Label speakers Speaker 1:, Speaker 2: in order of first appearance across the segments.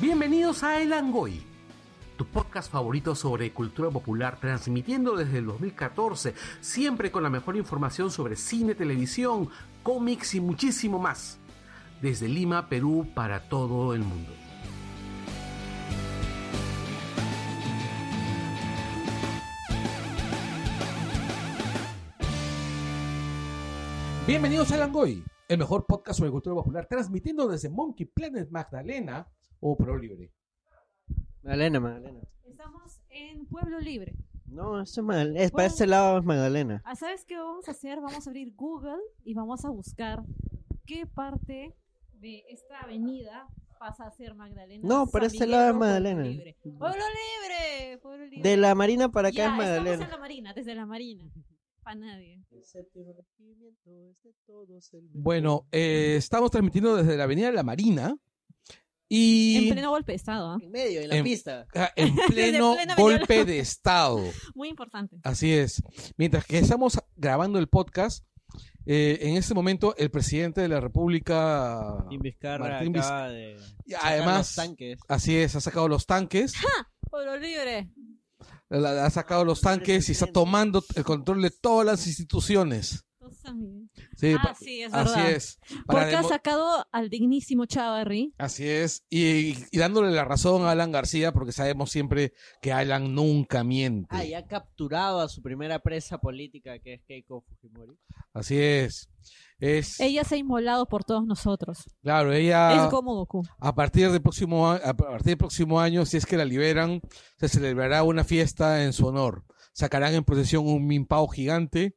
Speaker 1: Bienvenidos a El Angoy, tu podcast favorito sobre cultura popular, transmitiendo desde el 2014, siempre con la mejor información sobre cine, televisión, cómics y muchísimo más. Desde Lima, Perú, para todo el mundo.
Speaker 2: Bienvenidos a Langoy, el mejor podcast sobre cultura popular, transmitiendo desde Monkey Planet Magdalena o Pro Libre.
Speaker 3: Magdalena, Magdalena.
Speaker 4: Estamos en Pueblo Libre.
Speaker 3: No, eso es Magdalena. Es, para
Speaker 4: Bueno.
Speaker 3: este lado es Magdalena.
Speaker 4: Ah, ¿Sabes qué vamos a hacer? Vamos a abrir Google y vamos a buscar qué parte de esta avenida pasa a ser Magdalena.
Speaker 3: No,
Speaker 4: San
Speaker 3: para este
Speaker 4: Miguel
Speaker 3: lado es
Speaker 4: o Pueblo
Speaker 3: Magdalena.
Speaker 4: Libre. Pueblo Libre. Pueblo Libre.
Speaker 3: De la Marina para acá
Speaker 4: Ya,
Speaker 3: es
Speaker 4: Estamos en
Speaker 3: Magdalena.
Speaker 4: la Marina, desde la Marina. Para nadie.
Speaker 2: Bueno, eh, estamos transmitiendo desde la Avenida La Marina
Speaker 4: En
Speaker 2: y
Speaker 4: pleno golpe de Estado. ¿ah?
Speaker 3: En medio, en la
Speaker 2: En-
Speaker 3: pista.
Speaker 2: ah, en
Speaker 4: plena
Speaker 2: pleno
Speaker 4: Avenida
Speaker 2: golpe de Estado.
Speaker 4: Muy importante.
Speaker 2: Así es. Mientras que estamos grabando el podcast, eh, en este momento el presidente de la República,
Speaker 3: Martín Vizcarra
Speaker 2: Martín
Speaker 3: acaba de
Speaker 2: y
Speaker 3: sacar los
Speaker 2: además,
Speaker 3: tanques.
Speaker 2: así es, ha sacado los tanques,
Speaker 4: Pueblo Libre.
Speaker 2: la- la- ha sacado los tanques y está tomando el control de todas las instituciones.
Speaker 4: Entonces, San Miguel.
Speaker 2: Sí,
Speaker 4: Ah,
Speaker 2: pa-
Speaker 4: sí, es
Speaker 2: así
Speaker 4: verdad.
Speaker 2: es. Para
Speaker 4: Porque ha
Speaker 2: demo-
Speaker 4: sacado al dignísimo Chavarri.
Speaker 2: Así es, y, y dándole la razón a Alan García, porque sabemos siempre que Alan nunca miente.
Speaker 3: Ah, y ha capturado a su primera presa política, que es Keiko Fujimori.
Speaker 2: Así es. Es
Speaker 4: Ella se ha inmolado por todos nosotros.
Speaker 2: claro, ella
Speaker 4: es como Goku.
Speaker 2: a partir del próximo a- a partir del próximo año, si es que la liberan, se celebrará una fiesta en su honor. Sacarán en procesión un mimpao gigante,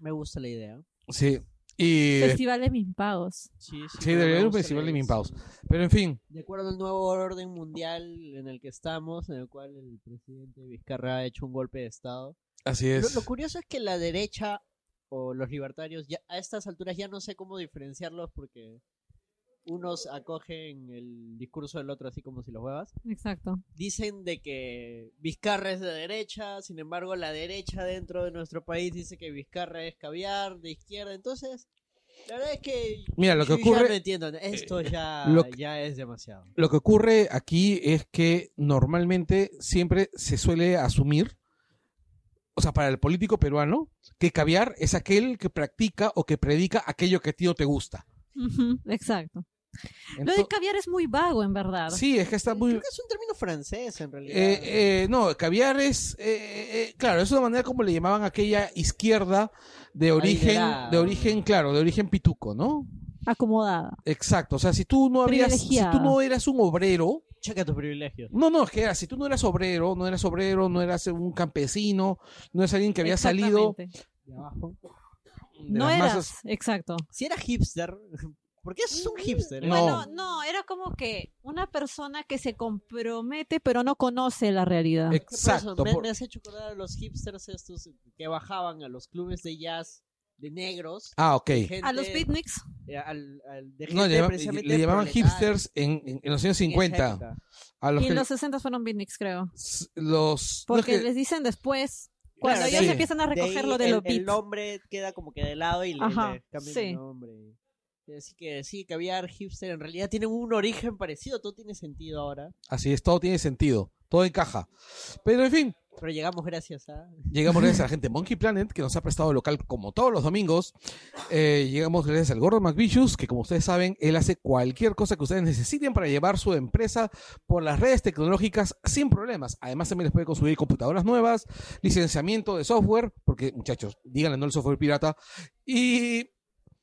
Speaker 3: Me gusta la idea.
Speaker 2: sí. Y
Speaker 4: Festival de mis pagos.
Speaker 3: Sí, sí,
Speaker 2: Sí,
Speaker 3: pero
Speaker 2: debería
Speaker 3: me
Speaker 2: haber un
Speaker 3: gusta la
Speaker 2: festival de
Speaker 3: idea,
Speaker 2: Mimpaos.
Speaker 3: sí.
Speaker 2: pero en fin,
Speaker 3: De acuerdo al nuevo orden mundial en el que estamos, en el cual el presidente Vizcarra ha hecho un golpe de Estado.
Speaker 2: así
Speaker 3: Lo,
Speaker 2: es.
Speaker 3: lo curioso es que la derecha o los libertarios, ya, a estas alturas ya no sé cómo diferenciarlos porque unos acogen el discurso del otro así como si los huevas.
Speaker 4: Exacto.
Speaker 3: Dicen de que Vizcarra es de derecha, sin embargo la derecha dentro de nuestro país dice que Vizcarra es caviar, de izquierda, entonces... La verdad es que
Speaker 2: Mira, Ah, lo que
Speaker 3: yo ya
Speaker 2: ocurre Eh,
Speaker 3: no entiendo, esto ya,
Speaker 2: lo que-
Speaker 3: ya es demasiado.
Speaker 2: Lo que ocurre aquí es que normalmente siempre se suele asumir, o sea, para el político peruano, que caviar es aquel que practica o que predica aquello que a ti no te gusta.
Speaker 4: Ujú, Exacto. Lo de
Speaker 2: Ento-
Speaker 4: caviar es muy vago, en verdad.
Speaker 2: sí, es que está muy...
Speaker 3: Creo que es un término francés en realidad.
Speaker 2: eh, eh, no, caviar es, eh, eh, claro, es una manera como le llamaban a aquella izquierda de origen,
Speaker 3: Adinerada.
Speaker 2: de origen, claro, de origen pituco, ¿no?
Speaker 4: Acomodada.
Speaker 2: Exacto, o sea, si tú no habrías, si tú
Speaker 4: Privilegiada.
Speaker 2: no eras un obrero,
Speaker 3: Checa tus privilegios.
Speaker 2: No, no, es que era, si tú no eras obrero, no eras obrero, no eras un campesino, no eras alguien que había salido
Speaker 4: Exactamente.
Speaker 3: De abajo.
Speaker 2: de
Speaker 4: No
Speaker 2: las
Speaker 4: eras.
Speaker 2: masas.
Speaker 4: Exacto.
Speaker 3: Si era hipster, ¿por qué es un hipster? eh?
Speaker 2: No.
Speaker 4: Bueno, no, era como que una persona que se compromete pero no conoce la realidad.
Speaker 3: ¿Qué por eso?
Speaker 2: Exacto.
Speaker 3: Me,
Speaker 2: por-
Speaker 3: me has hecho acordar a los hipsters estos que bajaban a los clubes de jazz de negros.
Speaker 2: Ah, ok.
Speaker 3: de gente-
Speaker 4: A los beatniks,
Speaker 3: eh, al- al- de
Speaker 2: No,
Speaker 3: gente
Speaker 2: le, llama-
Speaker 3: precisamente
Speaker 2: le llamaban
Speaker 3: proletaria,
Speaker 2: hipsters en, en- en los años
Speaker 3: en esa
Speaker 2: 50.
Speaker 3: época.
Speaker 2: A los
Speaker 4: y
Speaker 2: que
Speaker 4: en los 60 fueron beatniks, creo.
Speaker 2: s- los- no, es
Speaker 4: Porque
Speaker 2: que-
Speaker 4: les dicen después, cuando
Speaker 3: Claro,
Speaker 4: ellos
Speaker 2: sí.
Speaker 4: empiezan a
Speaker 3: De ahí
Speaker 4: recoger lo de
Speaker 3: el,
Speaker 4: los
Speaker 3: el
Speaker 4: beats.
Speaker 3: nombre queda como que de lado y le,
Speaker 4: Ajá,
Speaker 3: le cambian
Speaker 4: sí.
Speaker 3: el nombre. Así que sí, caviar, hipster, en realidad tienen un origen parecido, todo tiene sentido ahora.
Speaker 2: Así es, todo tiene sentido, todo encaja. Pero en fin,
Speaker 3: Pero llegamos gracias a...
Speaker 2: llegamos gracias a la gente de Monkey Planet, que nos ha prestado el local como todos los domingos. Eh, llegamos gracias al gordo McVicious, que como ustedes saben, él hace cualquier cosa que ustedes necesiten para llevar su empresa por las redes tecnológicas sin problemas. Además, también les puede conseguir computadoras nuevas, licenciamiento de software, porque muchachos, díganle no el software pirata. Y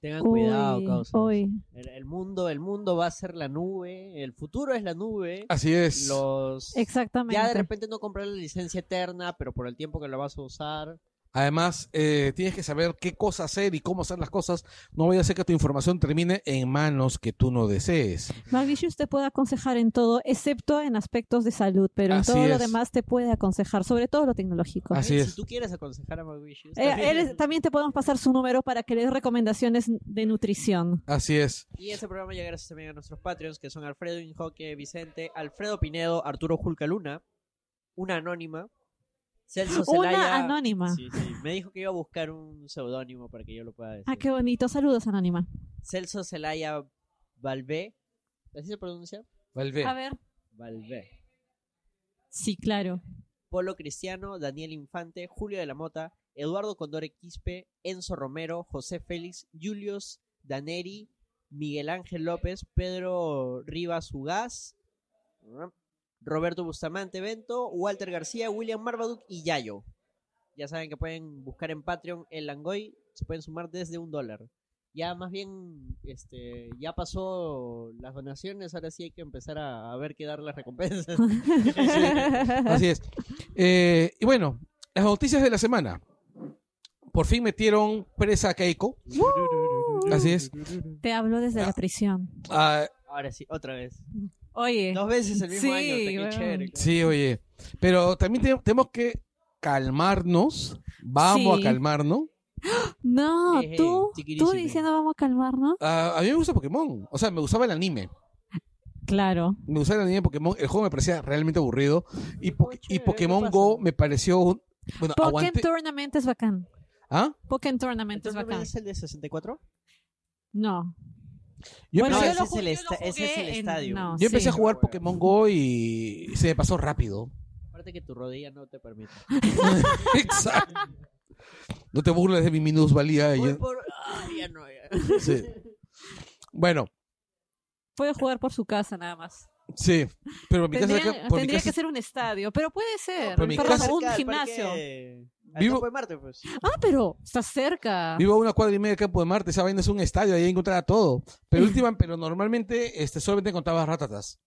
Speaker 3: Tengan
Speaker 4: Uy,
Speaker 3: cuidado, causas.
Speaker 4: uy.
Speaker 3: El, el mundo, el mundo va a ser la nube, el futuro es la nube.
Speaker 2: así es.
Speaker 3: Los ya de
Speaker 4: Exactamente.
Speaker 3: repente no comprar la licencia eterna, pero por el tiempo que lo vas a usar.
Speaker 2: Además, eh, tienes que saber qué cosa hacer y cómo hacer las cosas. No vaya a ser que tu información termine en manos que tú no desees.
Speaker 4: Magnesius te puede aconsejar en todo, excepto en aspectos de salud, pero en
Speaker 2: Así
Speaker 4: todo lo
Speaker 2: es.
Speaker 4: demás te puede aconsejar, sobre todo lo tecnológico.
Speaker 2: Así
Speaker 3: También,
Speaker 2: es.
Speaker 3: Si tú quieres aconsejar a Mauritius,
Speaker 4: Eh, él es- también te podemos pasar su número para que le des recomendaciones de nutrición.
Speaker 2: Así es.
Speaker 3: Y este programa llega gracias también a nuestros Patreons, que son Alfredo Injoque, Vicente, Alfredo Pinedo, Arturo Julcaluna, una anónima, Celso Celaya.
Speaker 4: Una anónima.
Speaker 3: Sí, sí. Me dijo que iba a buscar un seudónimo para que yo lo pueda decir.
Speaker 4: Ah, qué bonito. Saludos, Anónima.
Speaker 3: Celso Celaya Valvé. ¿Así se pronuncia?
Speaker 2: Valvé.
Speaker 4: A ver.
Speaker 3: Valvé.
Speaker 4: Sí, claro.
Speaker 3: Polo Cristiano, Daniel Infante, Julio de la Mota, Eduardo Condore Quispe, Enzo Romero, José Félix, Julius Daneri, Miguel Ángel López, Pedro Rivas Ugaz, Roberto Bustamante Bento, Walter García, William Marbaduc y Yayo. Ya saben que pueden buscar en Patreon el Langoy, se pueden sumar desde un dólar. Ya más bien, este, ya pasó las donaciones, ahora sí hay que empezar a, a ver qué dar las recompensas.
Speaker 2: Así es. Eh, y bueno, las noticias de la semana. Por fin metieron presa a Keiko. Así es.
Speaker 4: Te hablo desde la prisión.
Speaker 2: Ah,
Speaker 3: Ahora sí, otra vez.
Speaker 4: Oye.
Speaker 3: Dos veces el mismo
Speaker 4: Sí,
Speaker 3: año, te- qué
Speaker 4: weón.
Speaker 3: chévere, claro.
Speaker 2: sí, oye. Pero también te- tenemos que calmarnos. Vamos
Speaker 4: Sí.
Speaker 2: a calmarnos.
Speaker 4: No,
Speaker 3: Ey,
Speaker 2: Eh,
Speaker 3: ey,
Speaker 4: tú, tú
Speaker 3: chiquirísimo.
Speaker 4: diciendo vamos a calmarnos.
Speaker 2: Ah, a mí me gusta Pokémon. O sea, me gustaba el anime.
Speaker 4: Claro.
Speaker 2: Me gustaba el anime de Pokémon. El juego me parecía realmente aburrido. Y, po-
Speaker 3: Oye,
Speaker 2: y
Speaker 3: ¿qué
Speaker 2: Pokémon
Speaker 3: pasa?
Speaker 2: Go me pareció un- Bueno,
Speaker 4: Pokémon
Speaker 2: aguante.
Speaker 4: Tournament es bacán.
Speaker 2: ¿Ah?
Speaker 4: Pokémon Tournament es
Speaker 3: ¿Entonces no
Speaker 4: bacán.
Speaker 3: es el de 64?
Speaker 4: No.
Speaker 2: Yo,
Speaker 4: Bueno,
Speaker 3: No, ese es
Speaker 4: yo lo
Speaker 2: empecé,
Speaker 4: ju-
Speaker 3: el
Speaker 4: yo
Speaker 3: esta-
Speaker 4: lo
Speaker 3: ese es
Speaker 4: jugué
Speaker 3: el
Speaker 4: en-
Speaker 3: estadio.
Speaker 4: no,
Speaker 2: yo
Speaker 4: sí.
Speaker 2: empecé a jugar Pokémon Go y se me pasó rápido.
Speaker 3: Aparte que tu rodilla no te permite.
Speaker 2: Exacto. No te burles de mi minusvalía.
Speaker 3: Voy
Speaker 2: yo-
Speaker 3: por- Ah, ya no, ya.
Speaker 2: sí. Bueno,
Speaker 4: Puede jugar por su casa nada más.
Speaker 2: sí. Pero en mi casa,
Speaker 4: Tendría,
Speaker 2: acá- por mi
Speaker 4: tendría
Speaker 2: casa-
Speaker 4: que ser un estadio, pero puede ser.
Speaker 2: por mi
Speaker 4: Perdón,
Speaker 2: casa-
Speaker 4: un
Speaker 3: Cerca del
Speaker 4: gimnasio.
Speaker 3: parque- al
Speaker 2: Vivo-
Speaker 3: campo de Marte, pues.
Speaker 4: Ah, pero está cerca.
Speaker 2: vivo a una cuadra y media del campo de Marte. Esa vaina es un estadio. Ahí encontraba todo. Pero última, pero normalmente este, solamente encontraba ratatas.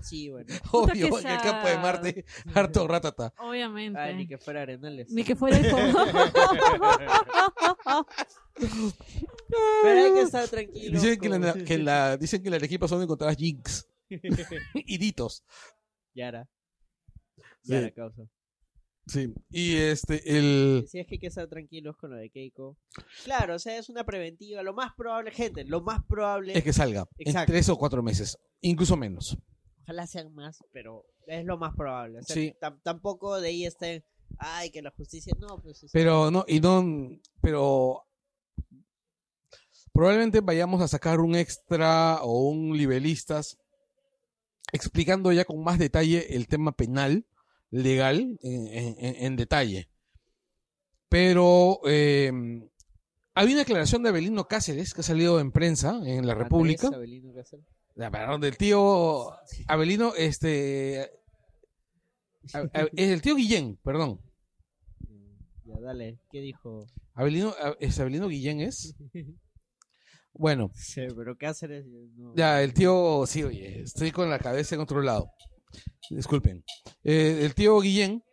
Speaker 3: Sí, bueno.
Speaker 4: Puta
Speaker 2: Obvio,
Speaker 4: que
Speaker 2: en el campo de
Speaker 4: sad.
Speaker 2: Marte, harto ratata.
Speaker 4: Obviamente.
Speaker 3: Ay, ni que fuera Arenales.
Speaker 4: Ni que fuera el
Speaker 3: Pero hay que estar tranquilo. pues.
Speaker 2: Dicen que, en la, que en la- dicen que en la Arequipa son donde encontrabas jinx y ditos.
Speaker 3: Yara.
Speaker 2: Sí.
Speaker 3: Yara causa.
Speaker 2: Sí. Y este, el.
Speaker 3: Decías que hay que estar tranquilos con lo de Keiko. Claro, o sea, es una preventiva. Lo más probable, gente, lo más probable.
Speaker 2: Es que salga en
Speaker 3: Exacto.
Speaker 2: tres o cuatro meses, incluso menos.
Speaker 3: Ojalá sean más, pero es lo más probable. O sea,
Speaker 2: Sí.
Speaker 3: tam- tampoco de ahí estén. Ay, que la justicia. No, pues. es-
Speaker 2: Pero no, y no, pero probablemente vayamos a sacar un extra o un libelistas explicando ya con más detalle el tema penal, legal, en, en- en- en detalle. Pero eh, hay una declaración de Abelino Cáceres que ha salido en prensa en la
Speaker 3: Andrés
Speaker 2: República.
Speaker 3: Avelino Casal.
Speaker 2: La verdad, del tío Abelino, este... a- a- el tío Guillén, perdón.
Speaker 3: eh, Ya, dale. ¿Qué dijo?
Speaker 2: Abelino, a- es Abelino Guillén es. Bueno,
Speaker 3: Sí, pero Cáceres. No.
Speaker 2: ya el tío, sí, oye, estoy con la cabeza en otro lado. Disculpen. Eh, el tío Guillén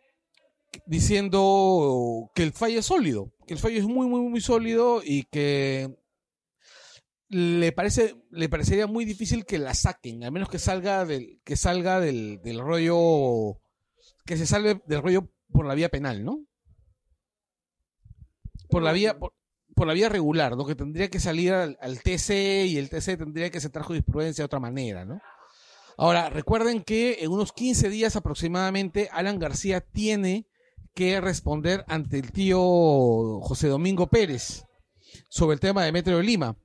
Speaker 2: diciendo que el fallo es sólido, que el fallo es muy, muy, muy sólido y que le parece, le parecería muy difícil que la saquen, a menos que salga del, que salga del, del rollo, que se salve del rollo por la vía penal, ¿no? Por la vía, por, por la vía regular, ¿no? Que tendría que salir al, al TC y el TC tendría que sentar jurisprudencia de otra manera, ¿no? Ahora, recuerden que en unos 15 días aproximadamente, Alan García tiene que responder ante el tío José Domingo Pérez sobre el tema de Metro de Lima.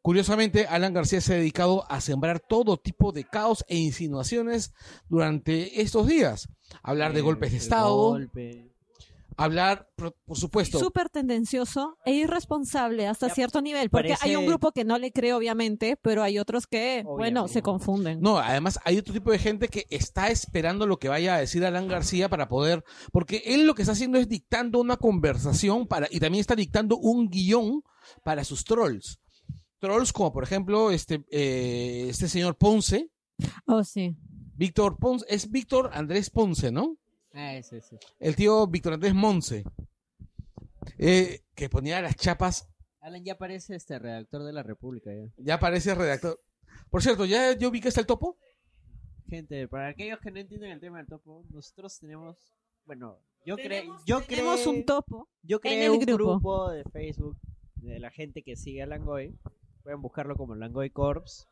Speaker 2: Curiosamente, Alan García se ha dedicado a sembrar todo tipo de caos e insinuaciones durante estos días. Hablar de
Speaker 3: Eh,
Speaker 2: golpes de
Speaker 3: el
Speaker 2: Estado,
Speaker 3: golpe.
Speaker 2: hablar, por, por supuesto,
Speaker 4: Súper tendencioso e irresponsable hasta
Speaker 3: Ya,
Speaker 4: cierto nivel, porque
Speaker 3: parece-
Speaker 4: hay un grupo que no le cree, obviamente, pero hay otros que, bueno,
Speaker 3: Obviamente.
Speaker 4: se confunden.
Speaker 2: No, además hay otro tipo de gente que está esperando lo que vaya a decir Alan García para poder, porque él lo que está haciendo es dictando una conversación para y también está dictando un guión para sus trolls. Trolls como por ejemplo este, eh, este señor Ponce,
Speaker 4: Oh, sí.
Speaker 2: Víctor Ponce, es Víctor Andrés Ponce, ¿no?
Speaker 3: Ah, ese, ese.
Speaker 2: El tío Víctor Andrés Monce, eh, que ponía las chapas,
Speaker 3: Alan ya parece este redactor de la República. Ya.
Speaker 2: ya parece redactor. Por cierto, ¿ya yo vi que está el topo?
Speaker 3: Gente, para aquellos que no entienden el tema del topo, nosotros tenemos, bueno, yo creo,
Speaker 4: Tenemos-
Speaker 3: yo
Speaker 4: tenemos
Speaker 3: creo,
Speaker 4: un topo.
Speaker 3: yo creé
Speaker 4: el
Speaker 3: un
Speaker 4: grupo.
Speaker 3: grupo. de Facebook de la gente que sigue a Langoy. Pueden buscarlo como Langoy Corps.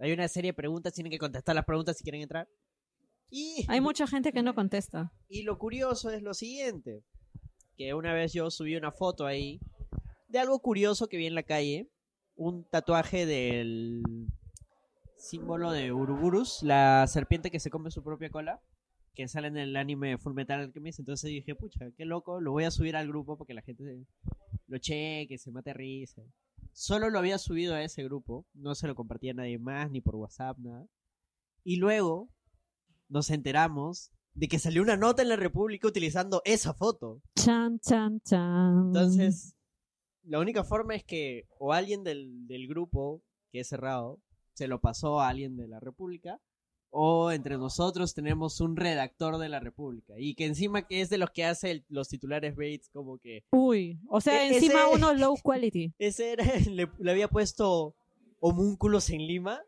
Speaker 3: Hay una serie de preguntas, tienen que contestar las preguntas si quieren entrar. Y,
Speaker 4: Hay mucha gente que no contesta.
Speaker 3: y lo curioso es lo siguiente, que una vez yo subí una foto ahí de algo curioso que vi en la calle, un tatuaje del símbolo de Uruburus, la serpiente que se come su propia cola, que sale en el anime Full Metal Alchemist. Entonces dije, pucha, qué loco, lo voy a subir al grupo porque la gente se- lo cheque, se mate risa. Solo lo había subido a ese grupo, no se lo compartía a nadie más, ni por WhatsApp, nada. Y luego nos enteramos de que salió una nota en la República utilizando esa foto.
Speaker 4: Chan, chan, chan.
Speaker 3: Entonces, la única forma es que o alguien del, del grupo que es cerrado se lo pasó a alguien de la República, o entre nosotros tenemos un redactor de la República, y que encima que es de los que hace el- los titulares Bates, como que
Speaker 4: Uy, o sea,
Speaker 3: E-
Speaker 4: encima
Speaker 3: ese-
Speaker 4: uno low quality.
Speaker 3: ese era, le, le había puesto homúnculos en Lima.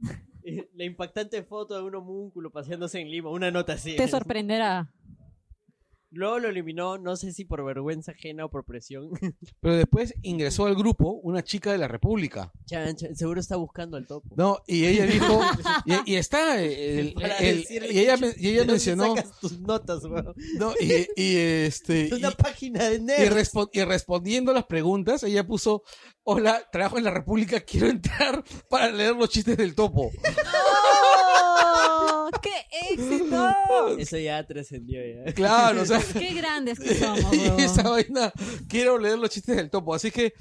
Speaker 3: Eh, La impactante foto de un homúnculo paseándose en Lima, una nota así.
Speaker 4: Te sorprenderá.
Speaker 3: Luego lo eliminó, no sé si por vergüenza ajena o por presión.
Speaker 2: Pero después ingresó al grupo una chica de la República.
Speaker 3: Chan, chan, seguro está buscando al topo.
Speaker 2: No, y ella dijo, y, y está, eh, el-
Speaker 3: Para
Speaker 2: el-
Speaker 3: decirle
Speaker 2: y ella,
Speaker 3: que-
Speaker 2: me- y
Speaker 3: ¿De
Speaker 2: ella
Speaker 3: dónde
Speaker 2: mencionó,
Speaker 3: sacas tus notas, weón?
Speaker 2: no, y, y, este,
Speaker 3: Es una
Speaker 2: y-
Speaker 3: página de
Speaker 2: y,
Speaker 3: nerds.
Speaker 2: respo- y respondiendo las preguntas, ella puso, hola, trabajo en la República, quiero entrar para leer los chistes del topo.
Speaker 4: ¡Oh! ¡Qué éxito!
Speaker 3: Eso ya trascendió ya.
Speaker 2: Claro, o sea,
Speaker 4: ¡Qué grandes que somos!
Speaker 2: y esa
Speaker 4: huevón!
Speaker 2: vaina, quiero leer los chistes del topo. Así que,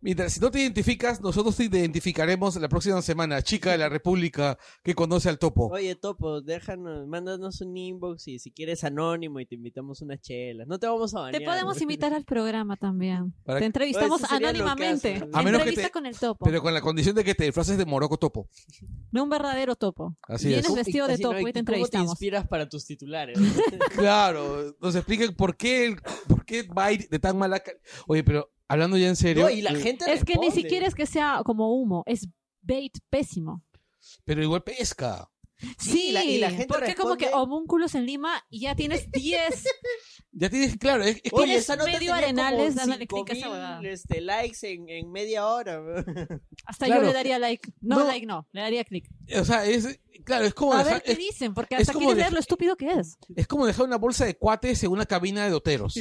Speaker 2: mientras, si no te identificas, nosotros te identificaremos la próxima semana, chica de la República que conoce al topo.
Speaker 3: Oye, Topo, déjanos, mándanos un inbox y si quieres anónimo y te invitamos unas chelas. No te vamos a banear.
Speaker 4: Te podemos invitar al programa también.
Speaker 2: Para-
Speaker 4: Te entrevistamos
Speaker 3: Eso sería lo
Speaker 4: anónimamente.
Speaker 3: caso.
Speaker 2: A menos que
Speaker 4: Entrevista
Speaker 2: te-
Speaker 4: con el topo.
Speaker 2: Pero con la condición de que te disfraces de moroco topo.
Speaker 4: De un verdadero topo.
Speaker 2: Así
Speaker 4: Vienes
Speaker 2: es.
Speaker 4: vestido de
Speaker 3: Así no,
Speaker 4: topo y te
Speaker 3: ¿Cómo te
Speaker 4: entrevistamos.
Speaker 3: inspiras para tus titulares?
Speaker 2: Claro, nos expliquen por qué, el- por qué Byte de tan mala cal- Oye, pero hablando ya en serio.
Speaker 3: No, y la
Speaker 2: eh,
Speaker 3: gente
Speaker 4: Es que ni
Speaker 3: responde.
Speaker 4: siquiera es que sea como humo, es bait pésimo.
Speaker 2: Pero igual pesca.
Speaker 4: Sí,
Speaker 3: y la- y la gente
Speaker 4: porque es como que
Speaker 3: responde-
Speaker 4: homúnculos en Lima y ya tienes 10.
Speaker 2: Ya tienes, claro, es, es
Speaker 3: Oye,
Speaker 4: Tienes
Speaker 3: esa nota
Speaker 4: medio
Speaker 3: tenía
Speaker 4: Arenales
Speaker 3: como
Speaker 4: dándole clic a esa
Speaker 3: 5.000,
Speaker 4: huevada.
Speaker 3: este, likes en, en media hora. weón.
Speaker 4: Hasta
Speaker 2: Claro.
Speaker 4: yo le daría like. No,
Speaker 2: No.
Speaker 4: like no, le daría clic.
Speaker 2: que- o sea, es, claro, es como,
Speaker 4: A
Speaker 2: dejar,
Speaker 4: ver qué
Speaker 2: es,
Speaker 4: dicen, porque
Speaker 2: es
Speaker 4: hasta
Speaker 2: como
Speaker 4: quieres
Speaker 2: de-
Speaker 4: ver lo estúpido que es.
Speaker 2: es como dejar una bolsa de cuates en una cabina de doteros.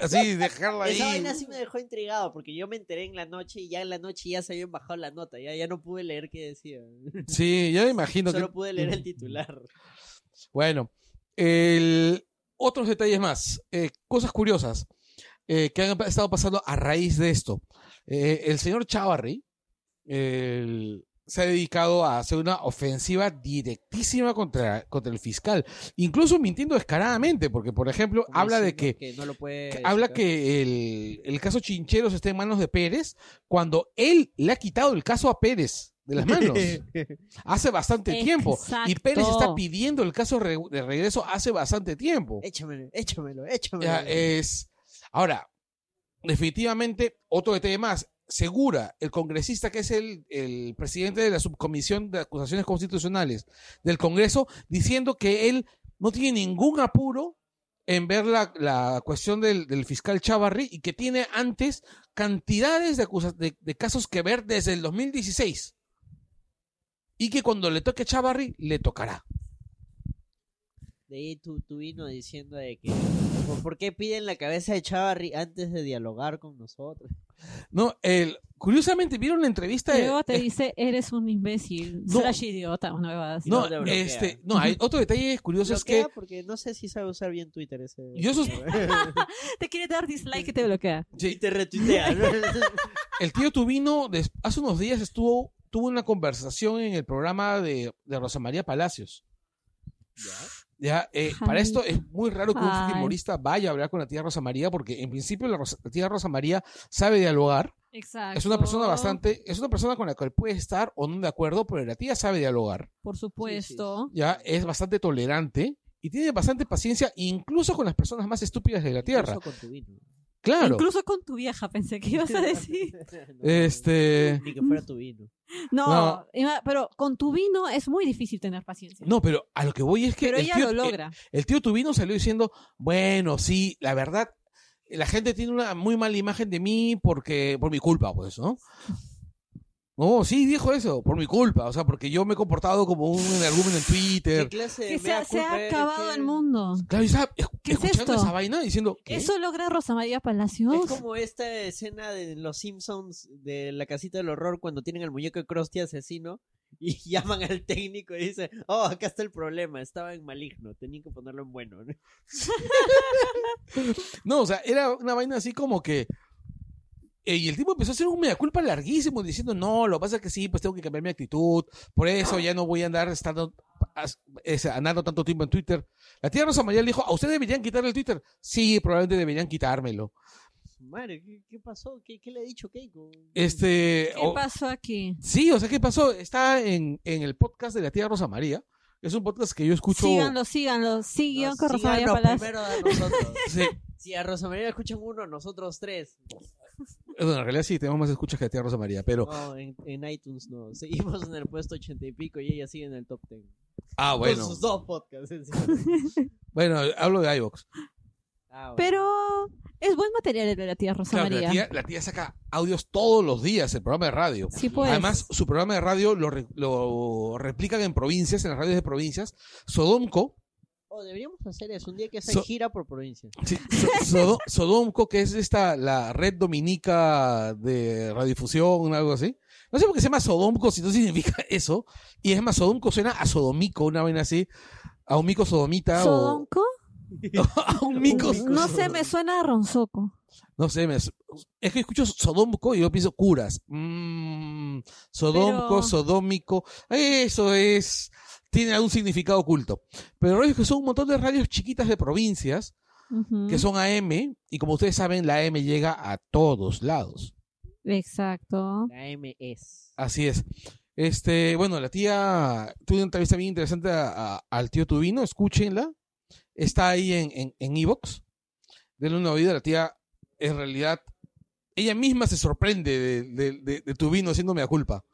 Speaker 2: Así, dejarla ahí.
Speaker 3: Esa vaina sí me dejó intrigado porque yo me enteré en la noche y ya en la noche ya se habían bajado la nota. Ya, ya no pude leer qué decía.
Speaker 2: Sí, yo me imagino que.
Speaker 3: Solo pude leer el titular.
Speaker 2: Bueno, el- otros detalles más, eh, cosas curiosas eh, que han estado pasando a raíz de esto. Eh, el señor Chavarri el- se ha dedicado a hacer una ofensiva directísima contra, contra el fiscal, incluso mintiendo descaradamente, porque, por ejemplo,
Speaker 3: Como
Speaker 2: habla de
Speaker 3: diciendo
Speaker 2: que,
Speaker 3: no lo puede
Speaker 2: que habla
Speaker 3: sacar.
Speaker 2: que el, el caso Chincheros está en manos de Pérez cuando él le ha quitado el caso a Pérez de las manos hace bastante tiempo. Y
Speaker 4: Exacto.
Speaker 2: Pérez está pidiendo el caso re- de regreso hace bastante tiempo.
Speaker 3: Échamelo, échamelo, échamelo.
Speaker 2: Ya, eh. es... Ahora, definitivamente, otro detalle más. Segura, el congresista que es el, el presidente de la subcomisión de acusaciones constitucionales del Congreso, diciendo que él no tiene ningún apuro en ver la, la cuestión del, del fiscal Chavarri y que tiene antes cantidades de, acusa- de, de casos que ver desde el 2016 y que cuando le toque a Chavarri le tocará.
Speaker 3: De ahí tu, tu vino diciendo de que ¿por- ¿por qué piden la cabeza de Chavarri antes de dialogar con nosotros?
Speaker 2: No, el, curiosamente, ¿vieron la entrevista? de-
Speaker 4: Luego te dice, eres un imbécil,
Speaker 2: No.
Speaker 4: slash idiota, una huevada así.
Speaker 2: no,
Speaker 3: no te bloquea.
Speaker 2: este, no, hay otro detalle curioso Pues es
Speaker 3: Bloquea
Speaker 2: que
Speaker 3: porque no sé si sabe usar bien Twitter ese.
Speaker 2: yo sos-
Speaker 4: Te quiere dar dislike y te bloquea.
Speaker 3: Y te retuitea. ¿no?
Speaker 2: el tío Tubino des- hace unos días estuvo tuvo una conversación en el programa de, de Rosa María Palacios. Ya, eh, para
Speaker 4: Ay.
Speaker 2: esto es muy raro que un
Speaker 4: Ay.
Speaker 2: fujimorista vaya a hablar con la tía Rosa María porque en principio la, Rosa- la tía Rosa María sabe dialogar,
Speaker 4: Exacto.
Speaker 2: es una persona bastante, es una persona con la cual puede estar o no de acuerdo, pero la tía sabe dialogar.
Speaker 4: Por supuesto.
Speaker 2: ya es bastante tolerante y tiene bastante paciencia incluso con las personas más estúpidas de la tierra.
Speaker 3: Incluso con tu vino.
Speaker 2: Claro.
Speaker 4: Incluso con tu vieja pensé que ibas a decir.
Speaker 3: No,
Speaker 2: Este,
Speaker 3: Ni que fuera tu vino.
Speaker 4: No,
Speaker 2: No.
Speaker 4: ima- pero con tu vino es muy difícil tener paciencia.
Speaker 2: no, pero a lo que voy es que
Speaker 4: pero
Speaker 2: el
Speaker 4: ella
Speaker 2: tío, eh,
Speaker 4: lo logra.
Speaker 2: el tío Tubino salió diciendo, "Bueno, sí, la verdad la gente tiene una muy mala imagen de mí porque por mi culpa, pues, ¿no?" No, sí, dijo eso, por mi culpa, o sea, porque yo me he comportado como un energúmeno en
Speaker 3: ¿Qué
Speaker 2: Twitter.
Speaker 3: clase de
Speaker 4: que se
Speaker 3: mea
Speaker 4: ha, se ha
Speaker 3: culpa eres,
Speaker 4: acabado
Speaker 3: qué?
Speaker 4: el mundo.
Speaker 2: Claro, y estaba esc-
Speaker 4: ¿Qué es
Speaker 2: escuchando
Speaker 4: esto?
Speaker 2: esa vaina diciendo, "¿Qué?".
Speaker 4: Eso logra Rosa María
Speaker 3: Es
Speaker 4: Palacios.
Speaker 3: como esta escena de Los Simpsons de la casita del horror cuando tienen al muñeco de Krusty asesino Y llaman al técnico y dicen, oh, acá está el problema, estaba en maligno, tenían que ponerlo en bueno. ¿no?
Speaker 2: No, o sea, era una vaina así como que. eh, Y el tipo empezó a hacer un mea culpa larguísimo diciendo, no, lo que pasa es que sí, pues tengo que cambiar mi actitud, por eso ya no voy a andar estando, as- es- andando tanto tiempo en Twitter. La tía Rosa María le dijo, ¿a ustedes deberían quitarle el Twitter? Sí, probablemente deberían quitármelo.
Speaker 3: Su Madre, ¿qué, qué pasó? ¿Qué, qué le ha dicho Keiko?
Speaker 2: Este,
Speaker 4: ¿Qué
Speaker 2: o-
Speaker 4: pasó aquí?
Speaker 2: sí, o sea, ¿qué pasó? Está en, en el podcast de la tía Rosa María. Es un podcast que yo escucho.
Speaker 4: Síganlo, síganlo. Sigan
Speaker 3: Nos-
Speaker 4: con Rosa María
Speaker 3: síganos
Speaker 4: Palacio.
Speaker 3: primero a nosotros.
Speaker 2: Sí,
Speaker 3: Si a Rosa María la escuchan uno, nosotros tres.
Speaker 2: bueno, en realidad sí, tenemos más escuchas que la tía Rosa María, pero...
Speaker 3: No, en, en iTunes no. Seguimos en el puesto ochenta y pico y ella sigue en el top ten.
Speaker 2: Ah, bueno.
Speaker 3: Con sus dos podcasts. encima.
Speaker 2: Bueno, hablo de iVox.
Speaker 3: Ah, bueno.
Speaker 4: Pero es buen material el de la tía Rosa
Speaker 2: Claro, que
Speaker 4: María.
Speaker 2: la tía, la tía saca audios todos los días el programa de radio.
Speaker 4: Sí, pues.
Speaker 2: Además, su programa de radio lo, re- lo replican en provincias, en las radios de provincias. Sodomco,
Speaker 3: Oh, deberíamos hacer eso. Un día que se
Speaker 2: So-
Speaker 3: gira por provincia.
Speaker 2: sí, so- Sodo- Sodomco, que es esta la red dominica de radiodifusión, algo así. No sé por qué se llama Sodomco, si no significa eso. Y es más, Sodomco suena a Sodomico, una vaina así. A un mico sodomita o
Speaker 4: ¿Sodonco?
Speaker 2: a un mico.
Speaker 4: No sé, me suena a ronzoco.
Speaker 2: No sé, me- es que escucho sodomco y yo pienso curas. Mm, sodomco,
Speaker 4: Pero-
Speaker 2: sodómico. Eso es. Tiene algún significado oculto. Pero es que son un montón de radios chiquitas de provincias
Speaker 4: Ujú.
Speaker 2: que son AM. Y como ustedes saben, la AM llega a todos lados.
Speaker 4: Exacto.
Speaker 3: La M es.
Speaker 2: Así es. Este, bueno, la tía tuvo una entrevista bien interesante a- a- al tío Tubino, escúchenla. Está ahí en en en Evox. Denle una oída, la tía en realidad, ella misma se sorprende de, de, de- de Tubino haciéndome la culpa.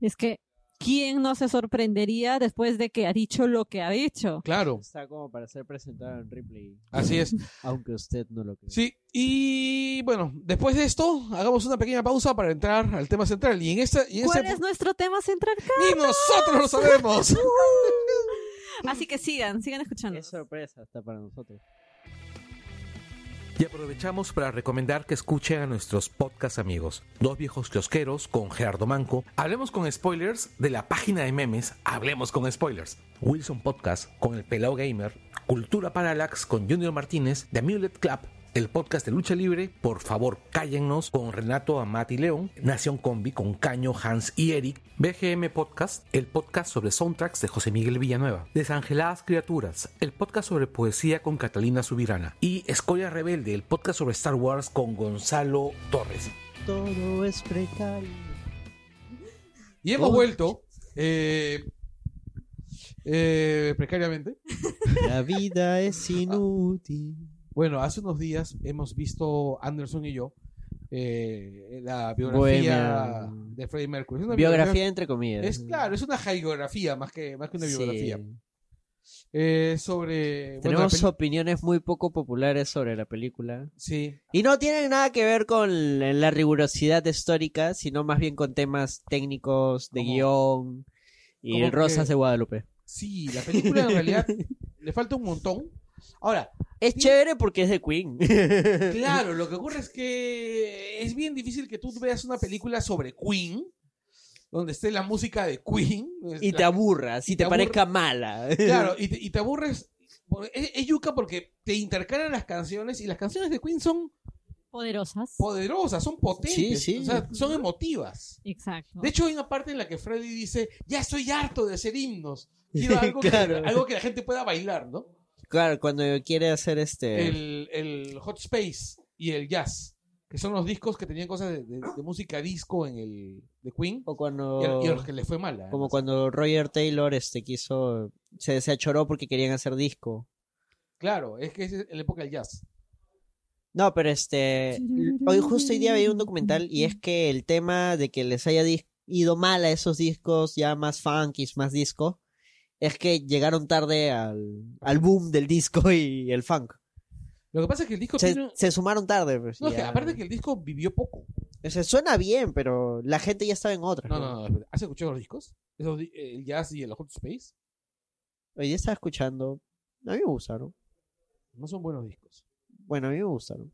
Speaker 4: Es que, ¿quién no se sorprendería después de que ha dicho lo que ha dicho?
Speaker 2: Claro,
Speaker 3: Está como para ser presentado en Ripley,
Speaker 2: así es.
Speaker 3: aunque usted no lo crea.
Speaker 2: Sí, y bueno, después de esto, hagamos una pequeña pausa para entrar al tema central. Y en esta... Y en
Speaker 4: ¿Cuál
Speaker 2: ese-
Speaker 4: es nuestro tema central?
Speaker 2: Ni nosotros lo sabemos.
Speaker 4: Así que sigan, sigan escuchando.
Speaker 3: Es sorpresa hasta para nosotros.
Speaker 5: Y aprovechamos para recomendar que escuchen a nuestros podcast amigos, Dos Viejos Kiosqueros con Gerardo Manco, Hablemos con Spoilers de la página de memes Hablemos con Spoilers, Wilson Podcast con El Pelao Gamer, Cultura Parallax con Junior Martínez, The Amulet Club, el podcast de Lucha Libre, Por favor cállennos con Renato Amati León, Nación Combi con Caño, Hans y Eric, BGM Podcast, el podcast sobre soundtracks de José Miguel Villanueva, Desangeladas Criaturas, el podcast sobre poesía con Catalina Subirana y Escoria Rebelde, el podcast sobre Star Wars con Gonzalo Torres.
Speaker 3: Todo es precario.
Speaker 2: Y hemos
Speaker 3: Oh.
Speaker 2: vuelto eh, eh, precariamente.
Speaker 3: La vida es inútil.
Speaker 2: Bueno, hace unos días hemos visto Anderson y yo eh, la biografía
Speaker 3: Bohemia.
Speaker 2: de Freddie Mercury. Es una
Speaker 3: Biografía entre comillas.
Speaker 2: Es claro, es una geografía más que, más que una
Speaker 3: Sí.
Speaker 2: biografía. Eh, sobre. bueno, la
Speaker 3: Tenemos
Speaker 2: peli-
Speaker 3: opiniones muy poco populares sobre la película.
Speaker 2: sí,
Speaker 3: Y no tienen nada que ver con la la rigurosidad histórica, sino más bien con temas técnicos de
Speaker 2: Como-
Speaker 3: guión y
Speaker 2: como
Speaker 3: el Rosas
Speaker 2: que-
Speaker 3: de Guadalupe.
Speaker 2: sí, la película en realidad le falta un montón. Ahora,
Speaker 3: Es chévere porque es de Queen.
Speaker 2: claro, lo que ocurre es que es bien difícil que tú veas una película sobre Queen, donde esté la música de Queen.
Speaker 3: y
Speaker 2: la-
Speaker 3: te aburras, y
Speaker 2: te
Speaker 3: te,
Speaker 2: aburra-
Speaker 3: parezca mala.
Speaker 2: Claro, y te, y te aburres. por- Es, es yuca porque te intercalan las canciones y las canciones de Queen son
Speaker 4: Poderosas.
Speaker 2: poderosas, son potentes,
Speaker 3: Sí, sí.
Speaker 2: o sea, son emotivas.
Speaker 4: Exacto.
Speaker 2: De hecho, hay una parte en la que Freddy dice, ya estoy harto de hacer himnos. Quiero algo,
Speaker 3: Claro.
Speaker 2: que, algo que la gente pueda bailar, ¿no?
Speaker 3: Claro, cuando quiere hacer este...
Speaker 2: El, el Hot Space y el Jazz, que son los discos que tenían cosas de, de- de música disco en el de Queen
Speaker 3: O
Speaker 2: y a,
Speaker 3: cuando...
Speaker 2: y a los que les fue ¿eh? mala.
Speaker 3: Oh. Como cuando Roger Taylor este quiso... Se, se achoró porque querían hacer disco.
Speaker 2: Claro, es que es la época del jazz.
Speaker 3: No, pero este... Hoy justo hoy día veía un documental y es que el tema de que les haya dis- ido mal a esos discos ya más funkis, más disco, es que llegaron tarde al, al boom del disco y el funk.
Speaker 2: Lo que pasa es que el disco...
Speaker 3: Se,
Speaker 2: tiene-
Speaker 3: se sumaron tarde. pues,
Speaker 2: No, es que
Speaker 3: ya.
Speaker 2: aparte que el disco vivió poco.
Speaker 3: O sea, suena bien, pero la gente ya estaba en otra.
Speaker 2: No, no, no, espera. ¿Has escuchado los discos? Esos di- el jazz y el hot space.
Speaker 3: Hoy día estaba escuchando. A mí me gustaron.
Speaker 2: No son buenos discos.
Speaker 3: Bueno, a mí me gustaron.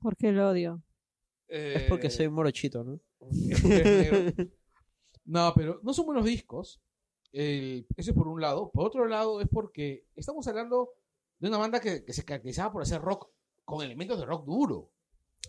Speaker 4: Porque lo odio.
Speaker 2: Eh,
Speaker 3: Es porque soy morochito, ¿no?
Speaker 2: porque eres Eh, negro. No, pero no son buenos discos. El- eso es por un lado. Por otro lado, es porque estamos hablando de una banda que, que se caracterizaba por hacer rock con elementos de rock duro.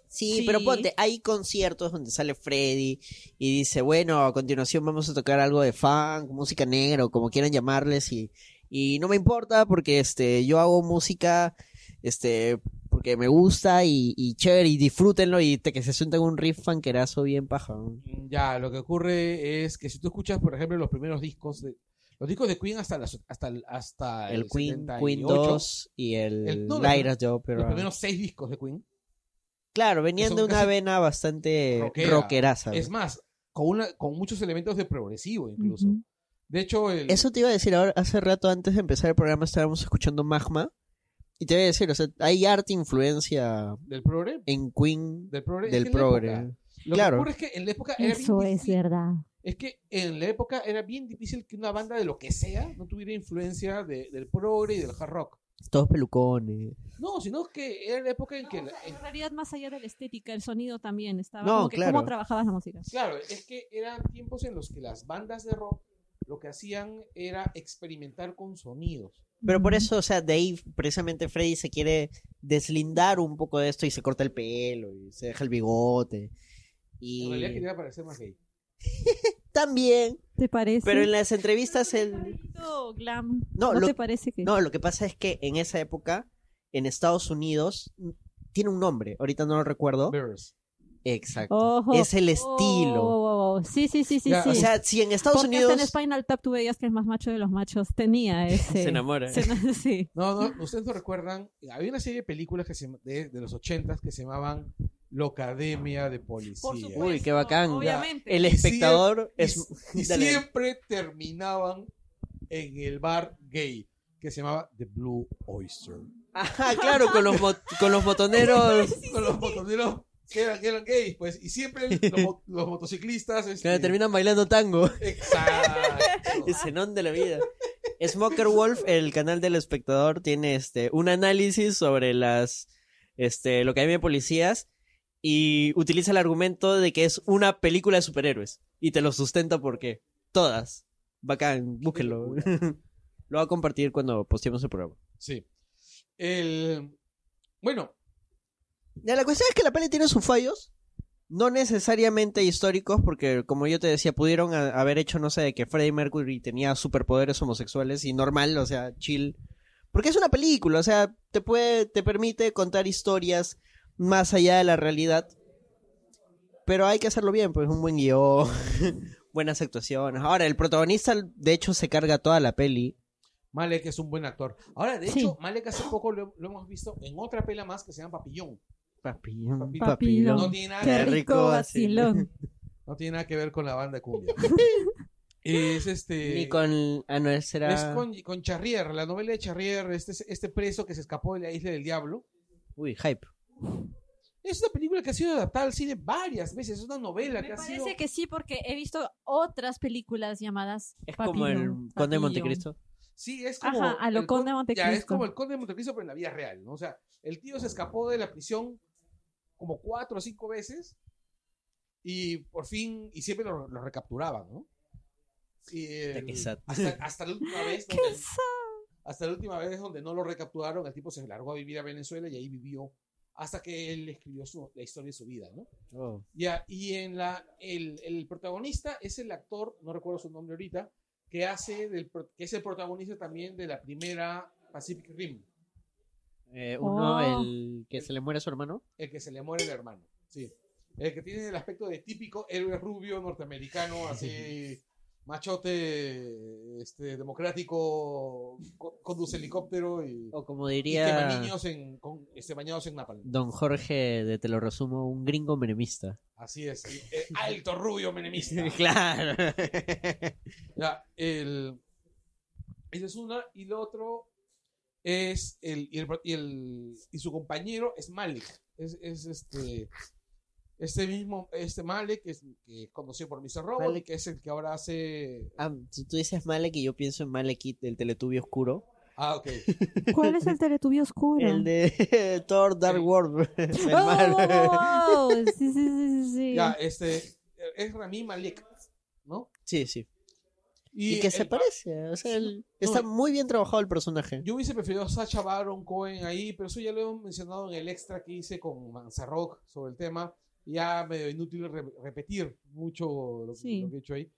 Speaker 3: Sí,
Speaker 4: Sí.
Speaker 3: pero ponte, hay conciertos donde sale Freddy y dice, bueno, a continuación vamos a tocar algo de funk, música negra, o como quieran llamarles, y, y no me importa porque este, yo hago música, este, porque me gusta y, y chévere, y disfrútenlo, y te, que se sientan un riff funkerazo bien paja. ¿no?
Speaker 2: Ya, lo que ocurre es que si tú escuchas, por ejemplo, los primeros discos de los discos de Queen hasta las- hasta el- hasta
Speaker 3: El Queen,
Speaker 2: 78,
Speaker 3: Queen 2 y el,
Speaker 2: El- no, los
Speaker 3: Lyra Joe, pero...
Speaker 2: los primeros seis discos de Queen.
Speaker 3: Claro, venían
Speaker 2: son
Speaker 3: de una
Speaker 2: casi
Speaker 3: vena bastante
Speaker 2: rockera.
Speaker 3: rockeraza. ¿no?
Speaker 2: Es más, con una con muchos elementos de progresivo incluso.
Speaker 4: Ujú.
Speaker 2: De hecho, el-
Speaker 3: Eso te iba a decir ahora, hace rato antes de empezar el programa estábamos escuchando Magma y te voy a decir, o sea, hay harta influencia
Speaker 2: del progre,
Speaker 3: en Queen
Speaker 2: del progre, es
Speaker 3: del
Speaker 2: que en la
Speaker 3: progre.
Speaker 2: época- lo que
Speaker 3: Claro.
Speaker 2: ocurre es que en la época era bien
Speaker 4: Eso es
Speaker 2: difícil-
Speaker 4: verdad.
Speaker 2: Es que en la época era bien difícil que una banda de lo que sea no tuviera influencia de- del progre y del hard rock.
Speaker 3: Todos pelucones.
Speaker 2: No, sino que era la época en que...
Speaker 4: No,
Speaker 2: la-
Speaker 4: o sea,
Speaker 2: en-
Speaker 4: en realidad, más allá de la estética, el sonido también estaba.
Speaker 3: No,
Speaker 4: como que,
Speaker 3: claro.
Speaker 4: ¿Cómo trabajabas la música?
Speaker 2: claro, es que eran tiempos en los que las bandas de rock lo que hacían era experimentar con sonidos.
Speaker 3: Pero por eso, o sea, de ahí precisamente Freddy se quiere deslindar un poco de esto y se corta el pelo y se deja el bigote.
Speaker 2: En realidad
Speaker 3: Y
Speaker 2: quería parecer más gay.
Speaker 3: también,
Speaker 4: ¿Te parece?
Speaker 3: pero en las entrevistas
Speaker 4: el
Speaker 3: él...
Speaker 4: glam.
Speaker 3: No,
Speaker 4: No,
Speaker 3: lo-
Speaker 4: te parece que
Speaker 3: No, lo que pasa es que en esa época, en Estados Unidos, tiene un nombre, ahorita no lo recuerdo.
Speaker 2: Bears.
Speaker 3: Exacto.
Speaker 4: Ojo.
Speaker 3: Es el estilo.
Speaker 4: Oh, sí, sí, sí, sí,
Speaker 2: Ya,
Speaker 4: sí.
Speaker 3: O sea, si en Estados
Speaker 4: Porque hasta
Speaker 3: Unidos
Speaker 4: en Spinal Tap tú veías que el más macho de los machos tenía ese.
Speaker 3: se enamora.
Speaker 4: se ena- sí.
Speaker 2: No, no, ustedes no recuerdan, había una serie de películas que se, de, de los ochentas que se llamaban Locademia de Policía.
Speaker 4: Por supuesto.
Speaker 3: Uy, qué bacán.
Speaker 4: Obviamente.
Speaker 3: El
Speaker 2: Y
Speaker 3: espectador
Speaker 2: Y,
Speaker 3: es
Speaker 2: y
Speaker 3: Dale.
Speaker 2: siempre terminaban en el bar gay que se llamaba The Blue Oyster.
Speaker 3: Ajá, claro, con los mo- con los motoneros
Speaker 2: Con los motoneros que eran, que eran gays, pues. Y siempre los, mo- los motociclistas.
Speaker 3: que
Speaker 2: este,
Speaker 3: terminan bailando tango.
Speaker 2: Exacto.
Speaker 3: El cenón de la vida. Smoker Wolf, el canal del espectador, tiene este un análisis sobre las este lo que hay de policías y utiliza el argumento de que es una película de superhéroes y te lo sustenta porque todas. Bacán, búsquenlo. lo va a compartir cuando posteemos el programa.
Speaker 2: Sí. El, bueno,
Speaker 3: Ya, la cuestión es que la peli tiene sus fallos. No necesariamente históricos, porque como yo te decía, pudieron a- haber hecho, no sé, de que Freddie Mercury tenía superpoderes homosexuales y normal, o sea, chill. Porque es una película, o sea, te puede, te permite contar historias más allá de la realidad. Pero hay que hacerlo bien, pues un buen guión, buenas actuaciones. Ahora, el protagonista, de hecho, se carga toda la peli.
Speaker 2: Malek es un buen actor. Ahora, de
Speaker 4: Sí.
Speaker 2: hecho, Malek hace poco lo, lo hemos visto en otra pela más que se llama Papillón.
Speaker 3: Papillón,
Speaker 2: Papillón.
Speaker 3: papillón.
Speaker 2: No tiene nada que
Speaker 4: Qué
Speaker 3: Qué
Speaker 4: rico,
Speaker 3: rico
Speaker 4: vacilón.
Speaker 2: No tiene nada que ver con la banda de cumbia. es este.
Speaker 3: Ni con... Ah, no, ese era-
Speaker 2: Es con, con Charrier, la novela de Charrier, este, este preso que se escapó de la isla del diablo.
Speaker 3: Uy, hype.
Speaker 2: Es una película que ha sido adaptada al cine varias veces. Es una novela
Speaker 4: Me
Speaker 2: que ha
Speaker 4: parece
Speaker 2: sido.
Speaker 4: que sí, porque he visto otras películas llamadas.
Speaker 3: Es como el
Speaker 4: Papillon,
Speaker 3: Conde de
Speaker 4: Papillon.
Speaker 3: Montecristo.
Speaker 2: Sí, es como.
Speaker 4: Ajá, a lo
Speaker 2: el
Speaker 4: Conde de
Speaker 2: con-
Speaker 4: Montecristo.
Speaker 2: Ya, es como el Conde de Montecristo, pero en la vida real, ¿no? O sea, el tío se escapó de la prisión como cuatro o cinco veces y por fin, y siempre lo, lo recapturaban, ¿no? Y el-
Speaker 3: qué sad.
Speaker 2: hasta, hasta la última vez.
Speaker 4: Qué
Speaker 2: donde-
Speaker 4: sad.
Speaker 2: hasta la última vez donde no lo recapturaron, el tipo se largó a vivir a Venezuela y ahí vivió hasta que él escribió su- la historia de su vida, ¿no? Ya, y en la, el, el protagonista es el actor, no recuerdo su nombre ahorita, que hace del, pro- que es el protagonista también de la primera Pacific Rim,
Speaker 3: Eh, uno,
Speaker 4: Oh.
Speaker 3: el que se le muere a su hermano.
Speaker 2: el que se le muere el hermano, sí. El que tiene el aspecto de típico héroe rubio norteamericano, así machote, este, democrático, co- conduce helicóptero y...
Speaker 3: O como
Speaker 2: Y quema
Speaker 3: diría
Speaker 2: niños en, con, este, bañados en napalm.
Speaker 3: don Jorge, de te lo resumo, un gringo menemista.
Speaker 2: Así es. y, eh, alto rubio menemista.
Speaker 3: claro.
Speaker 2: Ya, el, esa es una. Y lo otro es el y, el, y el- y su compañero es Malik. Es, es este este mismo este Malik que es, que es conocido por Mr. Robot
Speaker 3: Malik.
Speaker 2: que es el que ahora hace
Speaker 3: Ah, si tú dices Malek y yo pienso en Malekith, el teletubio oscuro.
Speaker 2: ah ok
Speaker 4: ¿Cuál es el Teletubby oscuro?
Speaker 3: El de Thor Dark World. El
Speaker 4: ¡Oh,
Speaker 3: mal-
Speaker 2: eh,
Speaker 4: oh, oh, oh! Sí, sí, sí, sí, sí.
Speaker 2: ya este es Rami Malik no
Speaker 3: Sí, sí.
Speaker 2: Y,
Speaker 3: Y, que se
Speaker 2: el-
Speaker 3: parece. O sea, el- está
Speaker 2: No,
Speaker 3: muy bien trabajado el personaje.
Speaker 2: Yo hubiese preferido a Sacha Baron Cohen ahí, pero eso ya lo hemos mencionado en el extra que hice con Manzarrock sobre el tema. Ya medio inútil re- repetir mucho lo, que-
Speaker 4: Sí.
Speaker 2: lo que he hecho ahí.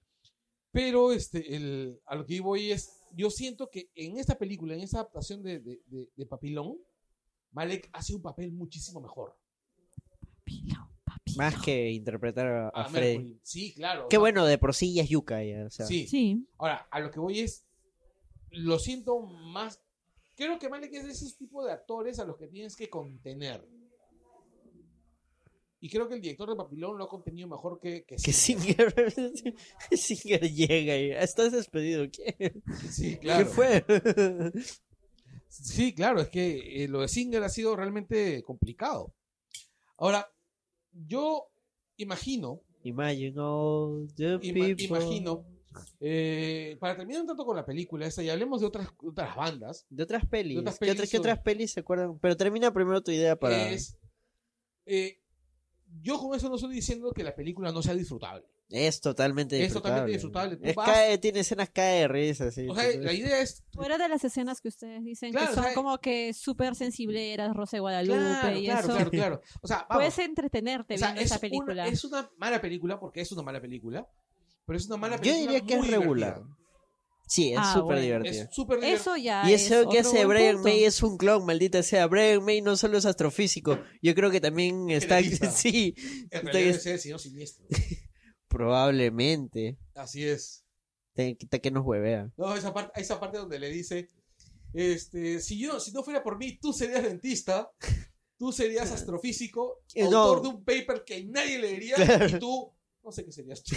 Speaker 2: Pero este, el, a lo que voy es, yo siento que en esta película, en esta adaptación de, de- de- de Papilón, Malek hace un papel muchísimo mejor.
Speaker 4: Papilón, papilón.
Speaker 3: Más que interpretar a, a
Speaker 2: Ah,
Speaker 3: Freddy.
Speaker 2: Mercury. Sí, claro.
Speaker 3: Qué
Speaker 2: o sea,
Speaker 3: bueno, de por sí ya es Yuka. ya, o sea.
Speaker 2: Sí.
Speaker 4: Sí,
Speaker 2: Ahora, a lo que voy es, lo siento más, creo que Malek es de esos tipos de actores a los que tienes que contener. Y creo que el director de Papilón lo ha contenido mejor que, que
Speaker 3: Que
Speaker 2: Singer.
Speaker 3: Singer, Singer llega y estás despedido. ¿Qué,
Speaker 2: Sí, claro.
Speaker 3: ¿Qué fue?
Speaker 2: Sí, claro, es que eh, lo de Singer ha sido realmente complicado. Ahora, yo imagino,
Speaker 3: Imagine all the
Speaker 2: ima-
Speaker 3: people.
Speaker 2: imagino, eh, para terminar un tanto con la película esta y hablemos de otras, otras bandas,
Speaker 3: De otras pelis.
Speaker 2: De otras
Speaker 3: ¿Qué, otras,
Speaker 2: pelis
Speaker 3: qué
Speaker 2: o-
Speaker 3: otras pelis se acuerdan? Pero termina primero tu idea para.
Speaker 2: es, eh, yo con eso no estoy diciendo que la película no sea disfrutable.
Speaker 3: Es totalmente
Speaker 2: Es
Speaker 3: disfrutable.
Speaker 2: totalmente disfrutable. Tú
Speaker 3: Es
Speaker 2: vas-
Speaker 3: cae- tiene escenas cae de risa. sí,
Speaker 2: O sea,
Speaker 3: tú-
Speaker 2: la idea es...
Speaker 4: fuera de las escenas que ustedes dicen
Speaker 2: Claro,
Speaker 4: que son
Speaker 2: o sea,
Speaker 4: como que súper sensibleras, Rosa de Guadalupe
Speaker 2: Claro,
Speaker 4: y
Speaker 2: claro,
Speaker 4: eso.
Speaker 2: claro, claro. O sea, vamos.
Speaker 4: Puedes entretenerte
Speaker 2: O sea,
Speaker 4: viendo
Speaker 2: es,
Speaker 4: esa película.
Speaker 2: Una, es una mala película porque es una mala película. Pero es una mala
Speaker 3: Yo
Speaker 2: película
Speaker 3: diría que es
Speaker 2: muy
Speaker 3: regular.
Speaker 2: divertida.
Speaker 3: Sí, es
Speaker 4: Ah,
Speaker 3: súper
Speaker 4: bueno.
Speaker 3: divertida.
Speaker 2: Es súper divertida.
Speaker 4: Eso ya
Speaker 3: Y eso
Speaker 4: es
Speaker 3: que
Speaker 4: otro
Speaker 3: hace
Speaker 4: buen
Speaker 3: Brian
Speaker 4: punto.
Speaker 3: May es un clon, maldita sea. Brian May no solo es astrofísico, yo creo que también está.
Speaker 2: Genetista.
Speaker 3: sí,
Speaker 2: En
Speaker 3: Está
Speaker 2: realidad
Speaker 3: bien.
Speaker 2: es el señor siniestro.
Speaker 3: probablemente.
Speaker 2: Así es.
Speaker 3: Te- Quita que nos huevea.
Speaker 2: No, esa parte, esa parte donde le dice, este, si yo, si no fuera por mí, tú serías dentista, tú serías astrofísico,
Speaker 3: Eh,
Speaker 2: autor
Speaker 3: no.
Speaker 2: de un paper que nadie leería,
Speaker 3: Claro.
Speaker 2: y tú, no sé qué serías tú.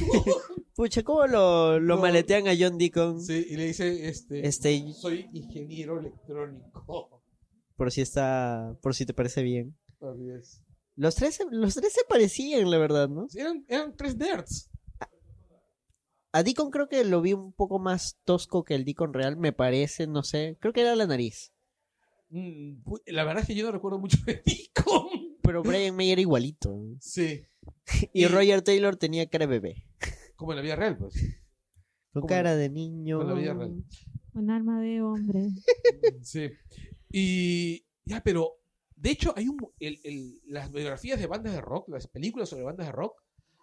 Speaker 3: Pucha, ¿cómo lo, lo
Speaker 2: No.
Speaker 3: maletean a John Deacon?
Speaker 2: Sí, y le dice, este,
Speaker 3: Este,
Speaker 2: soy ingeniero electrónico.
Speaker 3: por si está, por si te parece bien.
Speaker 2: Así es.
Speaker 3: Los tres, se- los tres se parecían, la verdad, ¿no?
Speaker 2: Sí, Eran, eran tres nerds.
Speaker 3: A Deacon creo que lo vi un poco más tosco que el Deacon real, me parece, no sé. Creo que era la nariz.
Speaker 2: Mm, pu- La verdad es que yo no recuerdo mucho de Deacon.
Speaker 3: Pero Brian May era igualito.
Speaker 2: Sí,
Speaker 3: Y
Speaker 2: Y-
Speaker 3: Roger Taylor tenía cara de bebé.
Speaker 2: como en la vida real, pues.
Speaker 3: Con
Speaker 2: Como-
Speaker 3: cara de niño.
Speaker 2: con la vida real.
Speaker 4: Un alma de hombre.
Speaker 2: Sí. Y ya, pero de hecho hay un el- el- las biografías de bandas de rock, las películas sobre bandas de rock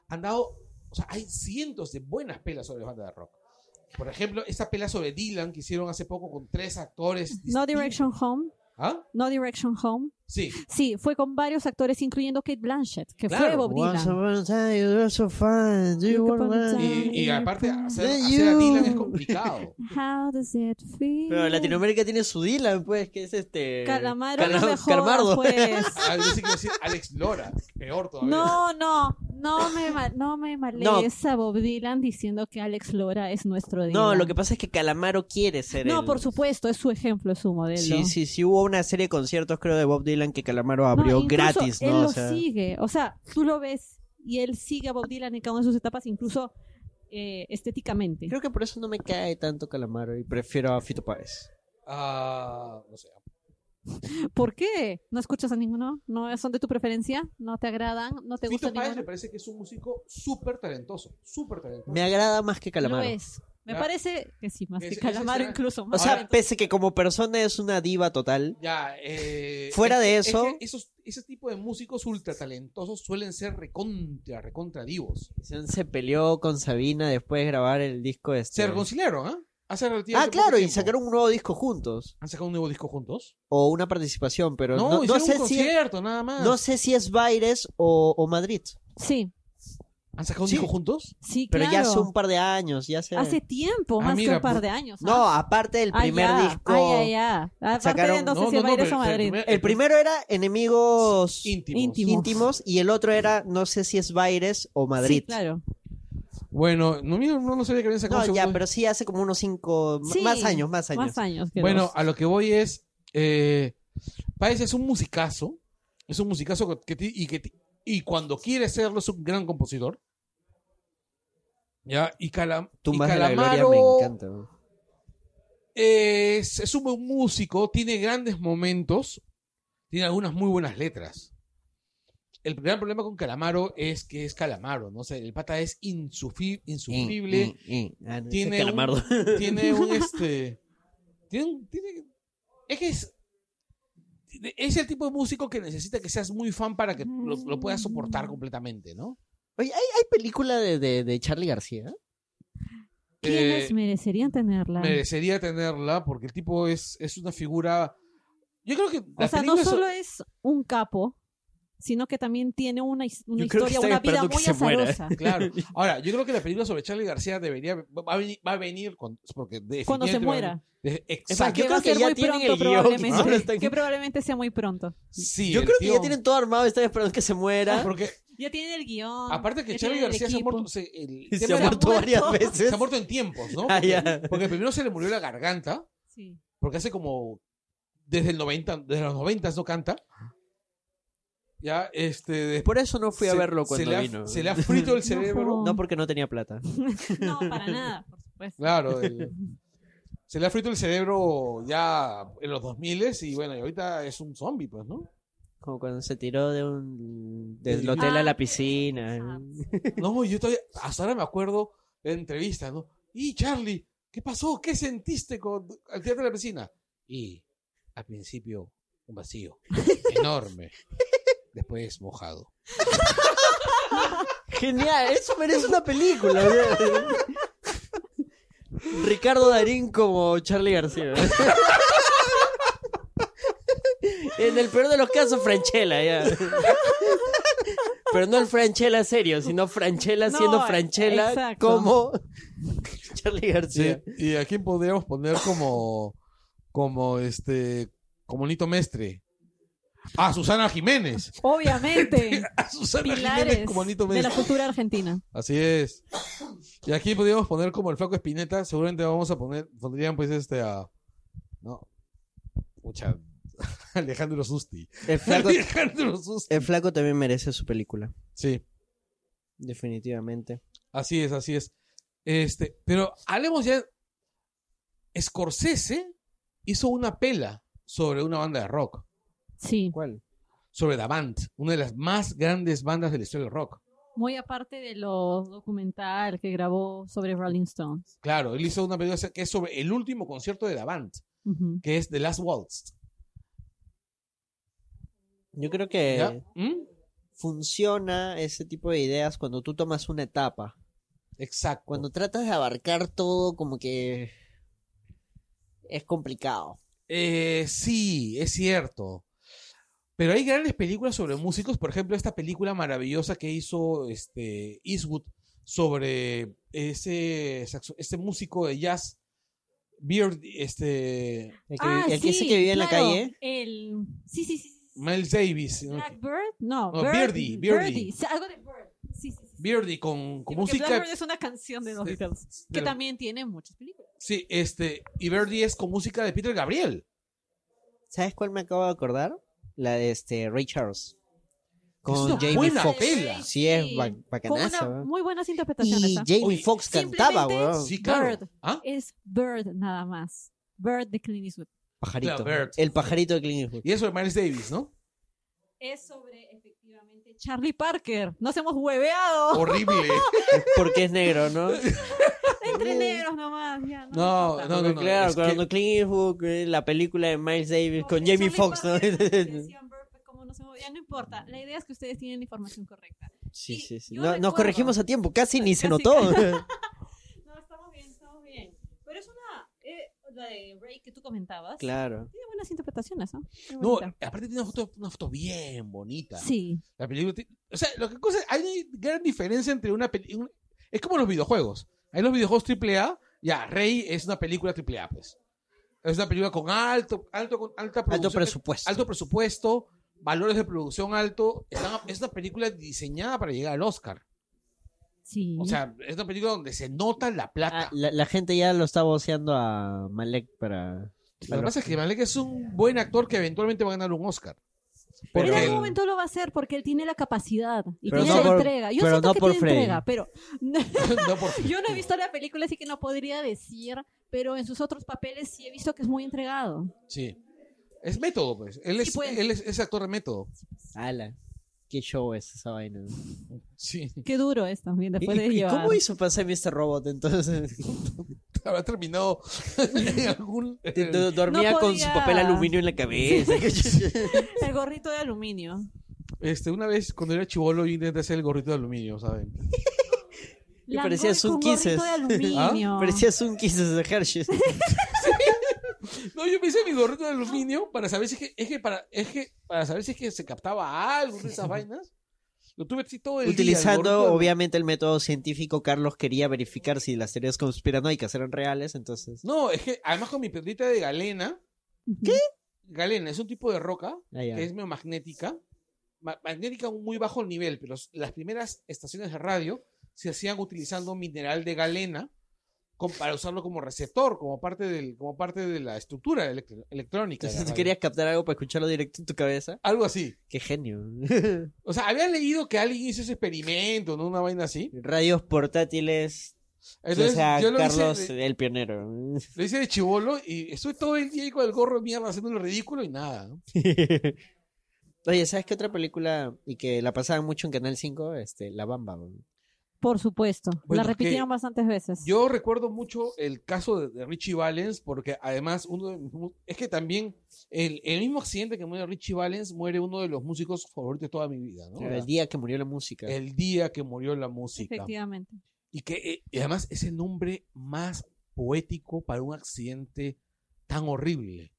Speaker 2: han dado, o sea, hay cientos de buenas pelas sobre bandas de rock. Por ejemplo, esta pela sobre Dylan que hicieron hace poco con tres actores.
Speaker 4: No
Speaker 2: distintos.
Speaker 4: Direction Home.
Speaker 2: ¿Ah?
Speaker 4: No Direction Home.
Speaker 2: Sí,
Speaker 4: Sí, fue con varios actores, incluyendo Kate Blanchett, que fue
Speaker 2: Claro,
Speaker 4: Bob
Speaker 3: Once
Speaker 4: Dylan.
Speaker 3: upon a time, you were so fine. Do you
Speaker 4: Look
Speaker 3: want
Speaker 4: upon a
Speaker 3: mine?
Speaker 4: time.
Speaker 2: y, y aparte hacer,
Speaker 3: Then
Speaker 2: hacer a
Speaker 3: you-
Speaker 2: Dylan es complicado.
Speaker 4: How does it feel?
Speaker 3: Pero Latinoamérica tiene su Dylan, pues, que es este.
Speaker 4: Calamaro, no
Speaker 3: Cala-
Speaker 4: me jodas,
Speaker 3: Calmardo.
Speaker 4: pues.
Speaker 2: Ah, yo sí quiero decir Alex Lora, peor todavía.
Speaker 4: No, no, no me, ma- no me malees a Bob Dylan diciendo que Alex Lora es nuestro Dylan.
Speaker 3: No, lo que pasa es que Calamaro quiere ser.
Speaker 4: No,
Speaker 3: el-
Speaker 4: por supuesto, es su ejemplo, es su modelo.
Speaker 3: Sí, sí, sí, hubo una serie de conciertos, creo, de Bob Dylan que Calamaro
Speaker 4: No,
Speaker 3: abrió
Speaker 4: incluso
Speaker 3: gratis,
Speaker 4: Él
Speaker 3: ¿no?
Speaker 4: lo
Speaker 3: O sea,
Speaker 4: sigue, o sea, tú lo ves y él sigue a Bob Dylan en cada una de sus etapas, incluso eh, estéticamente.
Speaker 3: Creo que por eso no me cae tanto Calamaro y prefiero a Fito Páez.
Speaker 2: Ah, no sé.
Speaker 4: ¿Por qué? ¿No escuchas a ninguno? ¿No son de tu preferencia? ¿No te agradan? ¿No te
Speaker 2: Fito
Speaker 4: gustan
Speaker 2: Páez me
Speaker 4: ninguno?
Speaker 2: parece que es un músico súper talentoso, súper talentoso.
Speaker 3: Me agrada más que
Speaker 4: Lo
Speaker 3: Calamaro.
Speaker 4: es. Me
Speaker 3: Ah.
Speaker 2: Ya.
Speaker 4: parece que sí, más
Speaker 2: Ese-
Speaker 4: que
Speaker 2: ese
Speaker 4: Calamaro
Speaker 2: será-
Speaker 4: incluso.
Speaker 3: O
Speaker 4: Más
Speaker 3: sea,
Speaker 4: talentoso.
Speaker 3: pese que como persona es una diva total,
Speaker 2: Ya, eh,
Speaker 3: Fuera
Speaker 2: es-
Speaker 3: de
Speaker 2: es
Speaker 3: eso-
Speaker 2: que esos, ese tipo de músicos ultra talentosos suelen ser recontra, recontra divos.
Speaker 3: se peleó con Sabina después de grabar el disco este.
Speaker 2: Se reconciliaron, ¿ah? Hace relativamente
Speaker 3: Ah,
Speaker 2: poco
Speaker 3: claro, y
Speaker 2: tiempo.
Speaker 3: sacaron un nuevo disco juntos.
Speaker 2: ¿Han sacado un nuevo disco juntos?
Speaker 3: O una participación, pero
Speaker 2: No,
Speaker 3: no, no sé
Speaker 2: hicieron un
Speaker 3: si es,
Speaker 2: concierto, nada más.
Speaker 3: no sé si es Baires o, o Madrid.
Speaker 4: sí,
Speaker 2: ¿Han sacado un
Speaker 3: Sí.
Speaker 2: disco juntos?
Speaker 4: sí,
Speaker 3: Pero
Speaker 4: claro.
Speaker 3: ya hace un par de años, ya se...
Speaker 4: Hace tiempo,
Speaker 2: Ah,
Speaker 4: más
Speaker 2: mira,
Speaker 4: que un par
Speaker 2: pues-
Speaker 4: de años. ¿ah?
Speaker 3: No, aparte del
Speaker 4: Ah,
Speaker 3: primer
Speaker 4: ya.
Speaker 3: disco...
Speaker 4: Ah, ya, ya. Aparte
Speaker 3: Sacaron-
Speaker 4: de no,
Speaker 2: No,
Speaker 4: sé si
Speaker 2: no, no,
Speaker 4: Baires
Speaker 2: pero-
Speaker 4: o
Speaker 2: pero el
Speaker 4: Madrid.
Speaker 2: primer-
Speaker 3: El primero era Enemigos
Speaker 2: Íntimos.
Speaker 4: Íntimo.
Speaker 3: Íntimos y el otro era no sé si es Baires o Madrid.
Speaker 4: Sí, claro.
Speaker 2: Bueno, no, mira, no, no sabía que habían sacado un
Speaker 3: No, ya,
Speaker 2: segundo
Speaker 3: pero sí hace como unos cinco... m-
Speaker 4: Sí,
Speaker 3: más años, más años.
Speaker 4: Más años que
Speaker 2: Bueno,
Speaker 4: dos.
Speaker 2: a lo que voy es. Eh, Páez es un musicazo. Es un musicazo que, que ti- y, que ti- y cuando quiere serlo es un gran compositor. Ya, y, Cala- y
Speaker 3: Tumbas de la Gloria
Speaker 2: Calamaro
Speaker 3: me encanta.
Speaker 2: es, es un buen músico, tiene grandes momentos, tiene algunas muy buenas letras. el gran problema con Calamaro es que es Calamaro, ¿no? O sea, el pata es insufi-
Speaker 3: Mm,
Speaker 2: insufrible, Tiene
Speaker 3: Tiene
Speaker 2: un-
Speaker 3: Ah, calamardo.
Speaker 2: tiene un este. Tiene, un- tiene- es que es. Es el tipo de músico que necesita que seas muy fan para que lo, lo puedas soportar completamente, ¿no?
Speaker 3: Oye, ¿hay, hay película de, de, de Charlie García?
Speaker 2: Eh,
Speaker 4: ¿Quiénes merecerían tenerla?
Speaker 2: merecería tenerla porque el tipo es, es una figura. Yo creo que.
Speaker 4: O
Speaker 2: la
Speaker 4: sea, no
Speaker 2: película es-
Speaker 4: solo es un capo, sino que también tiene una, his- una
Speaker 3: Yo creo que
Speaker 4: historia,
Speaker 3: están
Speaker 4: una vida
Speaker 3: esperando que
Speaker 4: muy
Speaker 3: se muera.
Speaker 4: azarosa.
Speaker 2: Claro. Ahora, yo creo que la película sobre Charlie García debería. Va a venir, va a venir con- porque
Speaker 4: Cuando se
Speaker 2: definitivamente va a venir-
Speaker 4: muera.
Speaker 2: de-
Speaker 4: O sea,
Speaker 2: Exacto.
Speaker 4: que
Speaker 3: yo
Speaker 4: va
Speaker 3: creo
Speaker 4: a
Speaker 3: que
Speaker 4: ser
Speaker 3: ya
Speaker 4: muy
Speaker 3: tienen
Speaker 4: pronto
Speaker 3: el guión,
Speaker 4: probablemente.
Speaker 3: ahora están-
Speaker 4: Que probablemente sea muy pronto.
Speaker 2: Sí,
Speaker 3: Yo
Speaker 2: el
Speaker 3: creo que ya
Speaker 2: tío- Ah,
Speaker 3: tienen todo armado, están esperando que se muera.
Speaker 2: Porque
Speaker 4: Ya tienen el guión.
Speaker 2: aparte que
Speaker 4: ya
Speaker 2: Charlie
Speaker 4: tienen el
Speaker 2: García se ha
Speaker 4: equipo.
Speaker 2: muerto. se- el
Speaker 3: Y
Speaker 2: tema
Speaker 3: se ha
Speaker 2: de-
Speaker 3: muerto varias
Speaker 4: muerto.
Speaker 3: veces.
Speaker 2: se ha muerto en tiempos, ¿no?
Speaker 3: Ah, ya.
Speaker 2: Porque primero se le murió la garganta,
Speaker 4: Sí.
Speaker 2: porque hace como desde el 90, desde los 90 no canta. Ya, este, después
Speaker 3: Por eso no fui a
Speaker 2: se-
Speaker 3: verlo
Speaker 2: se
Speaker 3: cuando
Speaker 2: le ha-
Speaker 3: vino.
Speaker 2: Se le ha frito el
Speaker 4: No.
Speaker 2: cerebro.
Speaker 4: Oh.
Speaker 3: No porque no tenía plata.
Speaker 4: No, para nada, por supuesto.
Speaker 2: Claro, el- se le ha frito el cerebro ya en los 2000 y bueno, y ahorita es un zombie, pues, ¿no?
Speaker 3: Como cuando se tiró de un del
Speaker 2: Sí.
Speaker 3: hotel a
Speaker 4: Ah.
Speaker 3: la piscina.
Speaker 2: No, yo todavía, hasta ahora me acuerdo de la entrevista, ¿no? Y Charlie, ¿qué pasó? ¿Qué sentiste con, al tirarte de la piscina? Y al principio, un vacío enorme. Después mojado.
Speaker 3: Genial, eso merece una película. Ricardo Darín como Charlie García. En el peor de los casos, Franchella, ya. Pero no el Franchella serio, sino Franchella
Speaker 4: No,
Speaker 3: siendo Franchella
Speaker 4: exacto.
Speaker 3: como Charlie García.
Speaker 2: ¿Y, y a quién podríamos poner como, como este, como Nito Mestre? A Susana Jiménez.
Speaker 4: Obviamente.
Speaker 2: A Susana Jiménez
Speaker 4: pilares
Speaker 2: como Nito
Speaker 4: de
Speaker 2: Mestre.
Speaker 4: la cultura argentina.
Speaker 2: Así es. Y aquí podríamos poner como el flaco Espineta, seguramente vamos a poner, pondrían pues este a... No. Pucha. Alejandro Susti.
Speaker 3: El flaco,
Speaker 2: Alejandro Susti.
Speaker 3: el flaco también merece su película,
Speaker 2: Sí,
Speaker 3: definitivamente.
Speaker 2: así es, así es. Este, pero hablemos ya. Scorsese hizo una pela sobre una banda de rock,
Speaker 4: Sí.
Speaker 3: ¿Cuál?
Speaker 2: sobre The Band, una de las más grandes bandas de la historia del rock.
Speaker 4: Muy aparte de los documental que grabó sobre Rolling Stones.
Speaker 2: Claro, él hizo una película que es sobre el último concierto de The Band,
Speaker 4: Ujú.
Speaker 2: que es The Last Waltz.
Speaker 3: Yo creo que
Speaker 2: ¿ya? ¿Mm?
Speaker 3: funciona ese tipo de ideas cuando tú tomas una etapa.
Speaker 2: Exacto.
Speaker 3: Cuando tratas de abarcar todo, como que es complicado.
Speaker 2: Eh, sí, es cierto. Pero hay grandes películas sobre músicos. Por ejemplo, esta película maravillosa que hizo este Eastwood sobre ese, saxo- ese músico de jazz, Beard, este,
Speaker 3: El que,
Speaker 4: Ah,
Speaker 3: vi- el que ese
Speaker 4: sí,
Speaker 3: que vive en la
Speaker 4: claro.
Speaker 3: calle.
Speaker 4: El... Sí, sí, sí. sí.
Speaker 2: Miles Davis. ¿no?
Speaker 4: Blackbird? No,
Speaker 2: No,
Speaker 4: Bird-
Speaker 2: Birdie, Birdie.
Speaker 4: Sí, Algo de Bird. Sí, sí, sí. sí.
Speaker 2: Beardy con, con
Speaker 4: Sí, porque
Speaker 2: música.
Speaker 4: Blackbird es una canción de los
Speaker 2: Sí,
Speaker 4: Beatles. Que
Speaker 2: pero-
Speaker 4: también tiene muchas películas.
Speaker 2: Sí, este, y Beardy es con música de Peter Gabriel.
Speaker 3: ¿Sabes cuál me acabo de acordar? La de este Ray Charles. Con
Speaker 2: una
Speaker 3: Jamie
Speaker 2: buena
Speaker 3: Foxx.
Speaker 2: pela.
Speaker 3: Sí, es ¿eh?
Speaker 4: Sí.
Speaker 3: ba-
Speaker 4: Con
Speaker 3: bacanaza.
Speaker 4: una,
Speaker 3: weón.
Speaker 4: muy buenas interpretaciones.
Speaker 3: Y
Speaker 4: ¿ah?
Speaker 3: Jamie
Speaker 2: Oye,
Speaker 3: Fox cantaba,
Speaker 4: simplemente-
Speaker 3: weón.
Speaker 2: Sí, claro.
Speaker 4: Bird.
Speaker 2: ¿Ah?
Speaker 4: Es Bird nada más. Bird de Clint Eastwood.
Speaker 3: Pajarito.
Speaker 2: Claro, Bird.
Speaker 3: El pajarito de Clint Eastwood.
Speaker 2: Y eso de Miles Davis, ¿no?
Speaker 4: Es sobre, efectivamente, Charlie Parker. Nos hemos
Speaker 3: Oh.
Speaker 4: hueveado
Speaker 2: Horrible.
Speaker 3: Porque es negro, ¿no?
Speaker 4: entre negros nomás. Ya,
Speaker 2: No,
Speaker 4: no, importa.
Speaker 2: no, no, no.
Speaker 3: claro,
Speaker 2: es que-
Speaker 3: cuando Clint Eastwood, eh, la película de Miles Davis
Speaker 4: Porque
Speaker 3: con Jamie
Speaker 4: Charlie
Speaker 3: Foxx, ¿no?
Speaker 4: Parker, como decían, Bird, pues, como no se movía, no importa. La idea es que ustedes tienen la información correcta.
Speaker 3: Sí,
Speaker 4: Y
Speaker 3: sí, sí.
Speaker 4: yo
Speaker 3: No- nos
Speaker 4: recuerdo-
Speaker 3: corregimos a tiempo, casi ni se
Speaker 4: Casi-
Speaker 3: notó.
Speaker 4: No, estamos bien, estamos bien. Pero es una. eh, la de Ray que tú comentabas.
Speaker 3: claro.
Speaker 4: Tiene buenas interpretaciones, ¿no? Qué
Speaker 2: No,
Speaker 4: bonita.
Speaker 2: aparte tiene una foto, una foto bien bonita.
Speaker 4: Sí.
Speaker 2: La película. ti- O sea, lo que cosa, hay una gran diferencia entre una película. Es como los videojuegos. Hay los videojuegos triple A. Ya, Rey es una película triple A, pues. Es una película con alto, alto, con alta
Speaker 3: Alto
Speaker 2: producción,
Speaker 3: presupuesto.
Speaker 2: alto presupuesto, valores de producción alto. Están- es una película diseñada para llegar al Oscar.
Speaker 4: Sí.
Speaker 2: O sea, es una película donde se nota la plata.
Speaker 3: Ah, la, la gente ya lo está voceando a Malek para.
Speaker 2: lo que pasa es que Malek es un buen actor que eventualmente va a ganar un Oscar.
Speaker 4: en
Speaker 2: Porque
Speaker 4: algún
Speaker 2: el-
Speaker 4: momento lo va a hacer porque él tiene la capacidad y
Speaker 3: Pero
Speaker 4: tiene
Speaker 2: no
Speaker 4: la
Speaker 3: por-
Speaker 4: entrega. Yo
Speaker 3: pero
Speaker 4: siento
Speaker 3: no
Speaker 4: que
Speaker 3: por
Speaker 4: tiene
Speaker 3: Freddy.
Speaker 4: entrega, pero
Speaker 2: no, por-
Speaker 4: yo no he visto la película, así que no podría decir. Pero en sus otros papeles sí he visto que es muy entregado.
Speaker 2: Sí. Es método, pues. Él
Speaker 4: Sí,
Speaker 2: es,
Speaker 4: pues.
Speaker 2: Él es, es actor de método.
Speaker 3: Ala. qué show es esa vaina.
Speaker 2: Sí.
Speaker 4: Qué duro es también después
Speaker 3: ¿Y-
Speaker 4: de
Speaker 3: y
Speaker 4: llevar.
Speaker 3: cómo hizo para ser Mr. Robot entonces?
Speaker 2: Habrá terminado en algún.
Speaker 3: Te- do- Dormía
Speaker 4: No
Speaker 3: con su
Speaker 4: podía.
Speaker 3: papel aluminio en la cabeza.
Speaker 4: El gorrito de aluminio.
Speaker 2: Este, una vez cuando era chivolo yo intenté hacer el gorrito de aluminio, ¿saben?
Speaker 3: Y
Speaker 4: Langoy
Speaker 3: parecía
Speaker 4: con
Speaker 3: Sun
Speaker 4: gorrito
Speaker 3: Kisses.
Speaker 4: de
Speaker 3: ¿Ah?
Speaker 4: aluminio.
Speaker 3: Parecía un Kisses de Hershey.
Speaker 2: No, yo me hice mi gorrito de aluminio para saber si es que, es que para, es que para saber si es que se captaba algo de esas vainas. Lo tuve así todo el día, el
Speaker 3: Utilizando,
Speaker 2: gorrito de-
Speaker 3: obviamente, el método científico, Carlos quería verificar si las teorías conspiranoicas eran reales, entonces...
Speaker 2: No, es que además con mi piedrita de galena.
Speaker 4: ¿Qué?
Speaker 2: Galena es un tipo de roca
Speaker 3: Ah, ya.
Speaker 2: que es medio magnética. ma- magnética a un muy bajo nivel, pero s- las primeras estaciones de radio se hacían utilizando mineral de galena con- para usarlo como receptor, como parte, del, como parte de la estructura electro- electrónica. de la
Speaker 3: Entonces tú
Speaker 2: radio.
Speaker 3: querías captar algo para escucharlo directo en tu cabeza.
Speaker 2: Algo así.
Speaker 3: ¡Qué genio!
Speaker 2: O sea, había leído que alguien hizo ese experimento, ¿no? Una vaina así.
Speaker 3: Radios portátiles.
Speaker 2: Entonces,
Speaker 3: o sea,
Speaker 2: yo lo
Speaker 3: Carlos, eh,
Speaker 2: hice, de-
Speaker 3: el pionero.
Speaker 2: lo hice de chivolo y estuve todo el día ahí con el gorro de mierda haciendo lo ridículo y nada. ¿no?
Speaker 3: Oye, ¿sabes qué otra película? Y que la pasaban mucho en Canal 5, este, La Bamba. ¿no?
Speaker 4: Por supuesto.
Speaker 2: Bueno,
Speaker 4: la repitieron
Speaker 2: que
Speaker 4: bastantes veces.
Speaker 2: Yo recuerdo mucho el caso de, de Richie Valens, porque además uno de mis mu- es que también el, el mismo accidente que muere Richie Valens muere uno de los músicos favoritos de toda mi vida, ¿no?
Speaker 3: El día que murió la música.
Speaker 2: El día que murió la música.
Speaker 4: Efectivamente.
Speaker 2: Y que eh, y además es el nombre más poético para un accidente tan horrible.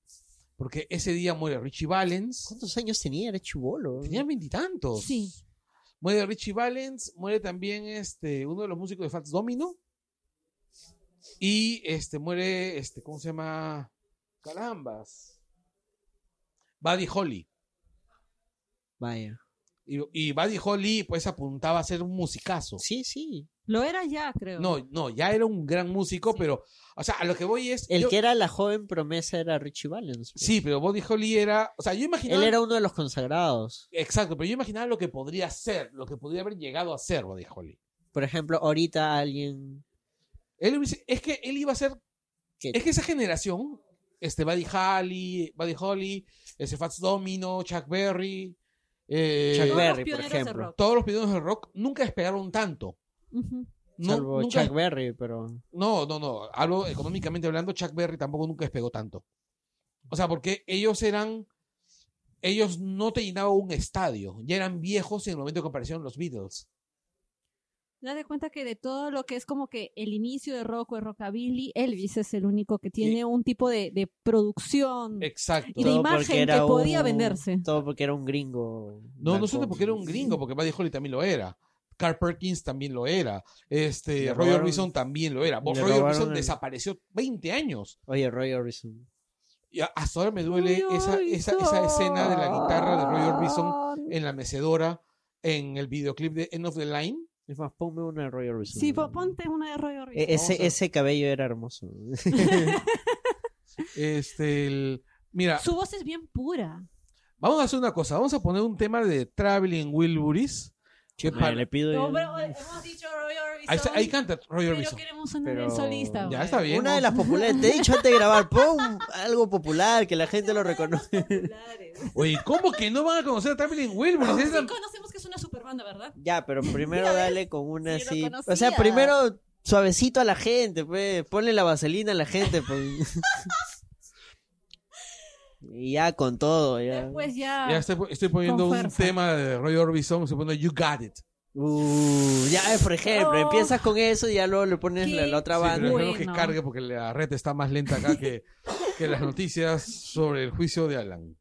Speaker 2: Porque ese día muere Richie Valens.
Speaker 3: ¿Cuántos años tenía? Era chubolo.
Speaker 2: Tenía veintitantos.
Speaker 4: Sí.
Speaker 2: Muere Richie Valens, muere también este, uno de los músicos de Fats Domino. Y este, muere, este, ¿cómo se llama? Carambas. Buddy Holly.
Speaker 3: Vaya.
Speaker 2: Y, y Buddy Holly, pues, apuntaba a ser un musicazo.
Speaker 3: Sí, sí.
Speaker 4: Lo era ya, creo.
Speaker 2: No, no, ya era un gran músico,
Speaker 4: Sí.
Speaker 2: pero, o sea, a lo que voy es.
Speaker 3: El
Speaker 2: yo-
Speaker 3: que era la joven promesa era Richie Valens. pues.
Speaker 2: Sí, pero Buddy Holly era. O sea, yo imaginaba.
Speaker 3: Él era uno de los consagrados.
Speaker 2: Exacto, pero yo imaginaba lo que podría ser, lo que podría haber llegado a ser Buddy Holly.
Speaker 3: Por ejemplo, ahorita alguien
Speaker 2: Él hubiese- es que él iba a ser
Speaker 3: que
Speaker 2: Es que esa generación, este Buddy Holly, Buddy Holly, ese Fats Domino, Chuck Berry, eh,
Speaker 3: Chuck
Speaker 4: Todos
Speaker 3: Berry,
Speaker 4: los
Speaker 3: por
Speaker 4: pioneros del
Speaker 3: ejemplo.
Speaker 4: rock.
Speaker 2: todos los pioneros del rock nunca despegaron tanto.
Speaker 4: Ujú.
Speaker 2: No,
Speaker 3: salvo
Speaker 2: nunca-
Speaker 3: Chuck Berry, pero
Speaker 2: no, no, no. Hablo económicamente hablando, Chuck Berry tampoco nunca despegó tanto. O sea, porque ellos eran, ellos no te llenaban un estadio, ya eran viejos en el momento que aparecieron los Beatles.
Speaker 4: Date cuenta que de todo lo que es como que el inicio de rock o de rockabilly, Elvis es el único que tiene un tipo de, de producción.
Speaker 2: Exacto.
Speaker 4: Y de imagen que podía venderse.
Speaker 3: Todo porque era un gringo.
Speaker 2: No, no
Speaker 3: blanco.
Speaker 2: solo porque era un gringo, porque Buddy Holly también lo era. Carl Perkins también lo era.
Speaker 3: Le
Speaker 2: Este, Roy
Speaker 3: robaron-
Speaker 2: Orbison también lo era.
Speaker 3: le
Speaker 2: Bo- Roy Orbison
Speaker 3: robaron el-
Speaker 2: desapareció 20 años.
Speaker 3: Oye, Roy Orbison.
Speaker 2: Y a- hasta ahora me duele
Speaker 4: Roy
Speaker 2: esa, esa, esa escena de la guitarra de Roy Orbison en la mecedora en el videoclip de End of the Line.
Speaker 3: Es más, ponme una de Roy Orbison.
Speaker 4: Sí, po- ponte una de Roy Orbison.
Speaker 3: E-
Speaker 2: Vamos a-
Speaker 3: ese, ese cabello era hermoso.
Speaker 2: Este, el- mira,
Speaker 4: Su voz es bien pura.
Speaker 2: vamos a hacer una cosa. Vamos a poner un tema de Traveling Wilburys. que
Speaker 3: Ay,
Speaker 2: para-
Speaker 3: le pido
Speaker 4: No,
Speaker 3: yo-
Speaker 4: pero eh, hemos dicho Roy Orbison.
Speaker 2: ahí, está- ahí canta Roy
Speaker 4: pero
Speaker 2: Orbison.
Speaker 4: queremos una
Speaker 3: Pero-
Speaker 4: del solista.
Speaker 2: Ya
Speaker 4: güey.
Speaker 2: está bien.
Speaker 3: Una de
Speaker 2: ¿no?
Speaker 3: las populares. Te he dicho antes de grabar, pon algo popular que la gente lo reconoce.
Speaker 4: Populares.
Speaker 2: Oye, ¿cómo que no van a conocer a Traveling Wilburys? Es la-
Speaker 4: Sí conocemos que es una superbanda, ¿verdad?
Speaker 3: Ya, pero primero
Speaker 4: Mira, ¿ves?
Speaker 3: dale con una
Speaker 4: Sí, lo
Speaker 3: así.
Speaker 4: conocía.
Speaker 3: O sea, primero suavecito a la gente, pues. Ponle la vaselina a la gente, pues. y ya con todo, ya.
Speaker 4: Después ya...
Speaker 2: Ya estoy, estoy poniendo
Speaker 4: Con
Speaker 2: un
Speaker 4: fuerza. tema
Speaker 2: tema de Roy Orbison, estoy poniendo You Got It.
Speaker 3: Uh, ya, eh, por ejemplo,
Speaker 4: Oh.
Speaker 3: empiezas con eso y ya luego le pones
Speaker 4: Qué
Speaker 3: la, la otra
Speaker 2: Sí, pero
Speaker 3: banda.
Speaker 4: Bueno.
Speaker 2: espero que cargue porque la red está más lenta acá que, que las noticias sobre el juicio de Alan.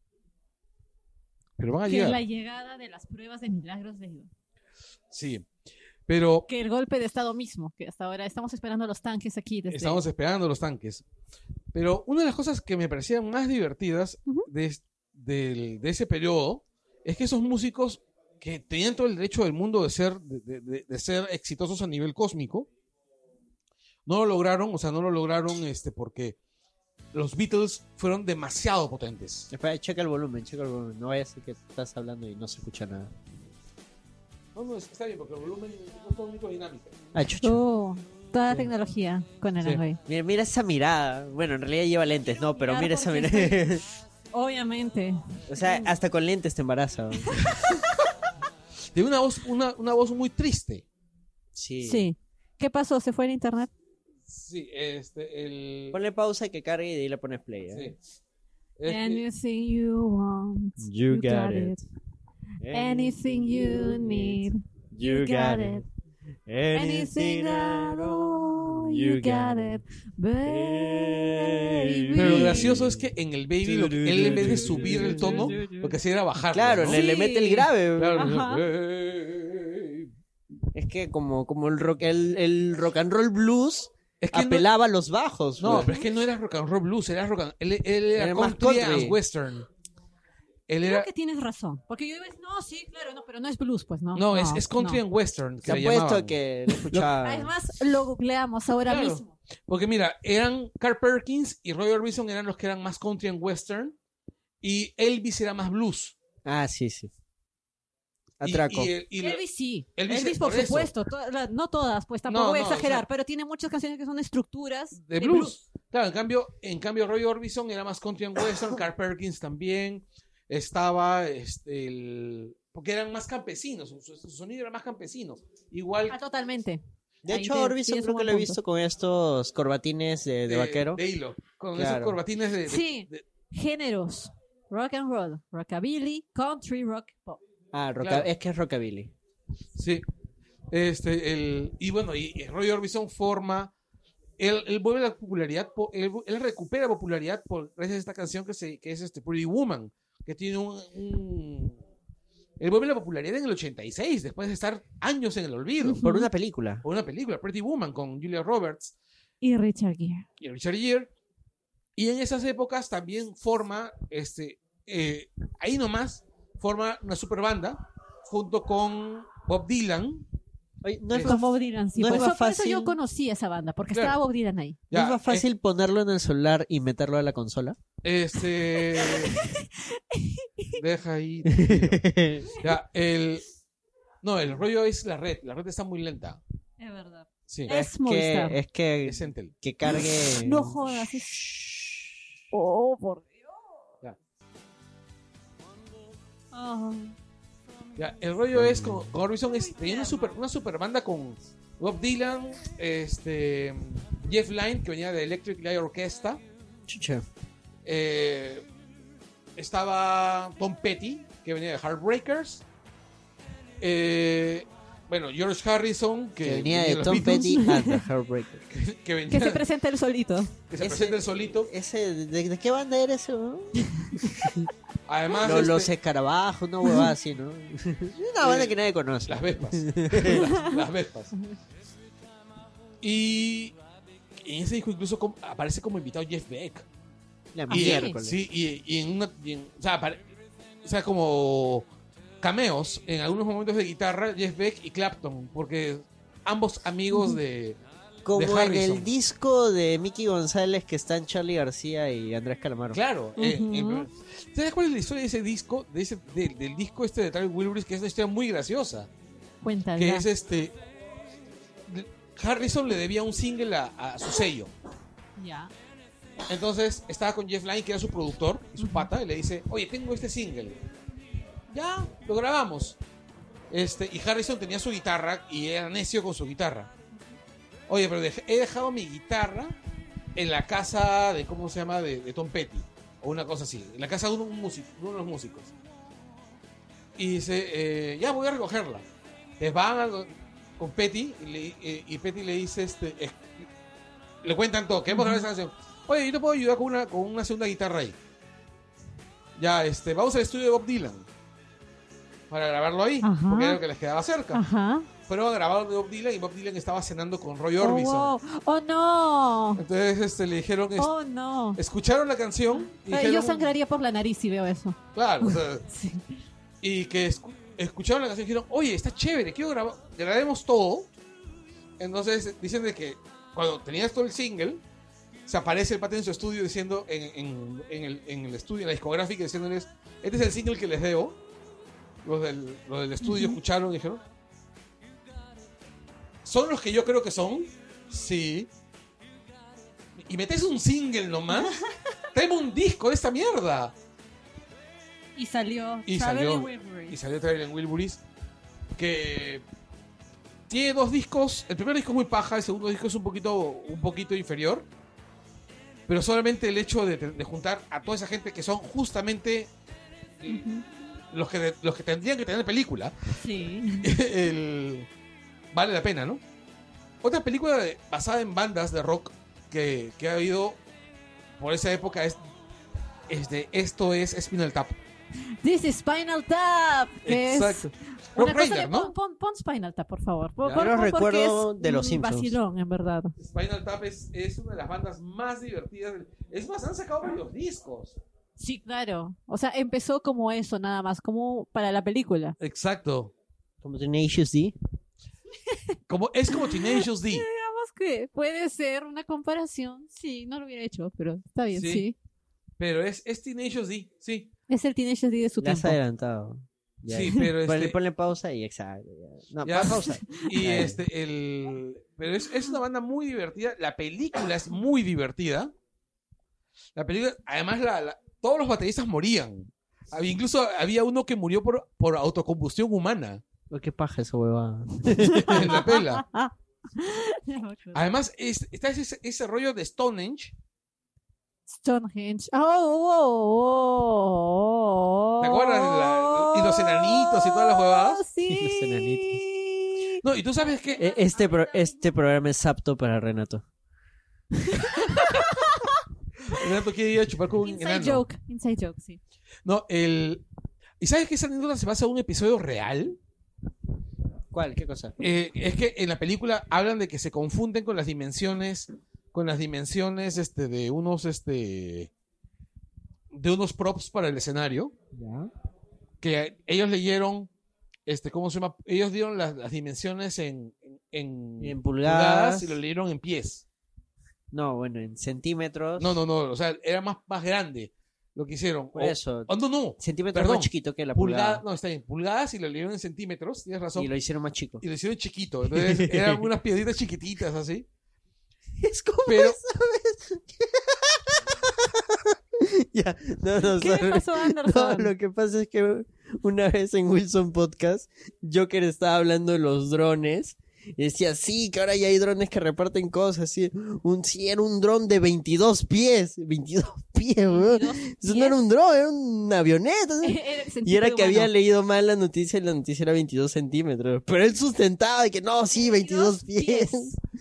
Speaker 2: Pero van a
Speaker 4: que
Speaker 2: llegar.
Speaker 4: la llegada de las pruebas de milagros de Dios.
Speaker 2: Sí. Pero
Speaker 4: Que el golpe de Estado mismo, que hasta ahora estamos esperando los tanques aquí. Desde...
Speaker 2: estamos esperando los tanques. Pero una de las cosas que me parecían más divertidas
Speaker 4: Ujú.
Speaker 2: de, es- del- de ese periodo es que esos músicos que tenían todo el derecho del mundo de ser, de, de- de- de ser exitosos a nivel cósmico, no lo lograron, o sea, no lo lograron este, porque los Beatles fueron demasiado potentes.
Speaker 3: Espera, checa el volumen, checa el volumen. No vaya a ser que estás hablando y no se escucha nada.
Speaker 2: No, no, es que está bien, porque el volumen es todo único dinámico.
Speaker 3: Ah, chucho.
Speaker 4: Oh, toda la
Speaker 3: Sí.
Speaker 4: tecnología con el
Speaker 2: Sí.
Speaker 4: Angoy.
Speaker 3: Mira, mira esa mirada. Bueno, en realidad lleva lentes, no, pero mira esa
Speaker 4: Porque Mm.
Speaker 3: mirada.
Speaker 4: Obviamente.
Speaker 3: o sea, hasta con lentes te embaraza.
Speaker 2: de una voz, una, una voz muy triste.
Speaker 3: Sí.
Speaker 4: Sí. ¿Qué pasó? ¿Se fue el internet?
Speaker 2: Sí, este, el...
Speaker 3: Ponle pausa que cargue y de ahí le pones play. ¿eh?
Speaker 2: sí.
Speaker 4: Anything you want.
Speaker 6: You got it.
Speaker 4: Anything you need. You got it. Anything at all. You got it. Baby.
Speaker 2: Pero lo gracioso es que en el Baby, lo que- él en vez de subir el tono, lo que hacía era bajarlo.
Speaker 3: Claro,
Speaker 2: ¿no?
Speaker 3: le, le
Speaker 4: Sí.
Speaker 3: mete el grave.
Speaker 2: Claro,
Speaker 4: Ajá.
Speaker 2: eh,
Speaker 3: Es que como, como el, rock, el, el rock and roll blues
Speaker 2: Es que no,
Speaker 3: apelaba a los bajos.
Speaker 2: no,
Speaker 3: pues.
Speaker 2: pero es que no era rock and roll blues, era rock and él, él era,
Speaker 3: Era más
Speaker 2: country
Speaker 3: country.
Speaker 2: and western. Él
Speaker 4: Creo
Speaker 2: era
Speaker 4: que tienes razón. Porque yo iba a decir, no, sí, claro, no, pero no es blues, pues no.
Speaker 2: no, es, es country and western.
Speaker 3: Se
Speaker 2: que
Speaker 3: ha
Speaker 2: le
Speaker 3: puesto
Speaker 2: llamaban.
Speaker 3: que lo
Speaker 4: no.
Speaker 3: escuchaba.
Speaker 4: Además, lo googleamos ahora
Speaker 2: Claro.
Speaker 4: mismo.
Speaker 2: Porque mira, eran Carl Perkins y Roy Orbison eran los que eran más country and western y Elvis era más blues.
Speaker 3: Ah, sí, sí.
Speaker 2: Y-
Speaker 3: Atraco.
Speaker 2: Y, eh, y- y-
Speaker 4: Elvis sí.
Speaker 2: Elvis
Speaker 4: Elvis,
Speaker 2: es-
Speaker 4: por
Speaker 2: por eso.
Speaker 4: supuesto. toda- la- no todas, pues tampoco
Speaker 2: No,
Speaker 4: voy a
Speaker 2: no,
Speaker 4: exagerar,
Speaker 2: o sea,
Speaker 4: pero tiene muchas canciones que son estructuras
Speaker 2: de blues. Claro, en cambio, en cambio Roy Orbison era más country and western, Carl Perkins también estaba este el porque eran más campesinos, su, su- su sonido era más campesino. Igual
Speaker 4: Ah, totalmente.
Speaker 3: De
Speaker 4: Ahí
Speaker 3: hecho,
Speaker 4: te-
Speaker 3: Orbison
Speaker 4: tienes
Speaker 3: creo
Speaker 4: un
Speaker 3: que
Speaker 4: buen
Speaker 3: lo he
Speaker 4: punto.
Speaker 3: visto con estos corbatines de, de vaquero.
Speaker 2: De hilo, con esos
Speaker 3: Claro.
Speaker 2: corbatines de, de-
Speaker 4: Sí.
Speaker 2: de-
Speaker 4: Géneros. Rock and roll, rockabilly, country, rock, pop.
Speaker 3: Ah, roca-
Speaker 2: Claro.
Speaker 3: es que es rockabilly.
Speaker 2: sí. Este el y bueno, y, y Roy Orbison forma él, él vuelve a la popularidad, po- él, él recupera popularidad por, gracias a esta canción que, se, que es este Pretty Woman, que tiene un, un- Él vuelve a la popularidad en el 86, después de estar años en el olvido.
Speaker 3: Por una película.
Speaker 2: por una película, Pretty Woman, con Julia Roberts
Speaker 4: Y Richard Gere.
Speaker 2: y Richard Gere. Y en esas épocas también forma, este, eh, ahí nomás, forma una super banda junto con Bob Dylan.
Speaker 3: Oye, no es,
Speaker 2: Sí.
Speaker 3: más,
Speaker 4: Con Bob Dylan, sí.
Speaker 3: no es
Speaker 4: por,
Speaker 3: más
Speaker 4: eso, por eso
Speaker 3: fácil-
Speaker 4: yo conocí esa banda, porque
Speaker 2: Claro.
Speaker 4: estaba Bob Dylan ahí.
Speaker 2: Ya,
Speaker 3: ¿no es más fácil ponerlo en el celular y meterlo a la consola?
Speaker 2: eh, este. deja ahí.
Speaker 3: Pero
Speaker 2: Ya, el. No, el rollo es la red. La red está muy lenta.
Speaker 4: Es verdad.
Speaker 2: Sí.
Speaker 4: Es
Speaker 3: que,
Speaker 4: Movistar.
Speaker 3: es que,
Speaker 2: Es Entel.
Speaker 3: que cargue.
Speaker 4: No jodas. es- Oh, por Dios.
Speaker 2: Ya.
Speaker 4: Ah.
Speaker 2: Ya, el rollo es como con Orbison es tenía una super, una super banda con Bob Dylan, este Jeff Lynne que venía de Electric Light Orchestra,
Speaker 3: Chucha.
Speaker 2: eh, estaba Tom Petty que venía de Heartbreakers, eh, bueno George Harrison que,
Speaker 3: Que venía de
Speaker 2: los
Speaker 3: Tom
Speaker 2: Beatles,
Speaker 3: Petty and the Heartbreaker.
Speaker 2: que venía
Speaker 4: Que se presenta él solito.
Speaker 2: que se
Speaker 3: Ese-
Speaker 2: presenta el solito,
Speaker 3: Ese, ¿de, de qué banda era ese? no?
Speaker 2: además
Speaker 3: Lo-
Speaker 2: este,
Speaker 3: Los escarabajos, una huevada así, ¿no? Una banda que nadie conoce.
Speaker 2: Las Vespas. las, las Vespas. Y en ese disco incluso com- aparece como invitado Jeff Beck.
Speaker 3: La
Speaker 2: Y,
Speaker 3: Ah, miércoles.
Speaker 2: sí, y, y en una. y en- o, sea, apare- o sea, como cameos en algunos momentos de guitarra, Jeff Beck y Clapton, porque ambos amigos de. de
Speaker 3: Como en
Speaker 2: Harrison.
Speaker 3: el disco de Mickey González que están Charlie García y Andrés Calamaro.
Speaker 2: Claro. eh,
Speaker 4: Ujú.
Speaker 2: en- ¿Sabes cuál es la historia de ese disco? De ese, del- del disco este de Travis Wilburys, que es una historia muy graciosa.
Speaker 4: Cuéntala.
Speaker 2: que es este Harrison le debía un single a, a su sello.
Speaker 4: Ya.
Speaker 2: Entonces estaba con Jeff Lynne, que era su productor y su
Speaker 4: Ujú.
Speaker 2: pata, y le dice, oye, tengo este single. Ya, lo grabamos. Este, y Harrison tenía su guitarra y era necio con su guitarra. Oye, pero dej- he dejado mi guitarra en la casa de, ¿cómo se llama? De, de Tom Petty. O una cosa así. En la casa de uno, un músico- de uno de los músicos. Y dice, eh, ya voy a recogerla. Les van a- con Petty y, le- eh, y Petty le dice, este, eh, le cuentan todo, queremos grabar esa canción. Oye, yo te puedo ayudar con una, con una segunda guitarra ahí. Ya, este, vamos al estudio de Bob Dylan. Para grabarlo ahí,
Speaker 4: Ajá.
Speaker 2: porque era lo que les quedaba cerca.
Speaker 4: Ajá.
Speaker 2: Fueron a grabar de Bob Dylan y Bob Dylan estaba cenando con Roy
Speaker 4: Oh,
Speaker 2: Orbison.
Speaker 4: wow. oh no.
Speaker 2: Entonces este, le dijeron, es-
Speaker 4: Oh no.
Speaker 2: escucharon la canción y
Speaker 4: Ay, Yo
Speaker 2: dijeron,
Speaker 4: sangraría por la nariz si veo eso.
Speaker 2: claro, o sea,
Speaker 4: Sí.
Speaker 2: y que escu- escucharon la canción y dijeron, oye, está chévere, quiero grabar, grabemos todo. Entonces dicen de que cuando tenías todo el single, se aparece el pata en su estudio diciendo, en, en- en el, en el estudio, en la discográfica, diciéndoles, este es el single que les debo. Los del, los del estudio escucharon y dijeron, son los que yo creo que son, sí. Y metes un single nomás, traemos un disco de esta mierda.
Speaker 4: Y salió.
Speaker 2: Y
Speaker 4: Traveling
Speaker 2: salió.
Speaker 4: Wilburys.
Speaker 2: y salió Traveling Wilburys. que tiene dos discos. El primer disco es muy paja, el segundo disco es un poquito, un poquito inferior. Pero solamente el hecho de, de juntar a toda esa gente que son justamente eh, los, que, los que tendrían que tener película,
Speaker 4: Sí.
Speaker 2: el- vale la pena, ¿no? Otra película de- basada en bandas de rock que, que ha habido por esa época es, es de Esto es Spinal Tap.
Speaker 4: This is Spinal Tap. que es
Speaker 2: Rock
Speaker 4: una cosa
Speaker 2: Raider,
Speaker 4: que-
Speaker 2: ¿no?
Speaker 4: Pon, pon- pon Spinal Tap, por favor. Pon-
Speaker 3: Yo
Speaker 4: pon-
Speaker 3: lo
Speaker 4: pon porque
Speaker 3: recuerdo
Speaker 4: es
Speaker 3: de los
Speaker 4: un
Speaker 3: Simpsons.
Speaker 4: vacilón, en verdad.
Speaker 2: Spinal Tap es, es una de las bandas más divertidas. del- Es más, han sacado varios discos.
Speaker 4: Sí, claro. O sea, empezó como eso, nada más, como para la película.
Speaker 2: Exacto.
Speaker 3: Como Tenacious D.
Speaker 2: Como, es como Teenagers D.
Speaker 4: Digamos que puede ser una comparación. Sí, no lo hubiera hecho, pero está bien,
Speaker 2: Sí.
Speaker 4: sí.
Speaker 2: Pero es, es Teenagers D, sí.
Speaker 4: Es el Teenage D de su
Speaker 3: Le has
Speaker 4: tiempo.
Speaker 3: adelantado. Ya,
Speaker 2: Sí,
Speaker 3: ya.
Speaker 2: pero este-
Speaker 3: ponle, ponle pausa y exacto. ya. No,
Speaker 2: Ya.
Speaker 3: pon pausa.
Speaker 2: Y
Speaker 3: Ahí.
Speaker 2: este, el. Pero es, es una banda muy divertida. La película es muy divertida. La película. Además, la, la- todos los bateristas morían. Había- incluso había uno que murió por, por autocombustión humana
Speaker 3: Uy, Qué paja esa huevada.
Speaker 2: en la pela.
Speaker 4: Ya me acuerdo.
Speaker 2: Además, es- está ese, ese rollo de Stonehenge.
Speaker 4: Stonehenge. Oh, oh, oh, oh, oh.
Speaker 2: ¿Te acuerdas de la- y los enanitos y todas las huevadas?
Speaker 4: Sí.
Speaker 3: Y los enanitos.
Speaker 2: No, y tú sabes que.
Speaker 3: E- Este, pro- este programa es apto para Renato.
Speaker 2: Renato quiere ir a chupar con un
Speaker 4: Inside
Speaker 2: enano.
Speaker 4: joke. Inside joke, sí.
Speaker 2: No, el. ¿Y sabes que esa anécdota se basa en un episodio real?
Speaker 3: ¿Cuál? ¿Qué cosa?
Speaker 2: Eh, es que en la película hablan de que se confunden con las dimensiones, con las dimensiones este, de unos, este, de unos props para el escenario,
Speaker 3: Ya.
Speaker 2: que ellos leyeron, este, ¿cómo se llama? Ellos dieron las, las dimensiones en, en,
Speaker 3: En pulgadas.
Speaker 2: Mm. y lo leyeron en pies.
Speaker 3: No, bueno, en centímetros.
Speaker 2: No, no, no, o sea, era más, más grande lo que hicieron.
Speaker 3: Por
Speaker 2: O-
Speaker 3: eso.
Speaker 2: oh, no, no,
Speaker 3: Centímetros
Speaker 2: Perdón.
Speaker 3: más chiquito que la
Speaker 2: pulgadas,
Speaker 3: pulgada.
Speaker 2: no, está bien, pulgadas y lo leyeron en centímetros, tienes razón.
Speaker 3: Y lo hicieron más chico.
Speaker 2: y lo hicieron chiquito. Entonces eran unas piedritas chiquititas así.
Speaker 3: Es como
Speaker 2: Pero-
Speaker 3: ya, no, no,
Speaker 4: ¿Qué le
Speaker 3: sorry.
Speaker 4: pasó a
Speaker 3: No,
Speaker 4: Anderson?
Speaker 3: lo que pasa es que una vez en Wilson Podcast, Joker estaba hablando de los drones. Y decía, sí, que ahora ya hay drones que reparten cosas. Sí, un, sí era un dron de 22 pies. 22 pies, weón. Eso no era un dron, era una avioneta. ¿sí? Y era que había leído mal la noticia y la noticia era 22 centímetros. Pero él sustentaba de que no, sí, 22 pies.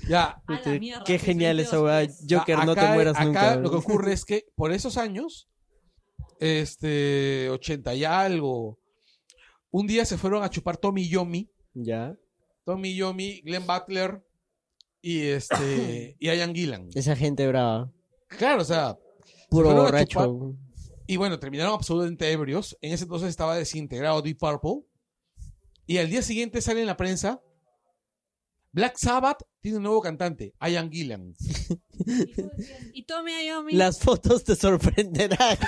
Speaker 2: Ya.
Speaker 4: A la mierda,
Speaker 3: Este, Qué
Speaker 4: pues,
Speaker 3: genial
Speaker 4: 22
Speaker 3: esa weá.
Speaker 4: pies.
Speaker 3: Joker, no te
Speaker 2: Acá-
Speaker 3: mueras
Speaker 2: acá
Speaker 3: nunca.
Speaker 2: lo que ocurre es que por esos años, este, 80 y algo, un día se fueron a chupar Tommy Yomi,
Speaker 3: Ya.
Speaker 2: Tommy Yomi, Glenn Butler y este y Ian Gillan.
Speaker 3: Esa gente brava.
Speaker 2: Claro, o sea,
Speaker 3: Puro
Speaker 2: fueron a
Speaker 3: borracho.
Speaker 2: chupar.
Speaker 3: weón.
Speaker 2: y bueno, terminaron absolutamente ebrios. En ese entonces estaba desintegrado Deep Purple. Y al día siguiente sale en la prensa Black Sabbath tiene un nuevo cantante, Ian
Speaker 4: Y
Speaker 2: Gillan.
Speaker 4: tú decías, Y tome a Yomi.
Speaker 3: Las fotos te sorprenderán.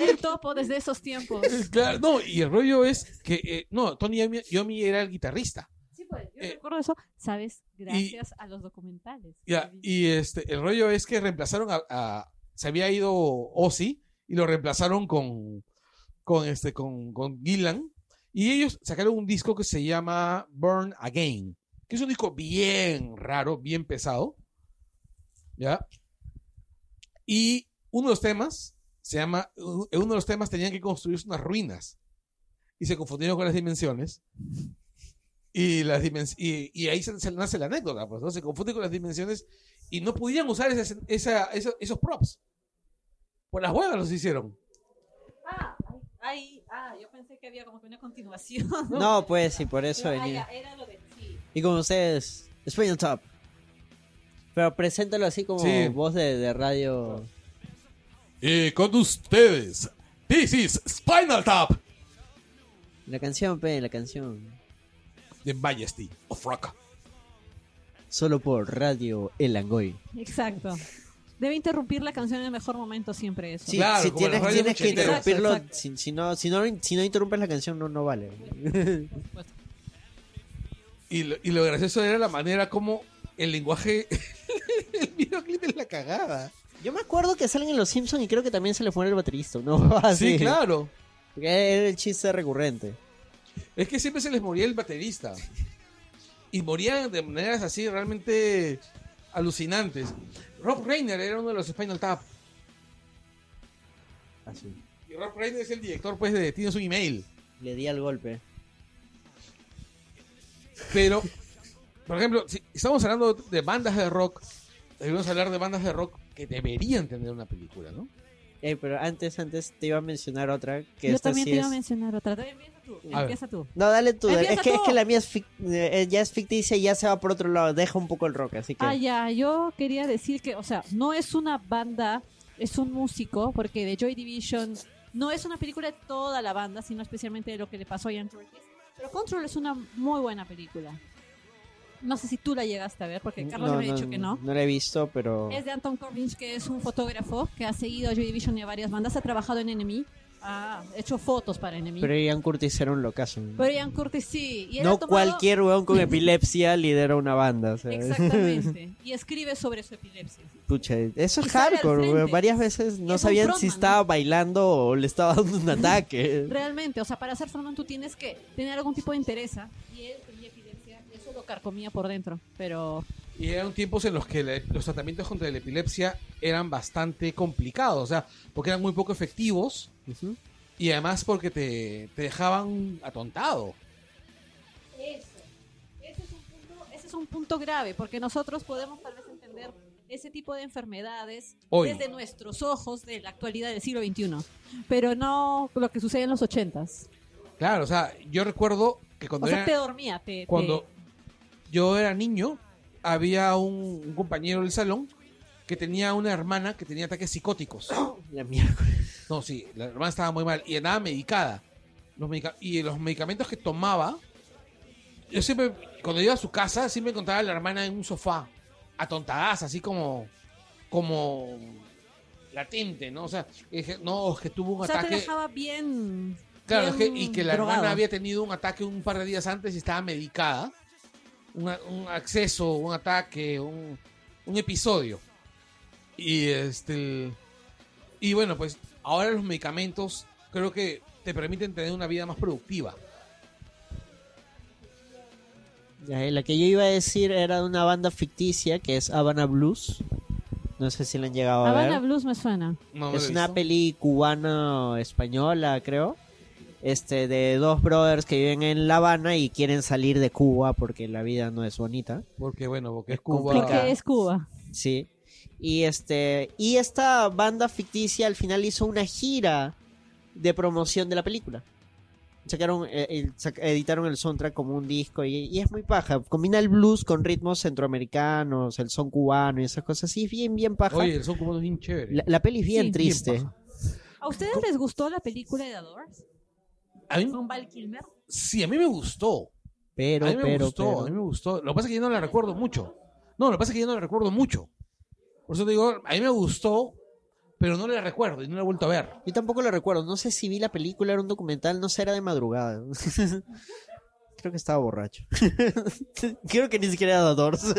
Speaker 4: El topo desde esos tiempos.
Speaker 2: Claro, no, y el rollo es que, eh, no, Tony Yomi, Yomi era el guitarrista.
Speaker 4: Sí, pues, yo
Speaker 2: Eh,
Speaker 4: recuerdo eso, ¿sabes? Gracias a los documentales. que
Speaker 2: Ya,
Speaker 4: vi.
Speaker 2: y este, el rollo es que reemplazaron a, a- se había ido Ozzy y lo reemplazaron con, con este, con, con Gillan. Y ellos sacaron un disco que se llama Burn Again, que es un disco bien raro, bien pesado. ¿Ya? Y uno de los temas se llama, en uno de los temas tenían que construirse unas ruinas y se confundieron con las dimensiones. Y, las dimen- y, y ahí se, se nace la anécdota, pues, ¿no? Se confunde con las dimensiones y no podían usar esas- esa- esa- esos props. Por las huevas los hicieron.
Speaker 4: Ah, ahí, ah, yo pensé que había como que una continuación.
Speaker 3: No, pues, y por eso
Speaker 4: Ah, ya,
Speaker 3: venía.
Speaker 4: era lo de sí.
Speaker 3: Y con ustedes, Spinal Top. Pero preséntalo así como
Speaker 2: Sí.
Speaker 3: voz de, de radio.
Speaker 2: Y con ustedes, this is Spinal Tap
Speaker 3: La canción, pe, la canción.
Speaker 2: de Majesty of Rock.
Speaker 3: Solo por Radio El Angoy.
Speaker 4: Exacto. Debe interrumpir la canción en el mejor momento siempre eso.
Speaker 3: Sí,
Speaker 2: Claro,
Speaker 3: si
Speaker 2: como
Speaker 3: tienes,
Speaker 2: las radios
Speaker 3: tienes que
Speaker 2: ochenteras.
Speaker 3: interrumpirlo,
Speaker 4: Exacto,
Speaker 3: si, si no, si, no, si no interrumpes la canción, no, no vale.
Speaker 4: por supuesto.
Speaker 2: Y lo, y lo gracioso era la manera como el lenguaje. el videoclip es la cagada.
Speaker 3: Ah, Yo me acuerdo que salen en Los Simpsons y creo que también se le muere el baterista. ¿no? Así.
Speaker 2: Sí, claro.
Speaker 3: Porque era el chiste recurrente.
Speaker 2: Es que siempre se les moría el baterista. Y morían de maneras así realmente alucinantes. Rob Reiner era uno de los Spinal Tap.
Speaker 3: Así.
Speaker 2: Y Rob Reiner es el director, pues, de Tienes un email.
Speaker 3: Le di al golpe.
Speaker 2: Pero, por ejemplo, si estamos hablando de bandas de rock, debemos hablar de bandas de rock que deberían tener una película, ¿no?
Speaker 3: Eh, pero antes, antes te iba a mencionar otra que
Speaker 4: Yo
Speaker 3: esta
Speaker 4: también
Speaker 3: sí
Speaker 4: te
Speaker 3: es...
Speaker 4: iba a mencionar otra. Dale, Empieza tú.
Speaker 2: A ver.
Speaker 4: Empieza tú.
Speaker 3: No, dale tú. dale.
Speaker 4: Empieza
Speaker 3: Es que,
Speaker 4: tú.
Speaker 3: es que la mía es fic- eh, ya es ficticia y ya se va por otro lado. Deja un poco el rock, así que...
Speaker 4: Ah, ya, yo quería decir que, o sea, no es una banda, es un músico, porque de Joy Division no es una película de toda la banda, sino especialmente de lo que le pasó a Ian Curtis. Pero Control es una muy buena película. No sé si tú la llegaste a ver, porque Carlos me ha dicho que no.
Speaker 3: No la he visto, pero...
Speaker 4: Es de Anton Corbijn, que es un fotógrafo que ha seguido a Joy Division y a varias bandas, ha trabajado en Enemy, ha hecho fotos para Enemy.
Speaker 3: Pero
Speaker 4: Pero,
Speaker 3: Ian Curtis era un locazo.
Speaker 4: Ian Curtis sí. Pues, Y él ha
Speaker 3: No
Speaker 4: tomado-
Speaker 3: cualquier weón con epilepsia lidera una banda. o sea,
Speaker 4: Exactamente. Y escribe sobre su epilepsia.
Speaker 3: Pucha, eso
Speaker 4: Y
Speaker 3: es
Speaker 4: sale al
Speaker 3: hardcore, weón.
Speaker 4: frente.
Speaker 3: Varias veces no
Speaker 4: es un
Speaker 3: sabían si
Speaker 4: frontman,
Speaker 3: estaba
Speaker 4: ¿no?
Speaker 3: bailando o le estaba dando un ataque.
Speaker 4: Realmente, o sea, para ser frontman tú tienes que tener algún tipo de interés. ¿ah? Y él tenía epilepsia, y eso lo carcomía por dentro. Pero
Speaker 2: Y eran tiempos en los que la- los tratamientos contra la epilepsia eran bastante complicados, o sea, porque eran muy poco efectivos
Speaker 3: Ujú.
Speaker 2: y además porque te, te dejaban atontado.
Speaker 4: eso, ese es, un punto, ese es un punto grave, porque nosotros podemos tal vez entender ese tipo de enfermedades
Speaker 2: Hoy.
Speaker 4: desde nuestros ojos de la actualidad del siglo XXI, pero no lo que sucede en los ochentas.
Speaker 2: Claro, o sea, yo recuerdo que cuando
Speaker 4: O sea,
Speaker 2: era-
Speaker 4: te dormía, te... te-
Speaker 2: cuando yo era niño, había un, un compañero del salón que tenía una hermana que tenía ataques psicóticos.
Speaker 3: La mierda.
Speaker 2: No, sí, la hermana estaba muy mal y andaba medicada. Los medica- y los medicamentos que tomaba, yo siempre, cuando iba a su casa, siempre encontraba a la hermana en un sofá, atontadas, así como, como latente, ¿no? O sea, y dije, no, es que tuvo un
Speaker 4: O sea, te
Speaker 2: ataque.
Speaker 4: dejaba bien...
Speaker 2: Claro, es que,
Speaker 4: bien
Speaker 2: y que la
Speaker 4: drogado.
Speaker 2: hermana había tenido un ataque un par de días antes y estaba medicada. Una- un acceso, un ataque, un, un episodio. Y este. Y bueno, pues ahora los medicamentos creo que te permiten tener una vida más productiva.
Speaker 3: Ya, eh, La que yo iba a decir era de una banda ficticia que es Havana Blues. No sé si la han llegado a
Speaker 4: Habana
Speaker 3: ver.
Speaker 4: Blues me suena.
Speaker 2: No, no lo
Speaker 3: Es
Speaker 2: he
Speaker 3: una
Speaker 2: visto.
Speaker 3: peli cubana española, creo. Este, de dos brothers que viven en La Habana y quieren salir de Cuba porque la vida no es bonita.
Speaker 2: Porque bueno, porque es
Speaker 3: Es
Speaker 2: Cuba.
Speaker 3: complicado.
Speaker 4: Porque es Cuba.
Speaker 3: Sí. Y este. Y esta banda ficticia al final hizo una gira de promoción de la película. Sacaron, eh, el- sac- editaron el soundtrack como un disco y, y es muy paja. Combina el blues con ritmos centroamericanos, el son cubano y esas cosas. Sí, es bien, bien paja.
Speaker 2: Oye, el son cubano es bien chévere.
Speaker 3: la, la peli es bien
Speaker 4: Sí, bien
Speaker 3: triste.
Speaker 2: paja.
Speaker 4: ¿A ustedes les gustó la película de The Doors?
Speaker 2: A mí-
Speaker 4: ¿Con Val Kilmer?
Speaker 2: sí, a mí me gustó.
Speaker 3: Pero,
Speaker 2: a mí me
Speaker 3: pero,
Speaker 2: gustó,
Speaker 3: pero.
Speaker 2: a mí me gustó. Lo que pasa es que yo no la recuerdo mucho. No, lo que pasa es que yo no la recuerdo mucho. Por eso te digo, a mí me gustó, pero no la recuerdo y no la he vuelto a ver.
Speaker 3: Yo tampoco lo recuerdo. No sé si vi la película, era un documental, no sé, era de madrugada. Creo que estaba borracho. Creo que ni siquiera era Doors.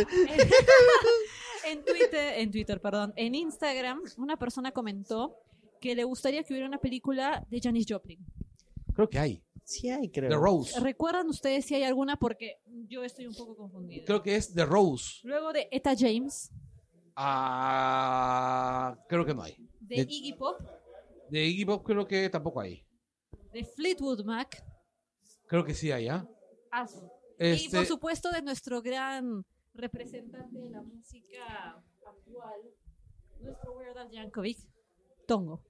Speaker 4: en Twitter, en Twitter, perdón, en Instagram, una persona comentó que le gustaría que hubiera una película de Janis Joplin.
Speaker 2: Creo que hay.
Speaker 3: Sí hay, creo.
Speaker 2: The Rose.
Speaker 4: ¿Recuerdan ustedes si hay alguna? Porque yo estoy un poco confundida.
Speaker 2: Creo que es The Rose.
Speaker 4: Luego de Eta James,
Speaker 2: Ah, creo que no hay.
Speaker 4: de
Speaker 2: De-
Speaker 4: Iggy Pop,
Speaker 2: De Iggy Pop creo que tampoco hay.
Speaker 4: de Fleetwood Mac,
Speaker 2: Creo que sí hay, ¿ah?
Speaker 4: ah, y
Speaker 2: Este,
Speaker 4: por supuesto de nuestro gran representante de la música actual, nuestro Weird Al Yankovic, Tongo.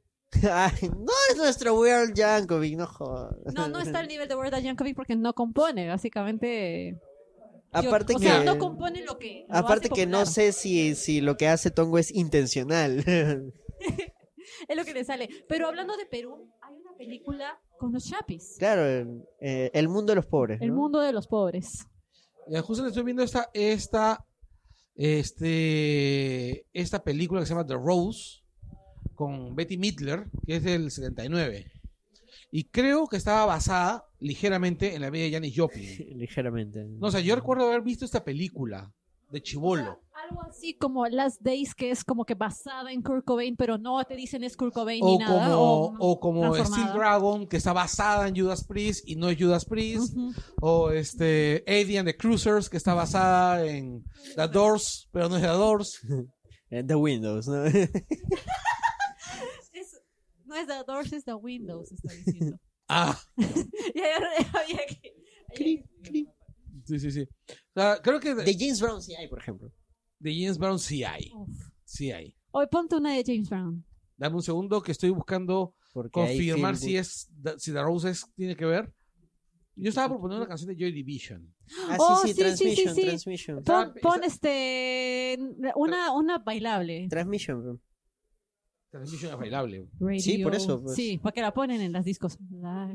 Speaker 3: Ay, no es nuestro Weird Yankovic, no jodas.
Speaker 4: No, no está al nivel de Weird Al Yankovic porque no compone, básicamente. yo-
Speaker 3: Aparte
Speaker 4: o
Speaker 3: que,
Speaker 4: sea, no compone lo que. lo
Speaker 3: aparte
Speaker 4: hace
Speaker 3: que no
Speaker 4: popular.
Speaker 3: sé si, si lo que hace Tongo es intencional.
Speaker 4: Es lo que le sale. Pero hablando de Perú, hay una película con los chapis.
Speaker 3: claro, en- eh, el mundo de los pobres.
Speaker 4: El
Speaker 3: ¿no?
Speaker 4: mundo de los pobres.
Speaker 2: eh, justo le estoy viendo esta, esta, este, esta película que se llama The Rose con Betty Midler, que es del 79. Y creo que estaba basada ligeramente en la vida de Janis Joplin.
Speaker 3: Ligeramente.
Speaker 2: No, o sea, yo recuerdo haber visto esta película de Chivolo.
Speaker 4: Ah, algo así como Last Days, que es como que basada en Kurt Cobain, pero no te dicen es Kurt Cobain ni
Speaker 2: O
Speaker 4: nada. Oh,
Speaker 2: como, o como
Speaker 4: transformada.
Speaker 2: Steel Dragon, que está basada en Judas Priest y no es Judas Priest.
Speaker 4: Ujú.
Speaker 2: O este, Eddie and the Cruisers, que está basada en The Doors, pero no es The Doors.
Speaker 3: Eh, The Windows, ¿no?
Speaker 4: Es- no es The Doors, es The Windows, está diciendo.
Speaker 2: Ah,
Speaker 4: y ahí había que-
Speaker 3: Cri, cri.
Speaker 2: sí, sí, sí. O sea, creo que de,
Speaker 3: de James Brown sí hay, por ejemplo.
Speaker 2: de James Brown sí hay.
Speaker 4: Uf.
Speaker 2: Sí hay.
Speaker 4: Hoy ponte una de James Brown.
Speaker 2: Dame un segundo que estoy buscando
Speaker 3: Porque hay
Speaker 2: confirmar
Speaker 3: Feel
Speaker 2: si
Speaker 3: Good-
Speaker 2: es si The Roses tiene que ver. Yo estaba por poner una canción de Joy Division.
Speaker 3: Ah,
Speaker 4: Oh,
Speaker 3: sí, sí,
Speaker 4: sí, sí,
Speaker 3: Transmission,
Speaker 4: sí, sí.
Speaker 3: Transmission.
Speaker 2: Está-
Speaker 4: Pon, pon,
Speaker 2: está-
Speaker 4: este una, una bailable.
Speaker 3: Transmission, bro.
Speaker 2: Transmission es bailable.
Speaker 3: Sí, por
Speaker 4: Radio.
Speaker 3: eso, pues.
Speaker 4: Sí, porque la ponen en las discos.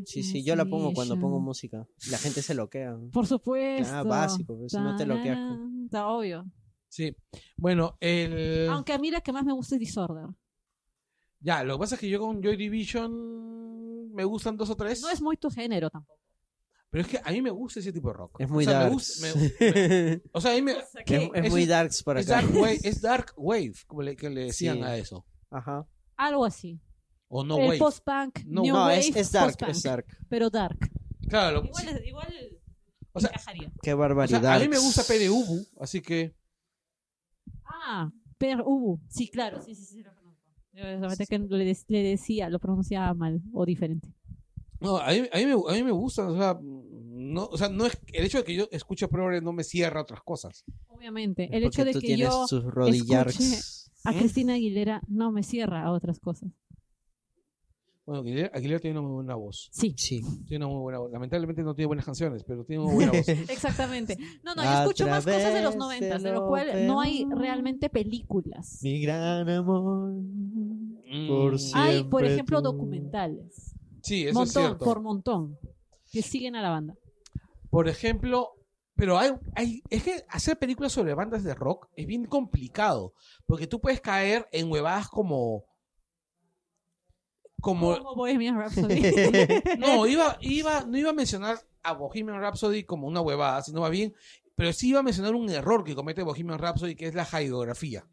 Speaker 3: Sí, sí, yo la pongo cuando pongo
Speaker 4: Transmission.
Speaker 3: música. La gente se loquea. ¿no?
Speaker 4: Por supuesto.
Speaker 3: Ah, básico, pues, si no te loqueas.
Speaker 4: Tararán, Está obvio.
Speaker 2: Sí. Bueno,
Speaker 3: Eh.
Speaker 2: el.
Speaker 4: Aunque a mí la que más me gusta es Disorder.
Speaker 2: Ya, lo que pasa es que yo con Joy Division me gustan dos o tres.
Speaker 4: No es muy tu género tampoco.
Speaker 2: Pero es que a mí me gusta ese tipo de rock.
Speaker 3: Es muy
Speaker 2: o sea, me
Speaker 3: darks.
Speaker 2: gusta- me- me- o sea, a mí me.
Speaker 3: es, es
Speaker 2: Eh, Es-
Speaker 3: muy darks para
Speaker 2: Es
Speaker 3: acá.
Speaker 2: dark, wave, es dark wave, como le, que le decían
Speaker 3: Sí.
Speaker 2: a eso.
Speaker 3: Ajá.
Speaker 4: Algo así.
Speaker 2: O no
Speaker 4: El
Speaker 2: wave.
Speaker 4: post-punk.
Speaker 2: No,
Speaker 4: new
Speaker 3: No,
Speaker 4: wave,
Speaker 3: es, es dark,
Speaker 4: post-punk,
Speaker 3: es dark.
Speaker 4: Pero dark.
Speaker 2: Claro, lo-
Speaker 4: Igual, igual
Speaker 2: O sea-
Speaker 4: encajaría.
Speaker 3: Qué
Speaker 2: o sea,
Speaker 3: barbaridad.
Speaker 2: a mí me gusta PDU, así que.
Speaker 4: Ah, Per Ubu. Sí, claro. Sí, sí, sí, lo conozco. Yo solamente que le, de- le decía, lo pronunciaba mal o diferente.
Speaker 2: No, a mí, a mí me, a mí me gustan, o sea, no, o sea, no es, el hecho de que yo escuche progre no me cierra otras cosas.
Speaker 4: Obviamente. El hecho de
Speaker 3: tú
Speaker 4: que
Speaker 3: tienes
Speaker 4: yo
Speaker 3: tus ¿Eh? rodillarks.
Speaker 4: a Cristina Aguilera no me cierra a otras cosas.
Speaker 2: Bueno, Aguilera, Aguilera tiene una muy buena voz,
Speaker 4: Sí.
Speaker 3: Sí.
Speaker 2: tiene una muy buena voz. Lamentablemente no tiene buenas canciones, pero tiene una buena voz.
Speaker 4: Exactamente. No, no, yo
Speaker 3: A
Speaker 4: escucho más cosas de los
Speaker 3: través
Speaker 4: noventas,
Speaker 3: de
Speaker 4: de lo
Speaker 3: lo
Speaker 4: cual no hay
Speaker 3: peor.
Speaker 4: realmente películas.
Speaker 3: Mi gran amor. Por
Speaker 2: Mm,
Speaker 3: si-
Speaker 4: Hay, por
Speaker 3: siempre
Speaker 4: ejemplo,
Speaker 3: tú.
Speaker 4: documentales.
Speaker 2: sí, eso es
Speaker 4: montón,
Speaker 2: cierto.
Speaker 4: por
Speaker 2: Por...
Speaker 4: montón. Que siguen a la banda.
Speaker 2: ejemplo, pero hay, hay, es que hacer películas sobre bandas de rock es bien complicado, porque tú puedes caer en huevadas como, como,
Speaker 4: Como Bohemian Rhapsody.
Speaker 2: No, iba, iba, no iba a mencionar a Bohemian Rhapsody como una huevada, sino más bien, pero sí iba a mencionar un error que comete Bohemian Rhapsody, que es la hagiografía.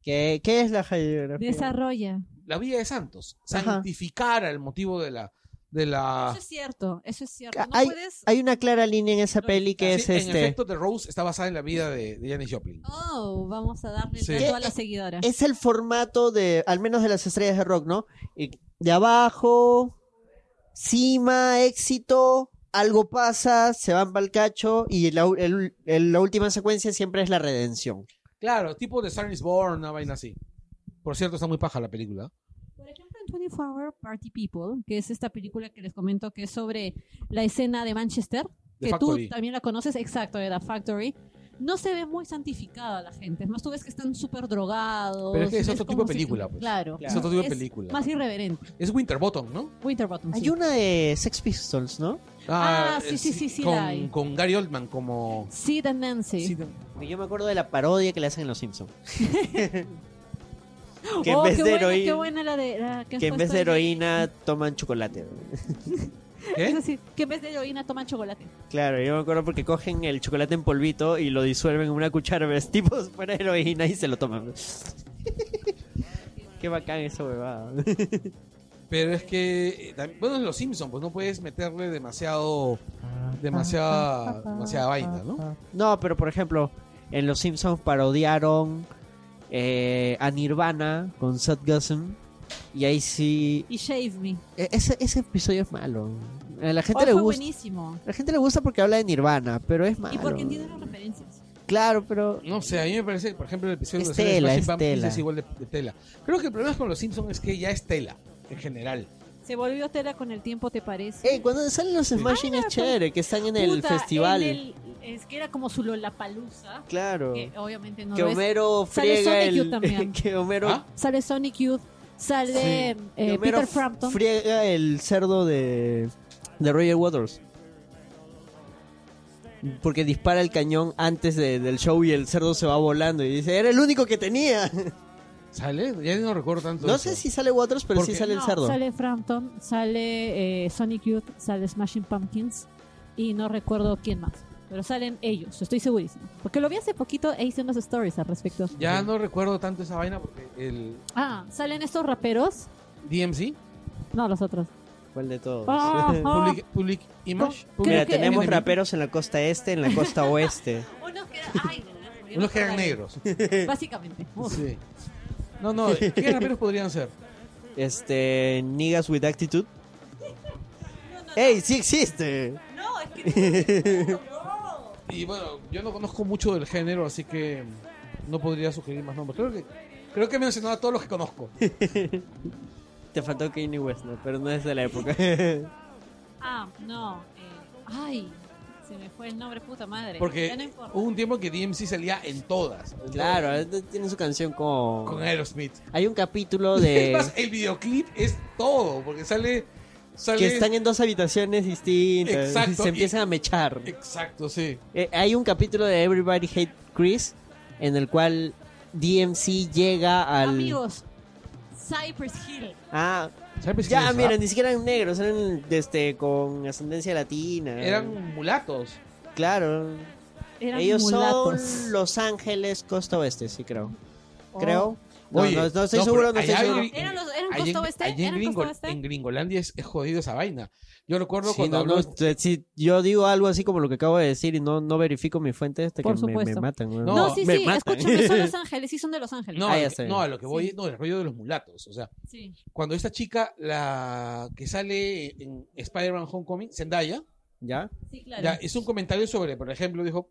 Speaker 3: ¿Qué, qué es la geografía?
Speaker 4: Desarrolla.
Speaker 2: La vida de santos.
Speaker 3: Ajá.
Speaker 2: Santificar al motivo de la... De la
Speaker 4: Eso es cierto, eso es cierto.
Speaker 3: Ah,
Speaker 4: No
Speaker 3: hay-
Speaker 4: puedes.
Speaker 3: Hay una clara línea en esa peli que es
Speaker 2: Sí, En
Speaker 3: este.
Speaker 2: efecto, The Rose está basada en la vida de, de Janis Joplin.
Speaker 4: Oh, vamos a darle el
Speaker 2: Sí.
Speaker 4: dato a
Speaker 3: ¿Qué?
Speaker 4: la seguidora.
Speaker 3: Es el formato de, al menos de las estrellas de rock, ¿no? Y De abajo, cima, éxito, algo pasa, se van para el cacho y la, u- el- el- la última secuencia siempre es la redención.
Speaker 2: Claro, tipo de Star is Born, una vaina así. Por cierto, está muy paja la película.
Speaker 4: Por ejemplo, en 24 Hour Party People, que es esta película que les comento que es sobre la escena de Manchester,
Speaker 2: The
Speaker 4: que
Speaker 2: Factory.
Speaker 4: tú también la conoces, exacto, de la Factory, no se ve muy santificada la gente. Es más, tú ves que están súper drogados.
Speaker 2: Pero es que es
Speaker 4: ves
Speaker 2: otro tipo de
Speaker 4: como si
Speaker 2: película,
Speaker 4: tu-
Speaker 2: pues.
Speaker 4: Claro.
Speaker 2: Es otro tipo de película.
Speaker 4: Más irreverente.
Speaker 2: Es Winterbottom, ¿no?
Speaker 4: Winterbottom. sí.
Speaker 3: Hay una de Sex Pistols, ¿no?
Speaker 4: Ah, sí,
Speaker 2: eh,
Speaker 4: sí, sí, sí, la
Speaker 2: Con,
Speaker 4: hay.
Speaker 2: con Gary Oldman como...
Speaker 4: Sid and Nancy.
Speaker 2: Sí, de-
Speaker 3: Porque Yo me acuerdo de la parodia que le hacen en Los Simpsons. que en
Speaker 4: oh,
Speaker 3: vez
Speaker 4: qué
Speaker 3: de
Speaker 4: buena,
Speaker 3: heroína,
Speaker 4: qué buena la de. la que has
Speaker 3: que en vez de
Speaker 4: puesto ahí.
Speaker 3: heroína toman chocolate. ¿no?
Speaker 4: Es
Speaker 2: ¿Qué?
Speaker 4: decir, que en vez de heroína toman chocolate.
Speaker 3: Claro, yo me acuerdo porque cogen el chocolate en polvito y lo disuelven en una cuchara, pero es tipo si fuera heroína y se lo toman. Qué bacán esa huevada.
Speaker 2: Pero es que, eh, tam- bueno, en Los Simpsons, pues no puedes meterle demasiado, demasiada, demasiada vaina, ¿no?
Speaker 3: No, pero por ejemplo, en Los Simpsons parodiaron eh, a Nirvana con Sadgasm. Y ahí sí.
Speaker 4: Y Shave Me.
Speaker 3: e- Ese, ese episodio es malo. A la gente
Speaker 4: Oh,
Speaker 3: le
Speaker 4: fue
Speaker 3: gusta.
Speaker 4: buenísimo.
Speaker 3: La gente le gusta porque habla de Nirvana, pero es malo.
Speaker 4: Y porque entienden las referencias.
Speaker 3: Claro, pero.
Speaker 2: No sé, a mí me parece, por ejemplo, el episodio de
Speaker 3: Estela,
Speaker 2: Smashing Pumpkins
Speaker 3: Estela.
Speaker 2: es igual de, de tela. Creo que el problema con Los Simpsons es que ya es tela, en general.
Speaker 4: Se volvió tela con el tiempo, ¿te parece?
Speaker 3: Ey, cuando salen los Smashing es
Speaker 4: pero-
Speaker 3: chévere, que están en el
Speaker 4: Ah, Puta,
Speaker 3: festival.
Speaker 4: en el- Eh, es que era como su Lollapalooza,
Speaker 3: Claro.
Speaker 4: que obviamente no
Speaker 3: que
Speaker 4: lo es.
Speaker 3: Homero
Speaker 4: Sale
Speaker 3: friega
Speaker 4: Sonic Youth
Speaker 3: el
Speaker 4: también.
Speaker 3: que Homero,
Speaker 2: ¿Ah?
Speaker 4: Sale Sonic Youth, sale eh,
Speaker 3: que Homero
Speaker 4: Peter Frampton.
Speaker 3: friega el cerdo de de Roger Waters porque dispara el cañón antes de- del show y el cerdo se va volando y dice era el único que tenía
Speaker 2: ¿Sale? Ya no recuerdo tanto.
Speaker 3: no
Speaker 2: eso.
Speaker 3: sé si sale Waters pero sí
Speaker 2: Porque-
Speaker 3: sale el
Speaker 4: No,
Speaker 3: cerdo
Speaker 4: Sale Frampton, sale eh, Sonic Youth, sale Smashing Pumpkins y no recuerdo quién más. pero salen ellos, estoy segurísimo. Porque lo vi hace poquito e hice unos stories al respecto.
Speaker 2: Ya no recuerdo tanto esa vaina porque el
Speaker 4: Ah, salen estos raperos.
Speaker 2: DMC,
Speaker 4: No, los otros.
Speaker 3: ¿Cuál de todos?
Speaker 4: Ah,
Speaker 2: Public, Public Image,
Speaker 4: Creo
Speaker 2: Public
Speaker 3: Mira,
Speaker 4: que-
Speaker 3: tenemos
Speaker 2: Enemy,
Speaker 3: raperos en la costa este, en la costa oeste.
Speaker 4: Unos que eran, ay, no, no,
Speaker 2: unos que eran
Speaker 4: no,
Speaker 2: negros.
Speaker 4: Básicamente. Uf.
Speaker 2: Sí. No, no, ¿qué raperos podrían ser?
Speaker 3: Este, Niggas with Attitude.
Speaker 4: No, no, no.
Speaker 3: ¡Ey, sí existe!
Speaker 4: No, es que no.
Speaker 2: Y bueno, yo no conozco mucho del género, así que no podría sugerir más nombres. Creo que creo que he mencionado a todos los que conozco.
Speaker 3: Te faltó Kanye West, ¿no? pero no es de la época.
Speaker 4: Ah, no. eh, ay, se me fue el nombre, puta madre.
Speaker 2: Porque
Speaker 4: Ya no importa.
Speaker 2: hubo un tiempo que DMC salía en todas. en
Speaker 3: claro, él tiene su canción
Speaker 2: todas, Con
Speaker 3: con...
Speaker 2: Aerosmith.
Speaker 3: Hay un capítulo
Speaker 2: Es
Speaker 3: de...
Speaker 2: más, el videoclip es todo, porque sale. sale
Speaker 3: Que están en dos habitaciones distintas.
Speaker 2: Exacto,
Speaker 3: y se
Speaker 2: y-
Speaker 3: empiezan a mechar.
Speaker 2: Exacto, sí.
Speaker 3: Eh, hay un capítulo de Everybody Hate Chris en el cual DMC llega al...
Speaker 4: Amigos, Cypress Hill.
Speaker 3: Ah,
Speaker 2: ¿Sabes
Speaker 3: ya,
Speaker 2: quiénes?
Speaker 3: mira, ni siquiera eran negros, eran este, con ascendencia latina.
Speaker 2: Eran mulatos.
Speaker 3: Claro.
Speaker 4: Eran
Speaker 3: Ellos
Speaker 4: mulatos. Oh.
Speaker 3: son Los Ángeles, Costa Oeste, sí creo. Creo. No,
Speaker 2: Oye,
Speaker 3: no, no estoy
Speaker 2: no,
Speaker 3: seguro,
Speaker 2: pero
Speaker 3: no estoy
Speaker 2: allá hay-
Speaker 3: seguro.
Speaker 4: No, eran los, eran costo
Speaker 2: Allí en,
Speaker 3: este?
Speaker 4: oeste,
Speaker 2: allí en
Speaker 4: eran costo
Speaker 2: Gringol-
Speaker 4: oeste.
Speaker 2: en Gringolandia es, es jodido esa vaina. Yo recuerdo
Speaker 3: Sí,
Speaker 2: cuando
Speaker 3: no, no,
Speaker 2: habló-
Speaker 3: este, si yo digo algo así como lo que acabo de decir y no, no verifico mi fuente, este que
Speaker 4: Por
Speaker 3: me- me,
Speaker 4: supuesto.
Speaker 3: matan. weón.
Speaker 2: No,
Speaker 4: No, sí,
Speaker 3: me
Speaker 4: sí,
Speaker 3: matan.
Speaker 4: escúchame, son Los Ángeles, sí son de Los Ángeles.
Speaker 2: No,
Speaker 3: Ah,
Speaker 2: a
Speaker 3: ya
Speaker 2: lo que-
Speaker 3: sé.
Speaker 2: no, a lo que voy
Speaker 4: Sí.
Speaker 2: es no, el rollo de los mulatos. O sea,
Speaker 4: Sí.
Speaker 2: cuando esta chica, la que sale en Spider-Man Homecoming, Zendaya,
Speaker 3: ¿Ya?
Speaker 4: Sí, claro.
Speaker 2: ya hizo un comentario sobre, por ejemplo, dijo,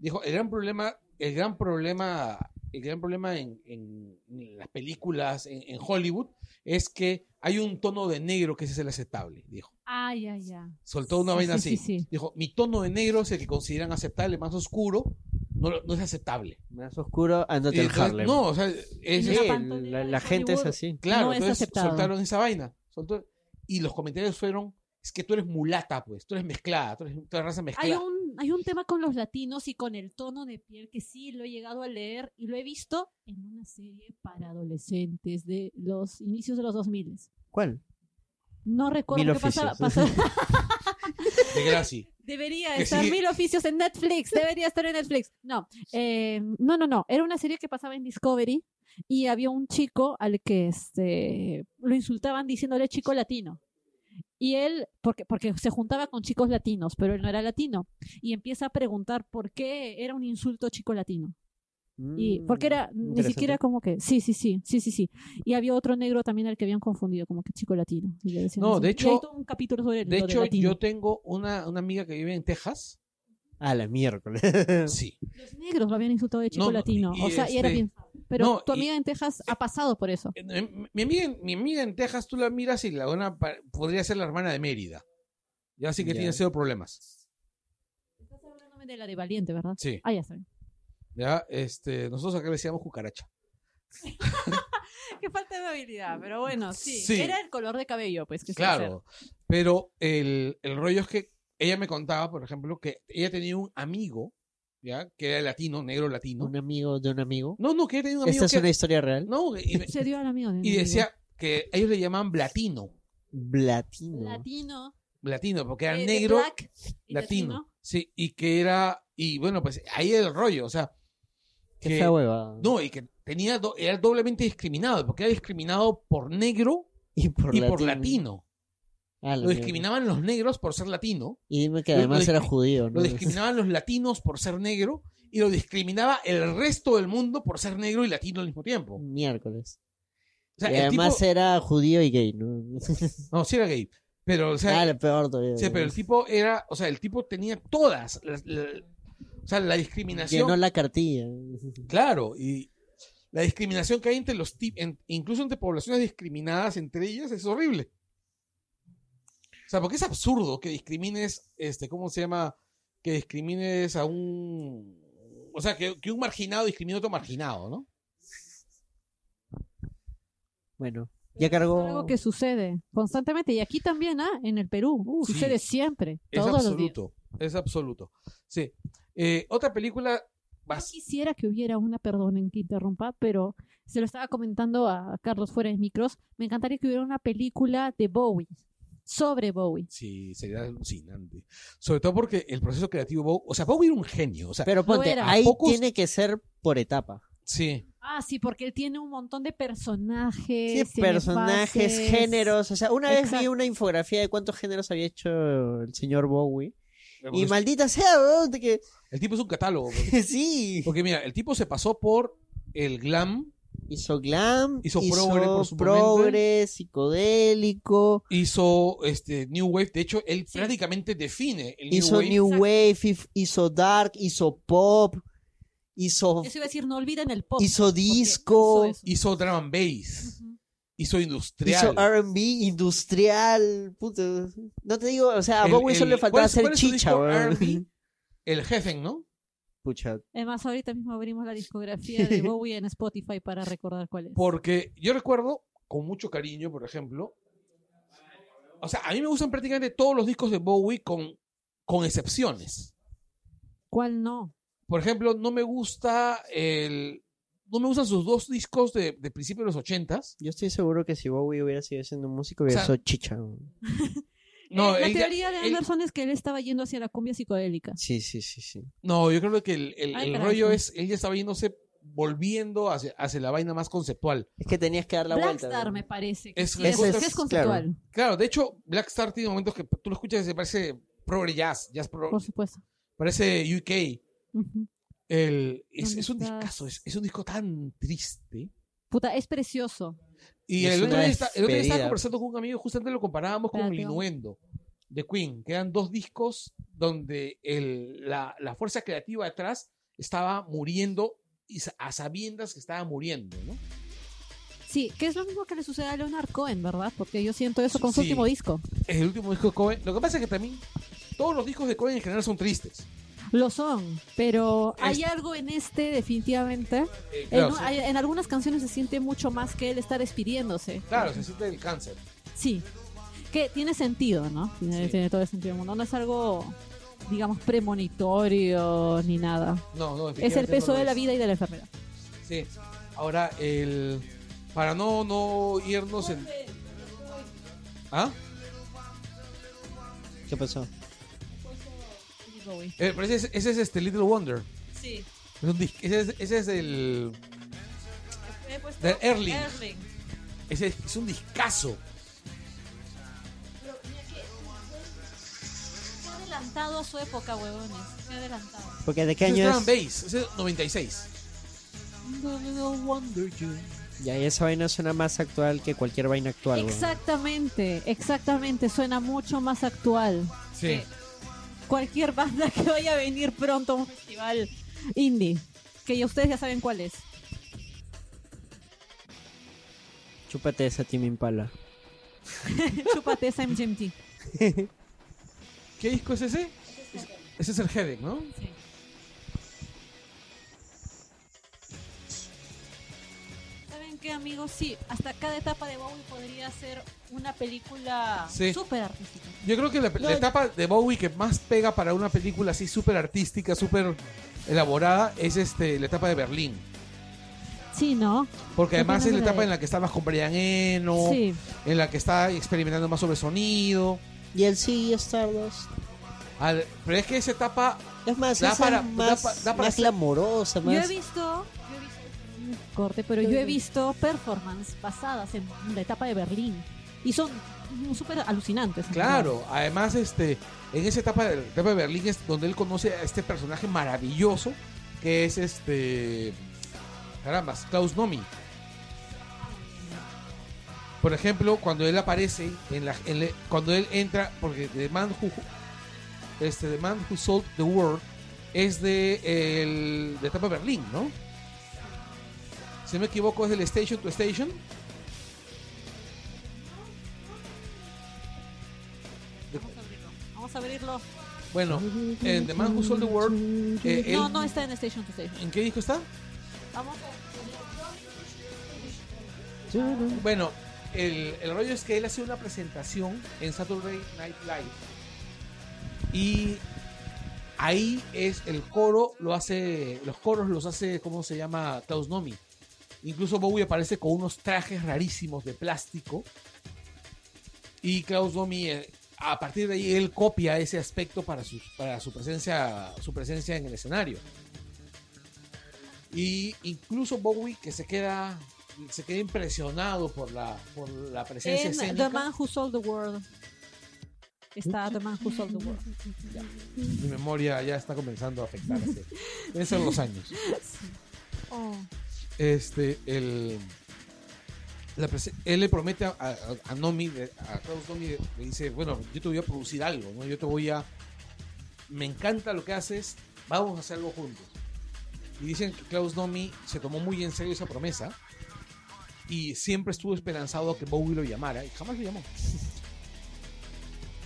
Speaker 2: dijo, el gran problema, el gran problema, el gran problema en, en- en las películas, en, en Hollywood, es que hay un tono de negro que ese es el aceptable, dijo.
Speaker 4: Ay, ay, ya.
Speaker 2: Soltó una
Speaker 4: Sí,
Speaker 2: vaina
Speaker 4: sí,
Speaker 2: así.
Speaker 4: sí, sí.
Speaker 2: Dijo, mi tono de negro es el que consideran aceptable, más oscuro, no, lo- no es aceptable.
Speaker 3: Más oscuro, Ah, ándate
Speaker 2: Y
Speaker 3: al
Speaker 2: entonces,
Speaker 3: Harlem.
Speaker 2: no, o sea, es,
Speaker 3: Sí,
Speaker 4: Es una pantomima
Speaker 3: la, la
Speaker 4: de
Speaker 3: gente es
Speaker 4: Hollywood.
Speaker 3: así.
Speaker 2: Claro,
Speaker 4: No es
Speaker 2: entonces
Speaker 4: aceptado.
Speaker 2: soltaron esa vaina. soltó- y los comentarios fueron, es que tú eres mulata, pues, tú eres mezclada, tú eres, tú eres raza
Speaker 4: Hay
Speaker 2: mezclada.
Speaker 4: un, hay un tema con los latinos y con el tono de piel que sí lo he llegado a leer y lo he visto en una serie para adolescentes de los inicios de los 2000.
Speaker 3: ¿Cuál?
Speaker 4: No recuerdo
Speaker 3: Mil
Speaker 4: qué pasaba.
Speaker 3: oficios.
Speaker 4: pasaba-
Speaker 2: De Gracie.
Speaker 4: debería
Speaker 2: Que
Speaker 4: estar
Speaker 2: sí.
Speaker 4: mil oficios en Netflix, debería estar en Netflix. No, eh, no, no, no. Era una serie que pasaba en Discovery y había un chico al que este, lo insultaban diciéndole chico latino. Y él, porque, porque se juntaba con chicos latinos, pero él no era latino. Y empieza a preguntar por qué era un insulto chico latino. Y
Speaker 3: Mm,
Speaker 4: porque era ni
Speaker 3: interesante.
Speaker 4: siquiera como que, sí, sí, sí, sí, sí, sí. Y había otro negro también al que habían confundido, como que chico latino. Y le decían
Speaker 2: No,
Speaker 4: así.
Speaker 2: de
Speaker 4: Y
Speaker 2: hecho-
Speaker 4: hay todo un capítulo sobre
Speaker 2: De
Speaker 4: lo
Speaker 2: hecho,
Speaker 4: latino.
Speaker 2: yo tengo una, una amiga que vive en Texas.
Speaker 3: A la miércoles.
Speaker 2: Sí.
Speaker 4: Los negros lo habían insultado de chico
Speaker 2: No, no,
Speaker 4: latino.
Speaker 2: y
Speaker 4: o sea, y era
Speaker 2: este-
Speaker 4: bien. Pero
Speaker 2: no,
Speaker 4: tu
Speaker 2: y-
Speaker 4: amiga en Texas ha pasado por eso.
Speaker 2: Eh, Mi, mi amiga, en- mi amiga en Texas, tú la miras y la una pa- podría ser la hermana de Mérida. Ya así que
Speaker 3: Ya.
Speaker 2: tiene cero problemas.
Speaker 4: Estás hablándome de la de Valiente, ¿verdad?
Speaker 2: Sí.
Speaker 4: Ah, ya saben.
Speaker 2: Ya, este, nosotros acá le decíamos cucaracha.
Speaker 4: Qué falta de habilidad, pero bueno, sí.
Speaker 2: Sí.
Speaker 4: Era el color de cabello, pues. Que se iba a hacer.
Speaker 2: Claro. Pero el, el rollo es que ella me contaba, por ejemplo, que ella tenía un amigo, ¿ya? Que era latino, negro latino.
Speaker 3: Un amigo de un amigo.
Speaker 2: No, no, que ella tenía un amigo
Speaker 3: Esta es
Speaker 2: que...
Speaker 3: una historia real.
Speaker 2: No, y, me-
Speaker 4: Se dio al amigo. de-
Speaker 2: y decía que ellos le llamaban blatino.
Speaker 3: Blatino.
Speaker 4: Latino.
Speaker 2: Latino, porque era
Speaker 4: eh, de
Speaker 2: negro,
Speaker 4: black y
Speaker 2: latino. Sí, y que era... Y bueno, pues ahí el rollo, o sea...
Speaker 3: Qué
Speaker 2: que-
Speaker 3: fea hueva.
Speaker 2: No, y que tenía do- era doblemente discriminado, porque era discriminado por negro
Speaker 3: Y por
Speaker 2: y
Speaker 3: latino.
Speaker 2: por latino.
Speaker 3: A la
Speaker 2: Lo
Speaker 3: mierda.
Speaker 2: discriminaban los negros por ser latino,
Speaker 3: Y dime que
Speaker 2: Lo- lo
Speaker 3: además era
Speaker 2: discri-
Speaker 3: judío. ¿no?
Speaker 2: lo discriminaban los latinos por ser negro y lo discriminaba el resto del mundo por ser negro y latino al mismo tiempo. O
Speaker 3: Miércoles.
Speaker 2: sea,
Speaker 3: y
Speaker 2: el
Speaker 3: además eh,
Speaker 2: tipo-
Speaker 3: era judío y gay, ¿no?
Speaker 2: no, sí era gay, pero o sea,
Speaker 3: ah, lo peor todavía.
Speaker 2: sí, pero el tipo era, o sea, el tipo tenía todas las- la- o sea, la discriminación
Speaker 3: Llenó la cartilla.
Speaker 2: Claro, y la discriminación que hay entre los ti- en- incluso entre poblaciones discriminadas entre ellas es horrible. O sea, porque es absurdo que discrimines, este, ¿cómo se llama? Que discrimines a un, o sea, que, que un marginado discrimine a otro marginado, ¿no?
Speaker 3: Bueno, ya
Speaker 4: Es
Speaker 3: cargó.
Speaker 4: algo que sucede constantemente. Y aquí también, ¿ah? En el Perú.
Speaker 2: sí.
Speaker 4: sucede siempre.
Speaker 2: Es
Speaker 4: todos los días.
Speaker 2: absoluto, es absoluto. Sí. Eh, otra película,
Speaker 4: Yo
Speaker 2: bas-
Speaker 4: quisiera que hubiera una, perdonen que interrumpa, pero se lo estaba comentando a Carlos fuera de micros. Me encantaría que hubiera una película de Bowie. sobre Bowie.
Speaker 2: Sí, sería alucinante. Sobre todo porque el proceso creativo, Bow- o sea, Bowie era un genio. O sea,
Speaker 3: Pero ponte,
Speaker 4: era.
Speaker 3: ahí
Speaker 2: Pocos-
Speaker 3: tiene que ser por etapa.
Speaker 2: sí.
Speaker 4: Ah, sí, porque él tiene un montón de personajes.
Speaker 3: Sí,
Speaker 4: tiene
Speaker 3: personajes,
Speaker 4: fases.
Speaker 3: géneros. O sea, una vez vi
Speaker 4: Exacto.
Speaker 3: una infografía de cuántos géneros había hecho el señor Bowie. Y
Speaker 2: Es-
Speaker 3: maldita sea, weón, de que
Speaker 2: El tipo es un catálogo. pues.
Speaker 3: sí.
Speaker 2: Porque mira, el tipo se pasó por el glam,
Speaker 3: Hizo glam,
Speaker 2: Hizo
Speaker 3: hizo,
Speaker 2: progre por su
Speaker 3: progre, psicodélico,
Speaker 2: hizo este New Wave. De hecho, él
Speaker 4: Sí.
Speaker 2: prácticamente define el
Speaker 3: hizo
Speaker 2: New Wave.
Speaker 3: new wave, hif- hizo dark, hizo pop, hizo,
Speaker 4: Eso iba a decir, no olviden el pop.
Speaker 3: hizo
Speaker 4: porque
Speaker 3: disco,
Speaker 4: hizo eso.
Speaker 2: Hizo drum and bass.
Speaker 4: Ujú.
Speaker 2: Hizo industrial.
Speaker 3: hizo R&B, industrial, puta. No te digo, o sea, a
Speaker 2: El-
Speaker 3: Bowie solo
Speaker 2: el-
Speaker 3: le faltaba
Speaker 2: ¿cuál es-
Speaker 3: hacer
Speaker 2: cuál es su
Speaker 3: chicha,
Speaker 2: disco
Speaker 3: weón.
Speaker 2: R&B? El Jefen, ¿no?
Speaker 3: Pucha.
Speaker 4: Además, ahorita mismo abrimos la discografía de Bowie en Spotify para recordar cuál es.
Speaker 2: Porque yo recuerdo con mucho cariño, por ejemplo. O sea, a mí me gustan prácticamente todos los discos de Bowie con, con excepciones.
Speaker 4: ¿Cuál no?
Speaker 2: Por ejemplo, no me gusta el. No me gustan sus dos discos de, de principios de los ochentas.
Speaker 3: Yo estoy seguro que si Bowie hubiera sido siendo músico,
Speaker 2: hubiera
Speaker 3: hubiera
Speaker 2: O sea,
Speaker 3: sido chicha.
Speaker 2: No,
Speaker 4: Eh, la
Speaker 2: él ya-
Speaker 4: teoría de
Speaker 2: él-
Speaker 4: Anderson es que él estaba yendo hacia la cumbia psicodélica.
Speaker 3: Sí, sí, sí, sí.
Speaker 2: no, yo creo que el, el-
Speaker 4: Ay,
Speaker 2: el
Speaker 4: carajo.
Speaker 2: rollo es. Él ya estaba yéndose, volviendo hacia, hacia la vaina más conceptual.
Speaker 3: Es que tenías que dar la vuelta.
Speaker 4: Blackstar
Speaker 3: weón.
Speaker 4: me parece.
Speaker 2: Es-
Speaker 4: Es,
Speaker 2: es-
Speaker 4: es,
Speaker 3: es-
Speaker 4: conceptual,
Speaker 2: Claro, de hecho, Black Star tiene momentos que tú lo escuchas y se parece progre jazz, jazz pro-
Speaker 4: por supuesto.
Speaker 2: parece UK.
Speaker 4: Ujú.
Speaker 2: El, es,
Speaker 4: ¿Dónde
Speaker 2: es un
Speaker 4: estás?
Speaker 2: discazo, es, es un disco tan triste.
Speaker 4: Puta, es precioso.
Speaker 2: Y
Speaker 3: Es
Speaker 2: el otro,
Speaker 3: una
Speaker 2: día esta- el otro día estaba
Speaker 3: despedida.
Speaker 2: conversando con un amigo, justamente lo comparábamos con el
Speaker 4: Espérate, vamos.
Speaker 2: Innuendo de Queen, que eran dos discos donde el- la, la fuerza creativa atrás estaba muriendo y sa- a sabiendas que estaba muriendo, ¿no?
Speaker 4: Sí, que es lo mismo que le sucede a Leonard Cohen, ¿verdad? Porque yo siento eso con su
Speaker 2: Sí.
Speaker 4: último disco.
Speaker 2: El último disco de Cohen, lo que pasa es que también todos los discos de Cohen en general son tristes.
Speaker 4: Lo son, pero hay
Speaker 2: Este-
Speaker 4: algo en este definitivamente.
Speaker 2: Eh,
Speaker 4: En,
Speaker 2: claro,
Speaker 4: un-
Speaker 2: se-
Speaker 4: hay- en algunas canciones se siente mucho más que él estar despidiéndose.
Speaker 2: claro, se siente el cáncer.
Speaker 4: Sí. Que tiene sentido, ¿no? Tiene,
Speaker 2: Sí.
Speaker 4: tiene todo el sentido del mundo. No es algo, digamos, premonitorio ni nada.
Speaker 2: No, no,
Speaker 4: Es el
Speaker 2: definitivamente no
Speaker 4: peso
Speaker 2: lo
Speaker 4: de la
Speaker 2: es.
Speaker 4: vida y de la enfermedad.
Speaker 2: Sí. Ahora, el. Para no, no irnos en. ¿Ah?
Speaker 3: ¿Qué pasó?
Speaker 2: Eh, pero ese es, ese es este Little Wonder.
Speaker 4: Sí.
Speaker 2: Es un dis- Ese es, ese es el. De Erling. Ese es, es un discazo.
Speaker 4: adelantado a su época, huevones. Fue adelantado.
Speaker 3: Porque de qué
Speaker 2: Ese es
Speaker 3: año
Speaker 2: Drum and
Speaker 3: es.
Speaker 2: Bass. Ese es 96.
Speaker 3: Ya, y esa vaina suena más actual que cualquier vaina actual. weón.
Speaker 4: Exactamente, exactamente. Suena mucho más actual.
Speaker 2: Sí.
Speaker 4: que Cualquier banda que vaya a venir pronto a un festival indie, que ya ustedes ya saben cuál es.
Speaker 3: Chúpate esa Tim Impala.
Speaker 4: Chúpate esa MGMT.
Speaker 2: ¿Qué disco es ese? Ese es el Headache, ¿no?
Speaker 4: Sí. ¿Saben qué, amigos? Sí, hasta cada etapa de Bowie podría ser una película
Speaker 2: Sí.
Speaker 4: súper artística.
Speaker 2: Yo creo que la, la etapa de Bowie que más pega para una película así súper artística, súper elaborada, es este, la etapa de Berlín.
Speaker 4: Sí, ¿no?
Speaker 2: Porque
Speaker 4: Yo
Speaker 2: además
Speaker 4: creo
Speaker 2: es la
Speaker 4: que
Speaker 2: etapa
Speaker 4: la-
Speaker 2: en la que estabas con Brian Eno,
Speaker 4: Sí.
Speaker 2: en la que está experimentando más sobre sonido.
Speaker 3: Y el sí, Stardust.
Speaker 2: Al- pero es que esa etapa
Speaker 3: Es más,
Speaker 2: Da
Speaker 3: esa
Speaker 2: para- da
Speaker 3: más,
Speaker 2: pa- da para
Speaker 3: más
Speaker 2: hacer-
Speaker 3: glamorosa,
Speaker 4: Yo he
Speaker 3: más.
Speaker 4: visto... yo he visto- un corte, pero yo he visto performances basadas en la etapa de Berlín y son súper alucinantes. en verdad.
Speaker 2: Claro, además este, en esa etapa de, etapa de Berlín es donde él conoce a este personaje maravilloso que es este carambas, Klaus Nomi. Por ejemplo, cuando él aparece en la en le- cuando él entra porque The Man Who este The Man Who Sold the World es de el de etapa de Berlín, ¿no? Si no me equivoco es del Station to Station.
Speaker 4: Vamos a abrirlo. Vamos a abrirlo.
Speaker 2: Bueno, en The Man Who Sold the World eh, él-
Speaker 4: No, no está en Station to Station.
Speaker 2: ¿En qué disco está?
Speaker 4: Vamos a
Speaker 2: Bueno, el, el rollo es que él hace una presentación en Saturday Night Live. Y ahí es el coro, lo hace, los coros los hace, ¿cómo se llama? Klaus Nomi. Incluso Bowie aparece con unos trajes rarísimos de plástico. Y Klaus Domi, eh, a partir de ahí, él copia ese aspecto para su, para su, presencia, su presencia en el escenario. Y incluso Bowie, que se queda, se queda impresionado por la, por la presencia
Speaker 4: En
Speaker 2: escénica.
Speaker 4: The Man Who Sold the World. Está The Man Who Sold the World.
Speaker 2: Mi memoria ya está comenzando a afectarse. Deben ser los años.
Speaker 4: Oh.
Speaker 2: este el la prese- él le promete a, a, a Nomi de- a Klaus Nomi de- le dice bueno yo te voy a producir algo no yo te voy a me encanta lo que haces vamos a hacerlo juntos y dicen que Klaus Nomi se tomó muy en serio esa promesa y siempre estuvo esperanzado a que Bowie lo llamara y jamás lo llamó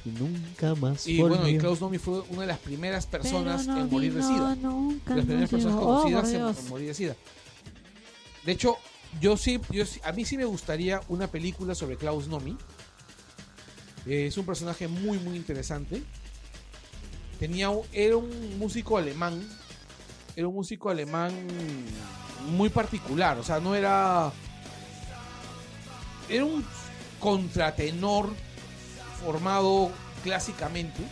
Speaker 3: Y nunca más.
Speaker 2: y bueno y
Speaker 3: volvió.
Speaker 2: Klaus Nomi fue una de las primeras personas
Speaker 4: Pero no
Speaker 2: en morir de
Speaker 4: vino
Speaker 2: sida
Speaker 4: Nunca,
Speaker 2: las
Speaker 4: no
Speaker 2: primeras personas
Speaker 4: llegó. Oh, por
Speaker 2: conocidas en-
Speaker 4: Dios.
Speaker 2: en morir de sida. De hecho, yo sí, yo sí- a mí sí me gustaría una película sobre Klaus Nomi. Eh, es un personaje muy, muy interesante. Tenía, un- era un músico alemán. Era un músico alemán muy particular. O sea, no era. Era un contratenor formado clásicamente.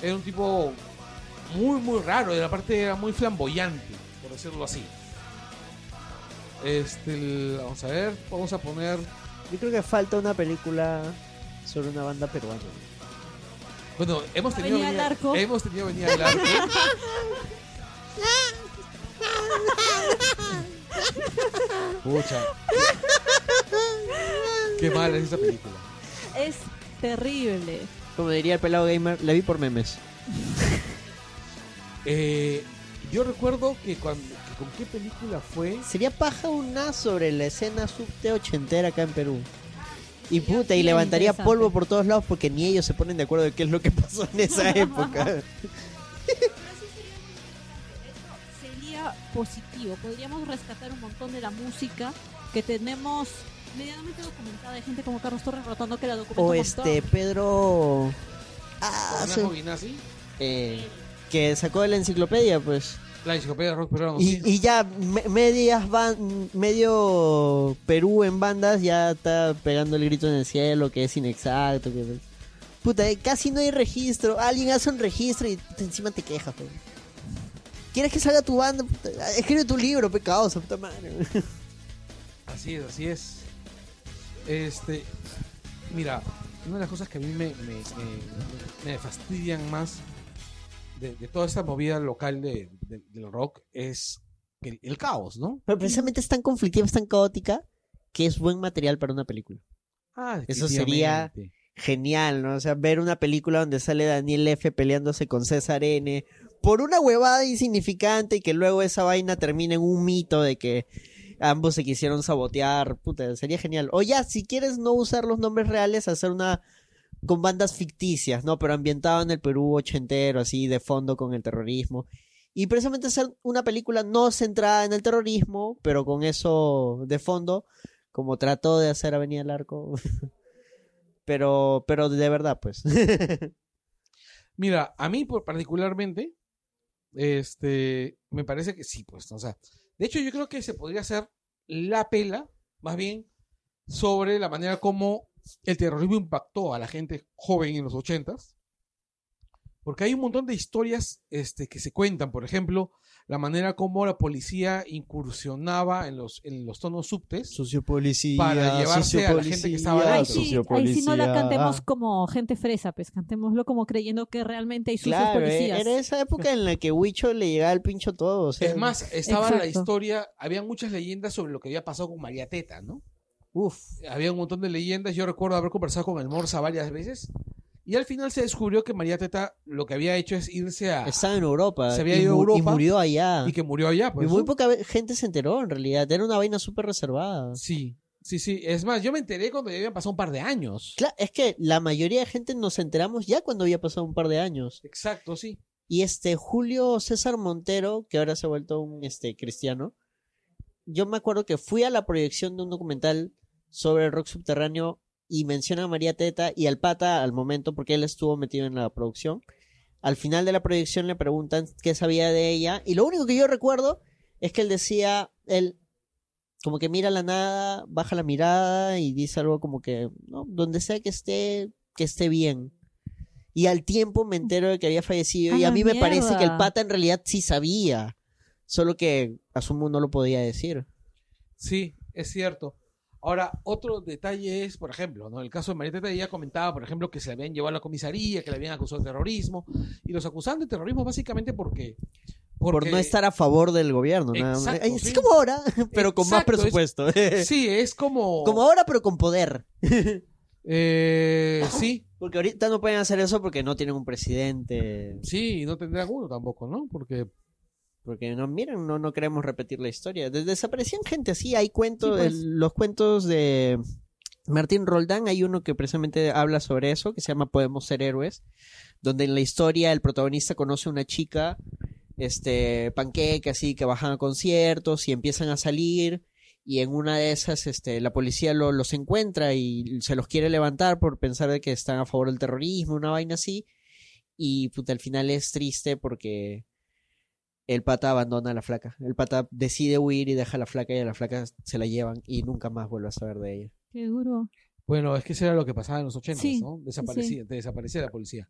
Speaker 2: Era un tipo muy, muy raro. Y aparte era muy flamboyante, por decirlo así. Este, el- vamos a ver, vamos a poner.
Speaker 3: Yo creo que falta una película sobre una banda peruana.
Speaker 2: Bueno, hemos tenido.
Speaker 4: Venía al arco.
Speaker 2: Hemos tenido venir al arco. Pucha. Qué mala es esa película.
Speaker 4: Es terrible.
Speaker 3: Como diría el pelado gamer, la vi por memes.
Speaker 2: Eh, yo recuerdo que, cuando, que con qué película fue.
Speaker 3: Sería paja una sobre la escena subte ochentera acá en Perú. Y puta, y
Speaker 4: Bien
Speaker 3: levantaría
Speaker 4: interesante.
Speaker 3: polvo por todos lados porque ni ellos se ponen de acuerdo de qué es lo que pasó en esa época.
Speaker 4: Sería positivo. Podríamos rescatar un montón de la música que tenemos medianamente documentada. Hay gente como Carlos Torres Rotondo que la documenta
Speaker 3: O
Speaker 4: un
Speaker 3: este,
Speaker 4: montón.
Speaker 3: Pedro... Ah,
Speaker 2: Con
Speaker 3: su-
Speaker 2: Najo Guinazzi,
Speaker 3: eh, que sacó de la enciclopedia, pues.
Speaker 2: La enciclopedia de rock peruano.
Speaker 3: Y,
Speaker 2: sí.
Speaker 3: y ya me- medias ban- medio Perú en bandas ya está pegando el grito en el cielo que es inexacto. Que... Puta, eh, casi no hay registro. Alguien hace un registro y t- encima te quejas. pe. ¿Quieres que salga tu banda? Puta, ah, Escribe tu libro, pecado, puta madre.
Speaker 2: Así es, así es. Este, mira, una de las cosas que a mí me, me, me- me fastidian más de, de toda esta movida local de, de- del rock es el, el caos, ¿no?
Speaker 3: Pero precisamente es tan conflictiva, es tan caótica, que es buen material para una película.
Speaker 2: Ah,
Speaker 3: Eso sería-
Speaker 2: definitivamente.
Speaker 3: genial, ¿no? O sea, ver una película donde sale Daniel F. peleándose con César N. por una huevada insignificante y que luego esa vaina termina en un mito de que ambos se quisieron sabotear. Puta, sería genial. O ya, si quieres no usar los nombres reales, hacer una con bandas ficticias, ¿no? Pero ambientado en el Perú ochentero, así, de fondo con el terrorismo. Y precisamente hacer una película no centrada en el terrorismo, pero con eso de fondo, como trató de hacer Avenida del Arco. Pero, pero de verdad, pues.
Speaker 2: Mira, a mí por- particularmente, este, me parece que sí, pues, o sea, de hecho yo creo que se podría hacer la pela, más bien, sobre la manera como el terrorismo impactó a la gente joven en los ochentas, porque hay un montón de historias, este, que se cuentan, por ejemplo, la manera como la policía incursionaba en los, en los tonos subtes
Speaker 6: Socio policía.
Speaker 2: Para llevarse a la gente que estaba
Speaker 4: Ay,
Speaker 2: dentro.
Speaker 4: sí, ahí sí no la cantemos
Speaker 3: Ah.
Speaker 4: como gente fresa, pues cantémoslo como creyendo que realmente hay sucios
Speaker 3: claro, eh,
Speaker 4: policías.
Speaker 3: era esa época en la que Huicho le llegaba el pincho todo. O sea,
Speaker 2: Es más, estaba la
Speaker 4: Exacto.
Speaker 2: historia, había muchas leyendas sobre lo que había pasado con María Teta, ¿no?
Speaker 3: Uf.
Speaker 2: había un montón de leyendas. Yo recuerdo haber conversado con el Morsa varias veces. Y al final se descubrió que María Teta lo que había hecho es irse a.
Speaker 3: Estaba en Europa.
Speaker 2: Se había
Speaker 3: y
Speaker 2: ido a
Speaker 3: mu- Y
Speaker 2: Europa.
Speaker 3: murió allá.
Speaker 2: Y que murió allá.
Speaker 3: Y
Speaker 2: Pues,
Speaker 3: muy
Speaker 2: ¿no?
Speaker 3: poca ve- gente se enteró, en realidad. Era una vaina súper reservada.
Speaker 2: Sí, sí, sí. Es más, yo me enteré cuando ya habían pasado un par de años.
Speaker 3: Claro, es que la mayoría de gente nos enteramos ya cuando había pasado un par de años.
Speaker 2: Exacto, sí.
Speaker 3: Y este Julio César Montero, que ahora se ha vuelto un este, cristiano, yo me acuerdo que fui a la proyección de un documental sobre el rock subterráneo y menciona a María Teta y al pata al momento, porque él estuvo metido en la producción. Al final de la proyección le preguntan qué sabía de ella y lo único que yo recuerdo es que él decía, él, como que mira la nada, baja la mirada y dice algo como que, no, donde sea que esté, que esté bien. Y al tiempo me entero de que había fallecido
Speaker 4: ¡A
Speaker 3: y a
Speaker 4: la
Speaker 3: mí me parece que el
Speaker 4: mierda!
Speaker 3: pata en realidad sí sabía, solo que asumo no lo podía decir.
Speaker 2: Sí, es cierto. Ahora, otro detalle es, por ejemplo, ¿no? el caso de Marieta ella comentaba, por ejemplo, que se la habían llevado a la comisaría, que la habían acusado de terrorismo, y los acusaban de terrorismo básicamente porque...
Speaker 3: Por no estar a favor del gobierno, nada más.
Speaker 2: Exacto,
Speaker 3: Ay,
Speaker 2: sí.
Speaker 3: Sí, como ahora, pero con más
Speaker 2: Exacto, es-
Speaker 3: presupuesto.
Speaker 2: Sí, es como...
Speaker 3: Como ahora, pero con poder.
Speaker 2: Eh, sí,
Speaker 3: Porque ahorita no pueden hacer eso porque no tienen un presidente.
Speaker 2: sí, y no tendrán uno tampoco, ¿no? Porque...
Speaker 3: Porque no, miren, no, no queremos repetir la historia. De- desaparecían gente así. Hay cuentos,
Speaker 4: Sí, pues.
Speaker 3: el- los cuentos de Martín Roldán, hay uno que precisamente habla sobre eso, que se llama Podemos ser héroes, donde en la historia el protagonista conoce a una chica, este, panqueque así, que bajan a conciertos y empiezan a salir. Y en una de esas, este, la policía lo- los encuentra y se los quiere levantar por pensar de que están a favor del terrorismo, una vaina así. Y puta, al final es triste porque el pata abandona a la flaca. El pata decide huir y deja a la flaca y a la flaca se la llevan y nunca más vuelve a saber de ella.
Speaker 4: Qué duro.
Speaker 2: Bueno, es que eso era lo que pasaba en los 80,
Speaker 4: Sí,
Speaker 2: ¿no? Desaparecía, te desaparecía la policía.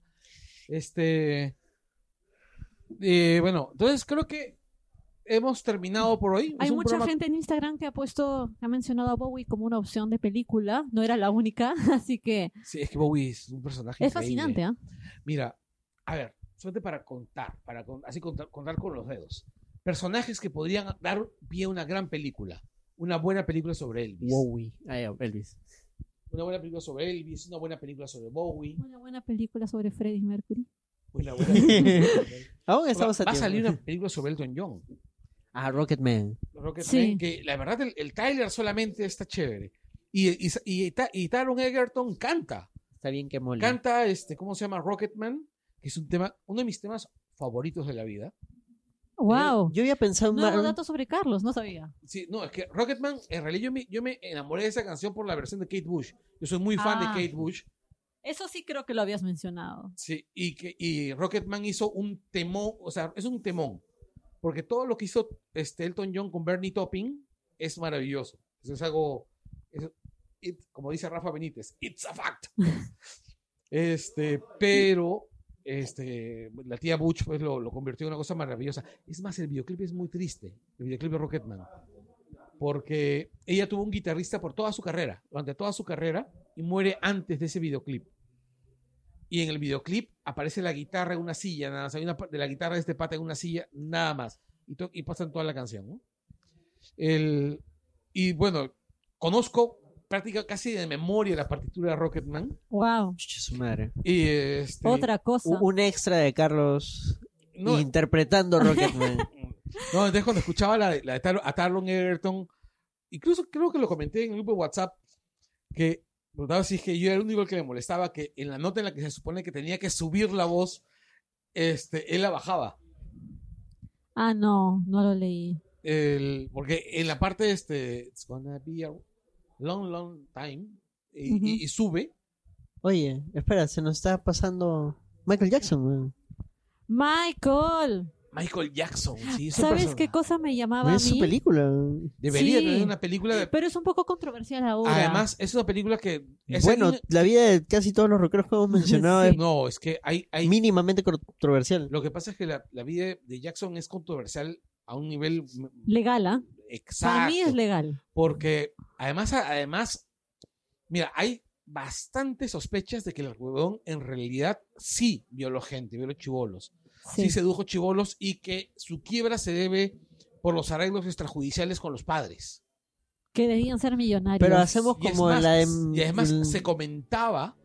Speaker 2: Este... eh, bueno, entonces creo que hemos terminado por hoy.
Speaker 4: Hay
Speaker 2: Es un
Speaker 4: mucha
Speaker 2: programa-
Speaker 4: gente en Instagram que ha puesto, ha mencionado a Bowie como una opción de película. No era la única, así que
Speaker 2: Sí, es que Bowie es un personaje
Speaker 4: es
Speaker 2: increíble.
Speaker 4: fascinante. ¿ah?
Speaker 2: Mira, a ver, suerte para contar, para con- así contar, contar con los dedos. Personajes que podrían dar pie a una gran película, una buena película sobre Elvis.
Speaker 3: Wowie. Elvis.
Speaker 2: Una buena película sobre Elvis, una buena película sobre Bowie,
Speaker 4: Una buena película sobre Freddie Mercury.
Speaker 2: una buena película sobre él.
Speaker 3: Aún
Speaker 2: Va,
Speaker 3: estamos a
Speaker 2: va a
Speaker 3: tiempo.
Speaker 2: salir una película sobre Elton John.
Speaker 3: Ah, Rocketman.
Speaker 2: los Rocketman,
Speaker 4: Sí.
Speaker 2: que la verdad el, el Tyler solamente está chévere. Y, y, y, Ta- y Taron Egerton canta.
Speaker 3: Está bien que mole.
Speaker 2: Canta, este, ¿cómo se llama? Rocketman, que es un tema, uno de mis temas favoritos de la vida.
Speaker 4: ¡Wow!
Speaker 3: Yo había pensado en
Speaker 4: Nuevo
Speaker 3: Mar-
Speaker 4: dato sobre Carlos, no sabía.
Speaker 2: Sí, no, es que Rocketman, en realidad yo me, yo me enamoré de esa canción por la versión de Kate Bush. Yo soy muy fan de
Speaker 4: Ah.
Speaker 2: Kate Bush.
Speaker 4: Eso sí creo que lo habías mencionado.
Speaker 2: Sí, y, que, y Rocketman hizo un temón, o sea, es un temón. Porque todo lo que hizo este Elton John con Bernie Topping es maravilloso. Eso es algo, es- it- como dice Rafa Benítez, it's a fact. este, pero este, la tía Bush pues, lo, lo convirtió en una cosa maravillosa. Es más, el videoclip es muy triste, el videoclip de Rocketman. Porque ella tuvo un guitarrista por toda su carrera, durante toda su carrera, y muere antes de ese videoclip. Y en el videoclip aparece la guitarra en una silla, nada más. Hay una pa- de la guitarra de este pata en una silla, nada más. Y, to- y pasan toda la canción, ¿no? El, y bueno, conozco prácticamente casi de memoria la partitura de Rocketman.
Speaker 4: ¡Wow!
Speaker 3: Chucha, su madre.
Speaker 2: Y este,
Speaker 4: Otra cosa.
Speaker 3: U- Un extra de Carlos
Speaker 2: No,
Speaker 3: interpretando Rocketman.
Speaker 2: no, entonces cuando escuchaba la, de- la de Tar- a Tarlon Everton, incluso creo que lo comenté en el grupo de WhatsApp, que preguntaba si es que yo era el único que le molestaba que en la nota en la que se supone que tenía que subir la voz, este, él la bajaba.
Speaker 4: Ah, no, no lo leí.
Speaker 2: el- porque en la parte este it's gonna be a long long time y,
Speaker 4: Ujú.
Speaker 2: y- y sube
Speaker 3: Oye, espera, se nos está pasando Michael Jackson. weón.
Speaker 4: Michael,
Speaker 2: Michael Jackson sí, es un
Speaker 4: ¿sabes
Speaker 2: personaje.
Speaker 4: qué cosa me llamaba a
Speaker 3: es su
Speaker 4: mí?
Speaker 3: película.
Speaker 2: debería
Speaker 4: Sí.
Speaker 2: tener una película de-
Speaker 4: Pero es un poco controversial ahora.
Speaker 2: además es una película que es
Speaker 3: bueno,
Speaker 2: alguien-
Speaker 3: la vida de casi todos los rockeros que hemos mencionado
Speaker 4: Sí.
Speaker 2: no es que hay, hay
Speaker 3: es mínimamente controversial.
Speaker 2: lo que pasa es que la, la vida de- de Jackson es controversial a un nivel mm,
Speaker 4: legal, ¿ah?
Speaker 2: exacto
Speaker 4: Para mí es legal.
Speaker 2: Porque además, además, mira, hay bastantes sospechas de que el huevón en realidad sí violó gente, violó chivolos, sí.
Speaker 4: Sí.
Speaker 2: sedujo chivolos y que su quiebra se debe por los arreglos extrajudiciales con los padres.
Speaker 4: Que debían ser millonarios.
Speaker 3: Pero hacemos
Speaker 2: Y es
Speaker 3: como
Speaker 2: más-
Speaker 3: la de... mm,
Speaker 2: y además
Speaker 3: el-
Speaker 2: se comentaba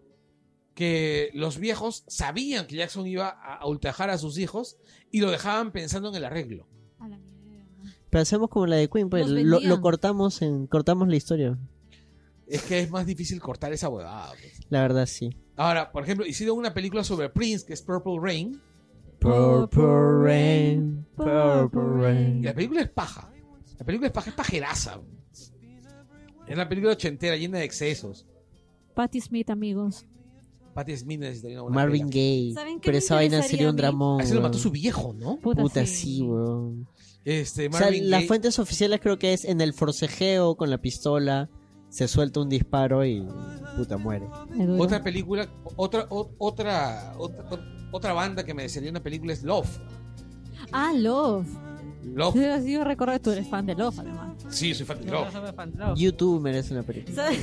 Speaker 2: que los viejos sabían que Jackson iba a a ultrajar a sus hijos y lo dejaban pensando en el arreglo.
Speaker 4: A la mierda.
Speaker 3: Pero hacemos como la de Queen, pues
Speaker 4: Nos
Speaker 3: lo,
Speaker 4: vendían.
Speaker 3: lo cortamos en cortamos la historia.
Speaker 2: Es que es más difícil cortar esa huevada. pues.
Speaker 3: La verdad sí.
Speaker 2: Ahora, por ejemplo, hicieron una película sobre Prince que es Purple Rain.
Speaker 4: Purple rain, purple rain.
Speaker 2: Y la película es paja. La película es paja, es pajeraza. Es una película ochentera, llena de excesos.
Speaker 4: Patti Smith, amigos.
Speaker 2: Patti Smith necesitaría una
Speaker 3: Marvin
Speaker 2: pela.
Speaker 3: Gaye.
Speaker 4: ¿Saben qué
Speaker 3: Pero
Speaker 4: me
Speaker 3: esa vaina
Speaker 4: interesaría
Speaker 3: sería un
Speaker 4: a mí?
Speaker 3: dramón.
Speaker 2: Así lo mató
Speaker 3: weón.
Speaker 2: su viejo, ¿no?
Speaker 4: Puta,
Speaker 3: Puta,
Speaker 4: sí.
Speaker 3: sí, weón.
Speaker 2: Este,
Speaker 3: O sea,
Speaker 2: Marvin
Speaker 3: las
Speaker 2: Gaye-
Speaker 3: fuentes oficiales creo que es en el forcejeo con la pistola, se suelta un disparo y puta muere.
Speaker 4: Me duele.
Speaker 2: Otra película, otra, o- otra, otra, otra banda que me desearía una película es Love.
Speaker 4: Ah, Love.
Speaker 2: Love,
Speaker 4: Yo, yo recuerdo que tú eres fan de Love, además.
Speaker 2: sí, soy fan de Love.
Speaker 3: YouTube merece una película.
Speaker 4: ¿Saben-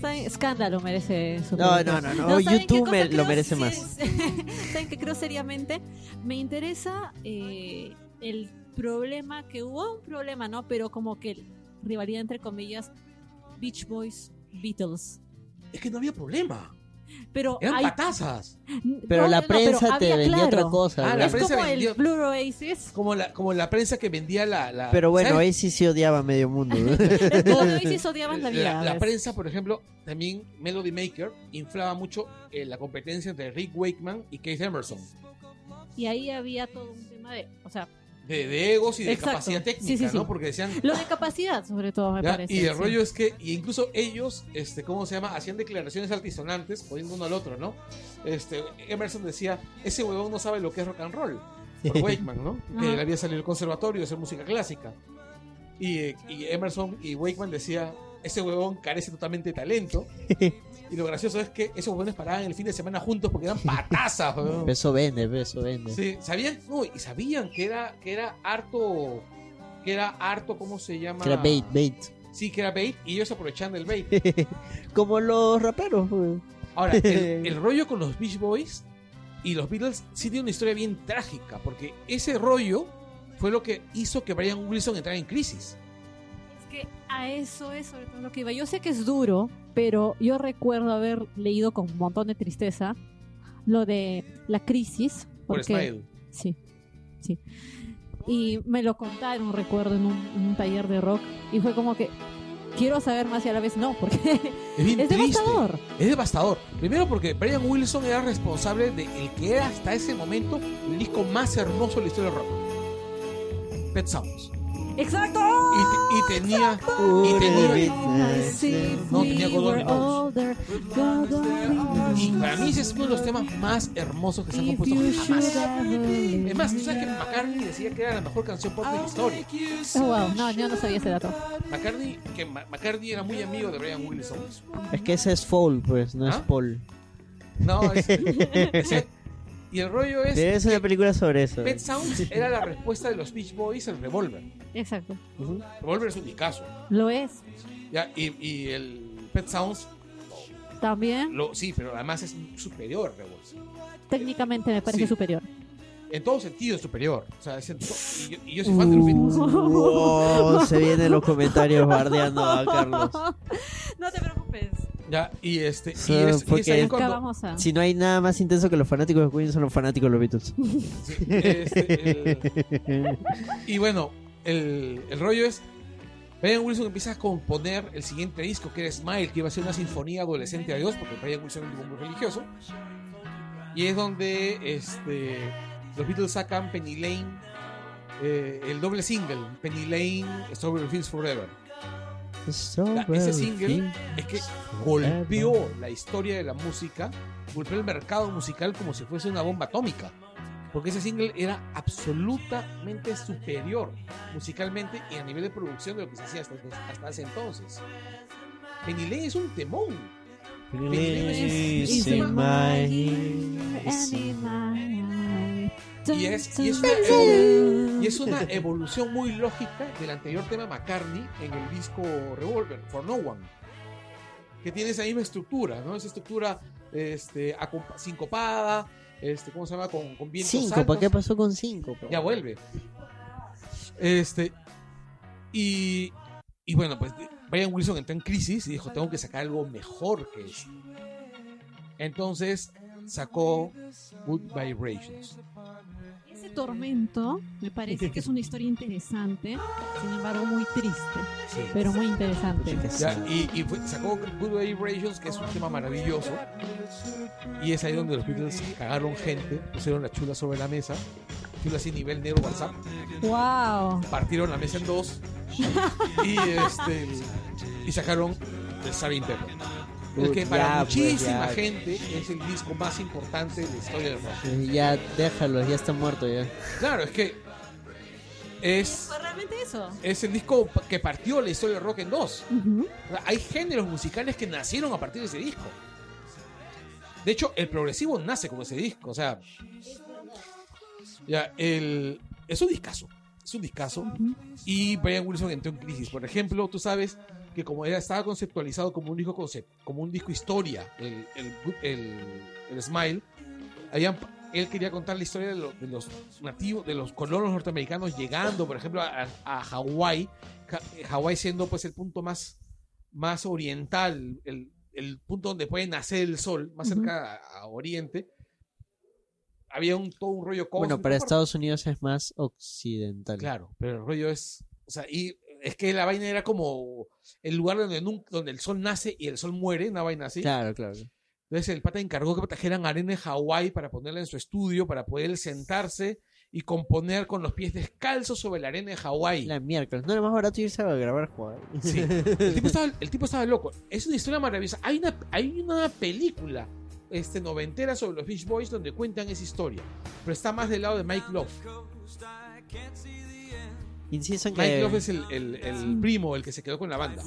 Speaker 4: saben? Escándalo merece su
Speaker 3: No, no,
Speaker 4: película.
Speaker 3: no, no.
Speaker 4: No, ¿saben qué
Speaker 3: YouTube
Speaker 4: cosa
Speaker 3: me-
Speaker 4: creo?
Speaker 3: lo merece
Speaker 4: Sí,
Speaker 3: más.
Speaker 4: ¿Saben qué creo seriamente? Me interesa eh, el problema que hubo, un problema, ¿no? Pero como que rivalidad entre comillas, Beach Boys, Beatles.
Speaker 2: Es que no había problema.
Speaker 4: Pero
Speaker 2: Eran
Speaker 4: hay-
Speaker 2: patazas.
Speaker 3: Pero
Speaker 4: no,
Speaker 3: la
Speaker 4: no, pero
Speaker 3: prensa te
Speaker 4: había,
Speaker 3: vendía
Speaker 4: claro.
Speaker 3: otra cosa.
Speaker 2: Ah,
Speaker 3: weón.
Speaker 2: la
Speaker 4: es
Speaker 2: prensa
Speaker 4: como
Speaker 2: vendió-
Speaker 4: el Blue Oasis.
Speaker 2: Como la, como la prensa que vendía la. la-
Speaker 3: Pero bueno,
Speaker 2: ¿sabes?
Speaker 3: ahí sí sí odiaba a medio mundo. weón.
Speaker 4: El Blue Oasis odiaban la vida.
Speaker 2: La, la
Speaker 4: ¿ves?
Speaker 2: prensa, por ejemplo, también Melody Maker inflaba mucho eh, la competencia entre Rick Wakeman y Keith Emerson.
Speaker 4: y ahí había todo un tema de, o sea,
Speaker 2: De, de egos y de
Speaker 4: Exacto.
Speaker 2: capacidad técnica,
Speaker 4: Sí, sí, sí.
Speaker 2: ¿no? Porque decían,
Speaker 4: lo de capacidad sobre todo me
Speaker 2: Ya,
Speaker 4: parece.
Speaker 2: Y el
Speaker 4: sí.
Speaker 2: rollo es que, y incluso ellos, este, ¿cómo se llama? Hacían declaraciones altisonantes, poniendo uno al otro, ¿no? Este, Emerson decía, ese huevón no sabe lo que es rock and roll, por Wakeman, ¿no? Que
Speaker 4: Ajá.
Speaker 2: él había salido del conservatorio de hacer música clásica. Y, eh, y Emerson y Wakeman decía, ese huevón carece totalmente de talento. y lo gracioso es que esos huevones paraban el fin de semana juntos porque eran patazas, huevón.
Speaker 3: Eso vende, eso vende.
Speaker 2: Sí, sabían, no, y sabían que era, que era harto, que era harto, ¿cómo se llama?
Speaker 3: Que era bait, bait.
Speaker 2: Sí, que era bait y ellos aprovechando el bait.
Speaker 3: Como los raperos. pues. weón.
Speaker 2: Ahora, el, el rollo con los Beach Boys y los Beatles sí tiene una historia bien trágica, porque ese rollo fue lo que hizo que Brian Wilson entrara en crisis.
Speaker 4: Es que a eso es sobre todo lo que iba. Yo sé que es duro, pero yo recuerdo haber leído con un montón de tristeza lo de la crisis.
Speaker 2: Por Smile.
Speaker 4: Sí, sí. Y me lo contaron, recuerdo, en un, en un taller de rock. Y fue como que quiero saber más y a la vez no, porque
Speaker 2: Es bien
Speaker 4: es
Speaker 2: triste.
Speaker 4: devastador.
Speaker 2: Es devastador. Primero porque Brian Wilson era responsable de el que era hasta ese momento el disco más hermoso de la historia del rock. Pet Sounds.
Speaker 4: ¡Exacto!
Speaker 2: Y, te- y tenía...
Speaker 3: Pure
Speaker 2: tenía-
Speaker 3: business.
Speaker 2: No, tenía Godot en pausa.
Speaker 4: older, Godot in
Speaker 2: y
Speaker 4: us.
Speaker 2: para mí ese es uno de los temas más hermosos que se han
Speaker 4: If
Speaker 2: compuesto
Speaker 4: you
Speaker 2: jamás.
Speaker 4: should have
Speaker 2: Es
Speaker 4: believed.
Speaker 2: más, ¿tú sabes que McCartney decía que era la mejor canción pop de la historia?
Speaker 4: Oh, wow, no, yo no sabía ese dato.
Speaker 2: McCartney, que Ma- McCartney era muy amigo de Brian Wilson.
Speaker 3: Es que ese es Fall, pues, no es
Speaker 2: ¿Ah?
Speaker 3: Paul.
Speaker 2: No, es- ese- y el rollo
Speaker 3: Debe
Speaker 2: es
Speaker 3: ser una película sobre eso.
Speaker 2: Pet Sounds era la respuesta de los Beach Boys al Revolver.
Speaker 4: Exacto.
Speaker 3: Ujú.
Speaker 2: Revolver es un discazo.
Speaker 4: Lo es.
Speaker 2: Ya, Y, y el Pet Sounds,
Speaker 4: También
Speaker 2: lo, sí, pero además es superior al Revolver.
Speaker 4: técnicamente me parece
Speaker 2: Sí.
Speaker 4: superior.
Speaker 2: En todo sentido es superior. O sea, es en to- y, yo, y yo soy fan
Speaker 3: Uh.
Speaker 2: de los Beatles.
Speaker 3: Wow, se vienen los comentarios bardeando a Carlos.
Speaker 4: No te preocupes.
Speaker 2: Ya, y este, y
Speaker 3: Sí,
Speaker 2: es, y es
Speaker 3: porque-
Speaker 2: ahí
Speaker 4: Acá
Speaker 2: cuando,
Speaker 4: vamos a.
Speaker 3: Si no hay nada más intenso que los fanáticos de Queen son los fanáticos de los Beatles.
Speaker 2: Sí, este, el- y bueno, el, el rollo es. Brian Wilson empieza a componer el siguiente disco, que era Smile, que iba a ser una sinfonía adolescente a Dios, porque Brian Wilson era un tipo muy religioso. Y es donde este, los Beatles sacan Penny Lane, eh, el doble single, Penny Lane, Strawberry Fields Forever. Ya, ese single es que golpeó la historia de la música, golpeó el mercado musical como si fuese una bomba atómica. Porque ese single era absolutamente superior musicalmente y a nivel de producción de lo que se hacía hasta, hasta ese entonces. Penny Lane es un temón.
Speaker 4: It's
Speaker 3: It's
Speaker 4: in
Speaker 3: in
Speaker 4: my
Speaker 3: my
Speaker 4: ears and in my eyes.
Speaker 2: Y es- y es una- Y es una evolución muy lógica del anterior tema McCartney en el disco Revolver, For No One. Que tiene esa misma estructura, ¿no? Esa estructura este, acompa- sincopada, este, ¿cómo se llama? Con, con vientos
Speaker 3: Cinco,
Speaker 2: altos.
Speaker 3: ¿para qué pasó con cinco?
Speaker 2: Ya vuelve. Este. Y. Y bueno, pues Brian Wilson entró en crisis y dijo: Tengo que sacar algo mejor que eso. Entonces sacó Good Vibrations.
Speaker 4: Ese tormento me parece que es una historia interesante, sin embargo muy triste, pero muy interesante.
Speaker 2: Ya, y, y fue- sacó Good Vibrations, que es un tema maravilloso. Y es ahí donde los Beatles cagaron gente, pusieron la chula sobre la mesa. Chula sin nivel negro WhatsApp.
Speaker 4: Wow.
Speaker 2: Partieron la mesa en dos. y, este, y sacaron The Sarin Pepper. el que para
Speaker 3: Ya, pues,
Speaker 2: muchísima
Speaker 3: ya.
Speaker 2: gente es el disco más importante de la historia del rock.
Speaker 3: Ya, déjalo, ya está muerto ya.
Speaker 2: Claro, es que es,
Speaker 4: Fue Pues realmente eso.
Speaker 2: es el disco que partió la historia del rock en dos.
Speaker 4: Ujú.
Speaker 2: O sea, hay géneros musicales que nacieron a partir de ese disco. De hecho, el progresivo nace con ese disco. O sea, ya, el, es un discazo. Es un discazo. Y Brian Wilson entró en crisis. Por ejemplo, tú sabes que como era, estaba conceptualizado como un disco concept, como un disco historia, el, el, el- el Smile, habían- él quería contar la historia de, lo- de los nativos, de los colonos norteamericanos llegando, por ejemplo, a, a Hawái. Ja- Hawái siendo pues el punto más más oriental, el, el punto donde puede nacer el sol, más
Speaker 4: Ujú.
Speaker 2: cerca a, a oriente, había un, todo un rollo
Speaker 3: Bueno,
Speaker 2: cósmico,
Speaker 3: para
Speaker 2: pero-
Speaker 3: Estados Unidos es más occidental.
Speaker 2: Claro, pero el rollo es, o sea, y es que la vaina era como el lugar donde, nunca, donde el sol nace y el sol muere, una vaina así.
Speaker 3: Claro, claro.
Speaker 2: Entonces el pata encargó que trajeran arena de Hawái para ponerla en su estudio, para poder sentarse y componer con los pies descalzos sobre la arena de Hawái.
Speaker 3: La miércoles. No era más barato irse a grabar jugar.
Speaker 2: Sí. El tipo, estaba, el tipo estaba loco. Es una historia maravillosa. Hay una, hay una película este, noventera sobre los Beach Boys donde cuentan esa historia. Pero está más del lado de
Speaker 5: Ah,
Speaker 2: Mike Love.
Speaker 3: Insisto en
Speaker 2: Mike Love
Speaker 3: que,
Speaker 2: es el, el- el primo, el que se quedó con la banda.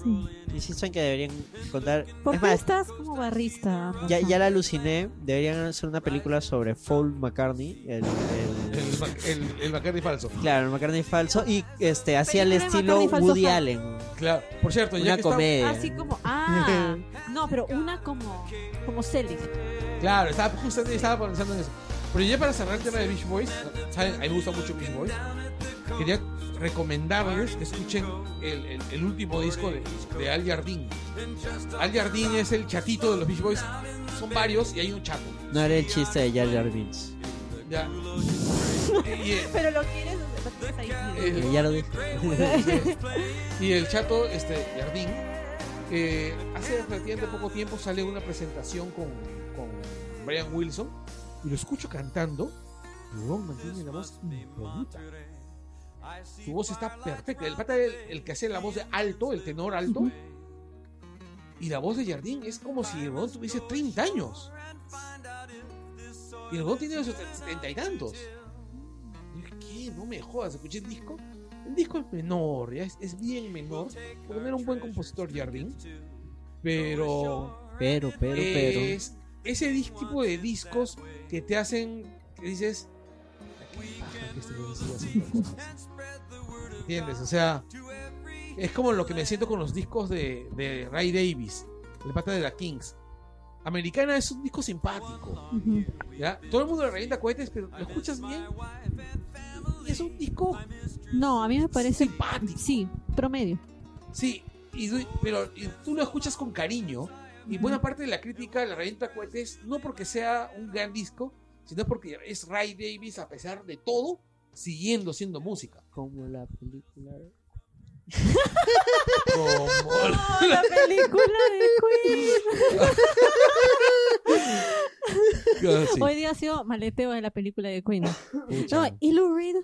Speaker 3: insisto en que deberían contar.
Speaker 4: ¿Por
Speaker 3: Es
Speaker 4: qué
Speaker 3: más,
Speaker 4: estás como barrista?
Speaker 3: ya,
Speaker 4: Rafa?
Speaker 3: ya la aluciné. Deberían hacer una película sobre Paul McCartney. El, el-
Speaker 2: El, Mac- el, el McCartney falso.
Speaker 3: claro, el McCartney falso. Y este, hacía el
Speaker 4: Película de
Speaker 3: estilo
Speaker 4: McCartney falso
Speaker 3: Woody
Speaker 4: fan.
Speaker 3: Allen.
Speaker 2: Claro. Por cierto, Pues ya
Speaker 3: Una
Speaker 2: que estamos-
Speaker 3: comedia.
Speaker 4: Así como, ah, no, pero una como, como Selig.
Speaker 2: Claro, estaba, justamente estaba pensando en eso. Pero ya para cerrar el tema de Beach Boys, ¿saben? A mí me gusta mucho Beach Boys. Quería recomendarles que escuchen el, el- el último disco de, de Al Jardín. Al Jardín es el chatito de los Beach Boys. Son varios y hay un chato.
Speaker 3: No era el chiste de Jar Jar Binks.
Speaker 2: Ya. Y, eh,
Speaker 4: Pero lo quieres, lo quieres ahí.
Speaker 2: el-
Speaker 3: Eh, Ya lo dije.
Speaker 2: Y el chato, este, Jardín, eh, hace relativamente poco tiempo sale una presentación con, con Brian Wilson y lo escucho cantando. Y Ron mantiene la voz impoluta. Su voz está perfecta. El pata es el, el que hace la voz de alto, el tenor alto. Y la voz de Jardín es como si el Ron tuviese 30 años. Y el Ron tiene esos 70 y tantos. Y yo, ¿Qué? No me jodas, escuché el disco. El disco es menor, ya es, es bien menor. Porque no era un buen compositor Jardín. Pero,
Speaker 3: Pero, pero, pero.
Speaker 2: es ese dis- tipo de discos que te hacen que dices. "Qué paja que este güey siga haciendo cosas". ¿Entiendes? O sea, es como lo que me siento con los discos de, de Ray Davis, el pata de la Kings. Americana es un disco simpático,
Speaker 4: Ujú.
Speaker 2: ¿ya? Todo el mundo le revienta cohetes, pero lo escuchas bien. Y es un disco
Speaker 4: No, a mí me parece,
Speaker 2: simpático.
Speaker 4: sí, promedio.
Speaker 2: Sí, y, du- pero y tú lo escuchas con cariño. Y buena parte de la crítica de la revienta cohetes, no porque sea un gran disco, sino porque es Ray Davis, a pesar de todo, siguiendo siendo música.
Speaker 3: Como la película.
Speaker 2: Como-
Speaker 4: la película de Queen.
Speaker 2: Sí.
Speaker 4: Hoy día ha sido maleteo de la película de Queen. No, y Lou Reed,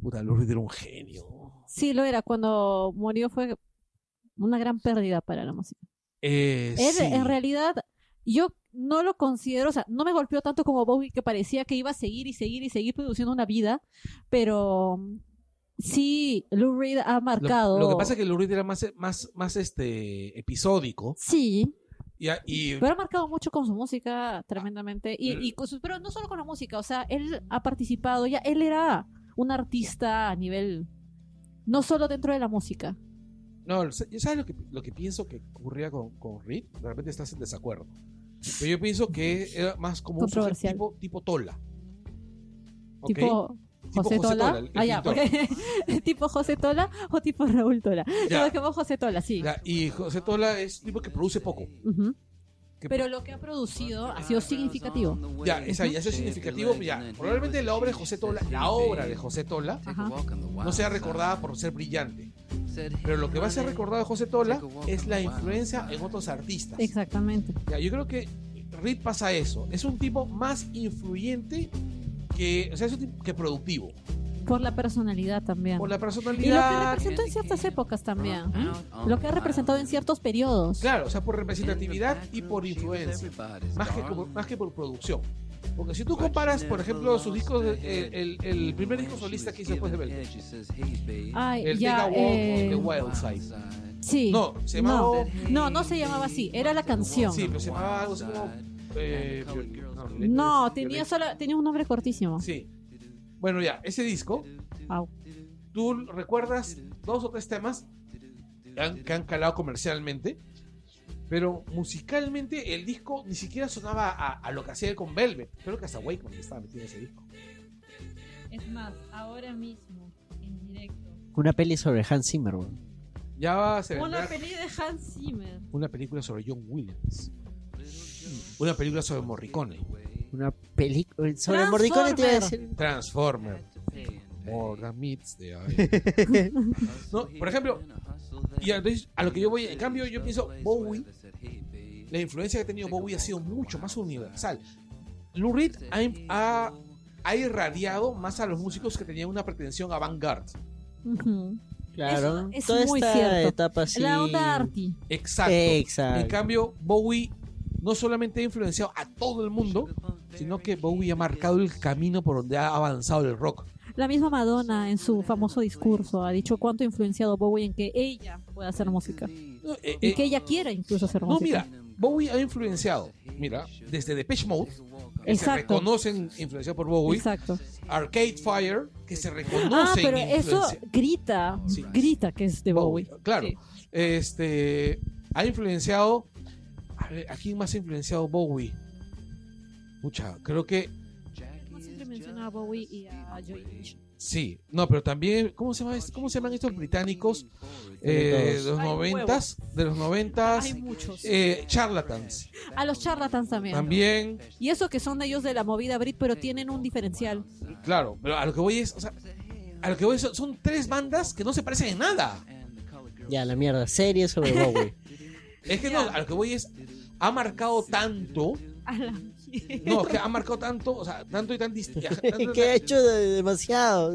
Speaker 2: Puta, Lou Reed era un genio.
Speaker 4: sí lo era. Cuando murió fue una gran pérdida para la música.
Speaker 2: Eh,
Speaker 4: Él,
Speaker 2: sí.
Speaker 4: en realidad, yo no lo considero, o sea, no me golpeó tanto como Bowie, que parecía que iba a seguir y seguir y seguir produciendo una vida, pero mm, sí, Lou Reed ha marcado.
Speaker 2: Lo, lo que pasa es que Lou Reed era más, más, más este, episódico.
Speaker 4: Sí,
Speaker 2: Y, y-
Speaker 4: pero ha marcado mucho con su música tremendamente, y,
Speaker 2: Ah.
Speaker 4: y con su- pero no solo con la música, o sea, él ha participado, ya él era un artista a nivel, no solo dentro de la música.
Speaker 2: No, sa- yo- ¿sabes lo que, lo que pienso que ocurría con, con Reed? De repente estás en desacuerdo. Pero yo pienso que era más como un sujeto
Speaker 4: Controversial.
Speaker 2: tipo, tipo Tola. ¿Ok?
Speaker 4: Tipo
Speaker 2: Tipo
Speaker 4: José Tola.
Speaker 2: el- el
Speaker 4: Ah, ya,
Speaker 2: pintor.
Speaker 4: porque- tipo José Tola o tipo Raúl Tola.
Speaker 2: Ya,
Speaker 4: No, es que vos José Tola, sí.
Speaker 2: ya, y José Tola es un tipo que produce poco.
Speaker 4: Ujú.
Speaker 2: Que-
Speaker 4: Pero lo que ha
Speaker 2: Ah,
Speaker 4: producido ha sido significativo.
Speaker 2: ya, esa- ya eso es significativo. Ya, probablemente la obra de José Tola, la obra de José Tola,
Speaker 4: Ajá.
Speaker 2: no sea recordada por ser brillante. Pero lo que va a ser recordado de José Tola es la influencia en otros artistas.
Speaker 4: Exactamente.
Speaker 2: Ya, yo creo que Reed pasa eso. Es un tipo más influyente que, o sea, es un tipo que productivo.
Speaker 4: Por la personalidad también.
Speaker 2: Por la
Speaker 4: y lo que
Speaker 2: personalidad. Ah,
Speaker 4: representó en ciertas épocas también. ¿Mm?
Speaker 6: Ujú.
Speaker 4: Lo que ha representado en ciertos periodos.
Speaker 2: Claro, o sea, por representatividad y por influencia. Más que, como- más que por producción. Porque si tú comparas, por ejemplo, sus discos, eh, el, el primer disco solista que hizo después de Velvet,
Speaker 4: Ay,
Speaker 2: el
Speaker 4: ya.
Speaker 2: Take a Walk
Speaker 4: eh,
Speaker 2: on the Wild Side.
Speaker 4: sí.
Speaker 2: No, se llamaba.
Speaker 4: No. No, no se llamaba así. Era la canción.
Speaker 2: Sí, pero se llamaba algo así como. eh, Viol- no, Violeta-
Speaker 4: no,
Speaker 2: Violeta-
Speaker 4: tenía, solo, tenía un nombre cortísimo.
Speaker 2: Sí. Bueno, ya, ese disco,
Speaker 4: Au.
Speaker 2: tú recuerdas dos o tres temas que han, que han calado comercialmente, pero musicalmente el disco ni siquiera sonaba a, a lo que hacía él con Velvet. Creo que hasta Wakeman estaba metido en ese disco.
Speaker 4: Es más, ahora mismo, en directo.
Speaker 3: Una peli sobre Hans Zimmer, weón.
Speaker 2: Ya se vendrá
Speaker 4: Una peli de Hans Zimmer.
Speaker 2: una película sobre John Williams. Una película sobre Morricone.
Speaker 3: Una peli sobre Mordicone te iba a decir.
Speaker 2: Transformer. Morgan Meets the
Speaker 3: Eye.
Speaker 2: No, por ejemplo, y entonces, a lo que yo voy, en cambio, yo pienso, Bowie, la influencia que ha tenido Bowie ha sido mucho más universal. Lou Reed ha, ha- ha irradiado más a los músicos que tenían una pretensión avant-garde.
Speaker 4: Ujú.
Speaker 3: Claro.
Speaker 4: es
Speaker 3: Toda
Speaker 4: muy
Speaker 3: esta
Speaker 4: cierto.
Speaker 3: etapa así.
Speaker 4: La onda arty.
Speaker 2: Exacto.
Speaker 3: Exacto.
Speaker 2: En cambio, Bowie no solamente ha influenciado a todo el mundo, sino que Bowie ha marcado el camino por donde ha avanzado el rock.
Speaker 4: La misma Madonna en su famoso discurso ha dicho cuánto ha influenciado Bowie en que ella pueda hacer música.
Speaker 2: No, eh,
Speaker 4: Y
Speaker 2: eh,
Speaker 4: que ella quiera incluso hacer
Speaker 2: no,
Speaker 4: música.
Speaker 2: mira, Bowie ha influenciado, mira, desde Depeche Mode, que se
Speaker 4: Exacto.
Speaker 2: reconocen influenciados por Bowie,
Speaker 4: Exacto.
Speaker 2: Arcade Fire, que se reconocen
Speaker 4: ah, pero eso
Speaker 2: influencia-
Speaker 4: grita,
Speaker 2: Sí.
Speaker 4: grita que es de Bowie.
Speaker 2: Claro.
Speaker 4: Sí.
Speaker 2: Este ha influenciado. A ver, ¿a quién más ha influenciado Bowie? Mucha, creo que
Speaker 4: No siempre menciona a Bowie y a Joy Division.
Speaker 2: sí. No, pero también, ¿cómo se, llama, este- ¿cómo se llaman estos británicos eh, de los
Speaker 4: Ay,
Speaker 2: noventas? De los noventas.
Speaker 4: Hay muchos.
Speaker 2: eh, charlatans.
Speaker 4: A los charlatans también.
Speaker 2: También,
Speaker 4: Y eso que son ellos de la movida Brit, pero tienen un diferencial.
Speaker 2: claro, pero a lo que voy es, o sea, a lo que voy es- son tres bandas que no se parecen en nada.
Speaker 3: Ya, la mierda. Serie sobre Bowie.
Speaker 2: Es que no, a lo que voy es, ha marcado tanto,
Speaker 4: A la
Speaker 2: no, que ha marcado tanto, o sea, tanto y tan distinto.
Speaker 3: que ha hecho de- demasiado.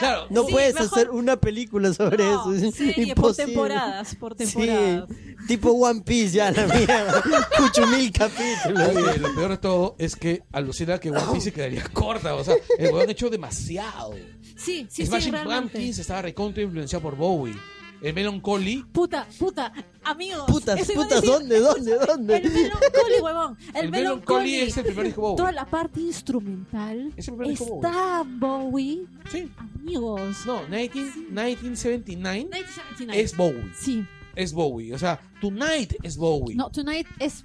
Speaker 2: Claro,
Speaker 3: No
Speaker 4: Sí,
Speaker 3: puedes
Speaker 4: mejor-
Speaker 3: hacer una película sobre
Speaker 4: No,
Speaker 3: eso. Es
Speaker 4: serie, por
Speaker 3: imposible.
Speaker 4: temporadas, por
Speaker 3: Sí.
Speaker 4: temporadas.
Speaker 3: Tipo One Piece, ya la mierda. Cucho mil capítulos.
Speaker 2: Oye, lo peor de todo es que alucina que One Piece se quedaría corta. O sea, el weón ha hecho demasiado.
Speaker 4: Sí, sí, sí,
Speaker 2: Smashing
Speaker 4: realmente.
Speaker 2: Pumpkins estaba recontra influenciado por Bowie. El Melancholy.
Speaker 4: Puta, puta, amigos.
Speaker 3: Putas,
Speaker 4: eso iba a
Speaker 3: putas,
Speaker 4: decir.
Speaker 3: ¿dónde, dónde,
Speaker 4: Escúchame,
Speaker 3: dónde?
Speaker 4: El Melancholy, huevón. El, Melancholy.
Speaker 2: El Melancholy es el primer disco Bowie.
Speaker 4: Toda la parte instrumental
Speaker 2: Es el primer disco Bowie.
Speaker 4: está Bowie,
Speaker 2: Sí.
Speaker 4: amigos.
Speaker 2: No, 19 1979
Speaker 4: 1979.
Speaker 2: es Bowie.
Speaker 4: Sí.
Speaker 2: Es Bowie. O sea, Tonight es Bowie.
Speaker 4: No, Tonight es...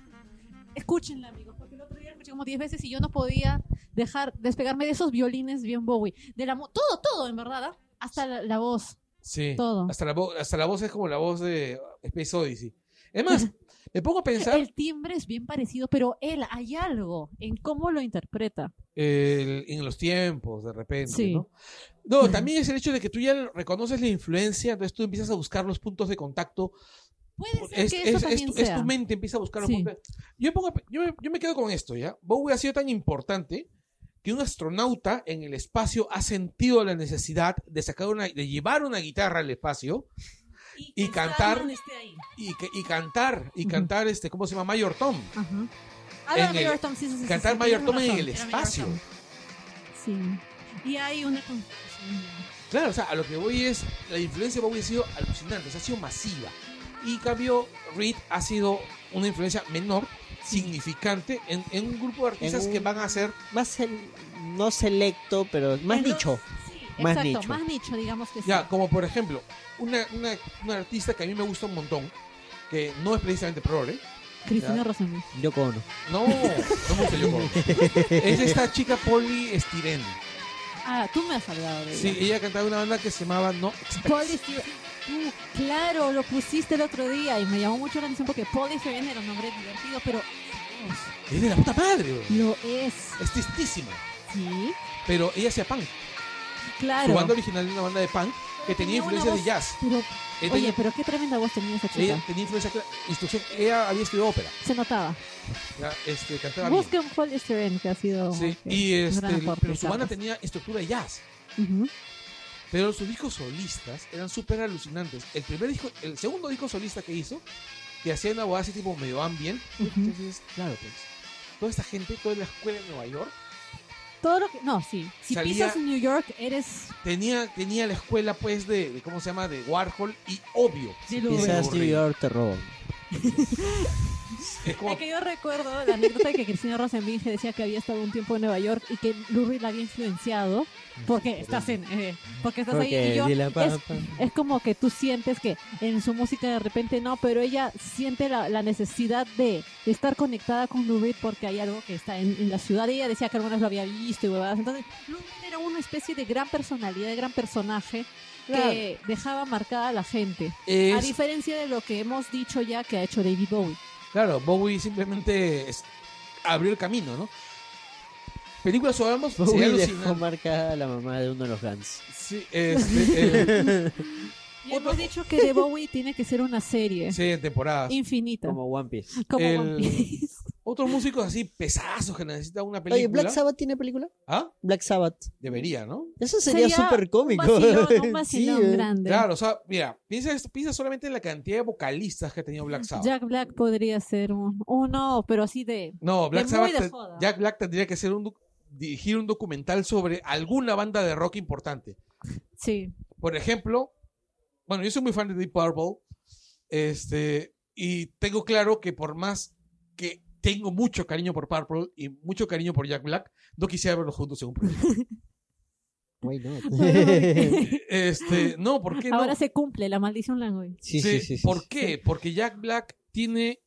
Speaker 4: Escúchenla, amigos, porque el otro día la escuché como 10 veces y yo no podía dejar despegarme de esos violines bien Bowie. De la, mu- todo, todo, en verdad. ¿ah? Hasta la, la voz.
Speaker 2: sí.
Speaker 4: Todo.
Speaker 2: Hasta la, vo- hasta la voz es como la voz de Space Odyssey. Es más, me pongo a pensar.
Speaker 4: El timbre es bien parecido, pero él, hay algo en cómo lo interpreta.
Speaker 2: el- en los tiempos, de repente,
Speaker 4: Sí.
Speaker 2: ¿no? No, también es el hecho de que tú ya reconoces la influencia, entonces tú empiezas a buscar los puntos de contacto.
Speaker 4: Puede ser
Speaker 2: Es,
Speaker 4: que eso
Speaker 2: es- es
Speaker 4: también
Speaker 2: tu, es
Speaker 4: sea.
Speaker 2: tu mente, empieza a buscar los
Speaker 4: Sí.
Speaker 2: puntos. Yo, pongo- yo me, yo me quedo con esto, ¿ya? Bowie ha sido tan importante que un astronauta en el espacio ha sentido la necesidad de sacar una, de llevar una guitarra al espacio y
Speaker 4: que
Speaker 2: cantar.
Speaker 4: Sandman esté ahí.
Speaker 2: y, que- y cantar, y
Speaker 4: Ujú.
Speaker 2: cantar este, ¿cómo se llama? Mayor Tom.
Speaker 4: Ajá. Ahora
Speaker 2: En
Speaker 4: Mayor
Speaker 2: el-
Speaker 4: Tom, sí, sí, sí,
Speaker 2: cantar
Speaker 4: sí,
Speaker 2: Mayor
Speaker 4: tienes
Speaker 2: Tom en
Speaker 4: razón,
Speaker 2: el
Speaker 4: era Mayor
Speaker 2: espacio.
Speaker 4: Tom. Sí. Y hay una constelación ya.
Speaker 2: Claro, o sea, a lo que voy es, la influencia de Bowie ha sido alucinante, o sea, ha sido masiva. Y en cambio, Reed ha sido una influencia menor, significante, en, en un grupo de artistas
Speaker 3: un-
Speaker 2: que van a ser...
Speaker 3: Más sel- no selecto, pero más
Speaker 4: Pero-
Speaker 3: dicho.
Speaker 4: Sí,
Speaker 3: Más
Speaker 4: exacto,
Speaker 3: nicho.
Speaker 4: más nicho, digamos que
Speaker 2: Ya,
Speaker 4: sí.
Speaker 2: como por ejemplo, una, una, una artista que a mí me gusta un montón, que no es precisamente prore,
Speaker 4: Cristina
Speaker 2: Ya.
Speaker 4: Rosemary.
Speaker 3: Yo cono.
Speaker 2: no, no mucho yo conozco. es esta chica poliestirén.
Speaker 4: Ah, tú me has hablado de
Speaker 2: Sí,
Speaker 4: ella.
Speaker 2: ella cantaba una banda que se llamaba No Express.
Speaker 4: Paul Stewart. Tú, claro, lo pusiste el otro día y me llamó mucho la atención porque Paul Stewart era un hombre divertido, pero Dios,
Speaker 2: Es de la puta madre, bro.
Speaker 4: lo es.
Speaker 2: es tristísima.
Speaker 4: Sí,
Speaker 2: Pero ella hacía punk.
Speaker 4: claro.
Speaker 2: Su banda original era una banda de punk que tenía
Speaker 4: Tenía una voz-
Speaker 2: influencias de jazz.
Speaker 4: Pero,
Speaker 2: Ella
Speaker 4: oye,
Speaker 2: tenía-
Speaker 4: pero qué tremenda voz tenía esa chica.
Speaker 2: Ella tenía influencia cla- instrucción. Ella había estudiado ópera.
Speaker 4: Se notaba.
Speaker 2: ya, este, cantaba bien.
Speaker 4: Busca un Paul Stewart que ha sido.
Speaker 2: Sí,
Speaker 4: este,
Speaker 2: y
Speaker 4: un gran
Speaker 2: este,
Speaker 4: aporte,
Speaker 2: pero su banda
Speaker 4: Carlos.
Speaker 2: tenía estructura de jazz.
Speaker 4: Ujú.
Speaker 2: Pero sus discos solistas eran súper alucinantes. El primer disco, el segundo disco solista que hizo, que hacía una boda así tipo medio ambient. Entonces, claro, pues, toda esta gente, toda la escuela de Nueva York,
Speaker 4: Todo lo que. No, sí. Si
Speaker 2: Salía-
Speaker 4: pisas New York, eres.
Speaker 2: tenía, tenía la escuela, pues, de, de, ¿cómo se llama? De Warhol y obvio.
Speaker 4: Sí, lo
Speaker 2: es
Speaker 4: veo.
Speaker 3: Quizás
Speaker 2: aburrido.
Speaker 3: New York te robó.
Speaker 2: Es como-
Speaker 4: La que yo recuerdo, la anécdota de que Cristina Rosenvinge decía que había estado un tiempo en Nueva York y que Lou Reed la había influenciado porque estás en. eh, porque estás ahí. Y yo,
Speaker 3: di la
Speaker 4: es, es como que tú sientes que en su música de repente no, pero ella siente la, la necesidad de, de estar conectada con Lou Reed porque hay algo que está en, en la ciudad. Ella decía que algunas lo había visto y huevadas. Entonces, Lou Reed era una especie de gran personalidad, de gran personaje que dejaba marcada a la gente. A
Speaker 2: es-
Speaker 4: diferencia de lo que hemos dicho ya que ha hecho David Bowie.
Speaker 2: Claro, Bowie simplemente es- abrió el camino, ¿no? Películas o ambos
Speaker 3: Bowie
Speaker 2: sería
Speaker 3: dejó
Speaker 2: alucinante.
Speaker 3: marcada a la mamá de uno de los Guns.
Speaker 2: Sí, este, eh,
Speaker 4: Y
Speaker 2: Otro-
Speaker 4: hemos dicho que de Bowie tiene que ser una serie
Speaker 2: eh, sí, en temporadas.
Speaker 4: infinita.
Speaker 3: Como One Piece.
Speaker 4: Como
Speaker 2: el-
Speaker 4: One Piece.
Speaker 2: Otros músicos así pesazos que necesita una
Speaker 3: Oye,
Speaker 2: película.
Speaker 3: ¿Black Sabbath tiene película?
Speaker 2: ¿Ah?
Speaker 3: Black Sabbath.
Speaker 2: Debería, ¿no?
Speaker 3: Eso sería
Speaker 4: Sería
Speaker 3: súper cómico.
Speaker 4: Un vacilón, un vacilón
Speaker 3: eh.
Speaker 4: grande.
Speaker 2: Claro, o sea, mira, piensa, esto- piensa solamente en la cantidad de vocalistas que ha tenido Black Sabbath.
Speaker 4: Jack Black podría ser un, uno, pero así de.
Speaker 2: no, Black
Speaker 4: muy
Speaker 2: Sabbath,
Speaker 4: de
Speaker 2: te-
Speaker 4: joda.
Speaker 2: Jack Black tendría que hacer un doc- dirigir un documental sobre alguna banda de rock importante.
Speaker 4: Sí.
Speaker 2: Por ejemplo, bueno, yo soy muy fan de Deep Purple, este, y tengo claro que por más que tengo mucho cariño por Purple y mucho cariño por Jack Black, no quisiera verlos juntos en un proyecto.
Speaker 3: Why not?
Speaker 2: Este, no, ¿por qué no?
Speaker 4: Ahora se cumple la maldición Langoy.
Speaker 3: sí,
Speaker 2: Sí,
Speaker 3: sí, sí, sí.
Speaker 2: ¿Por
Speaker 3: sí.
Speaker 2: qué? Porque Jack Black tiene.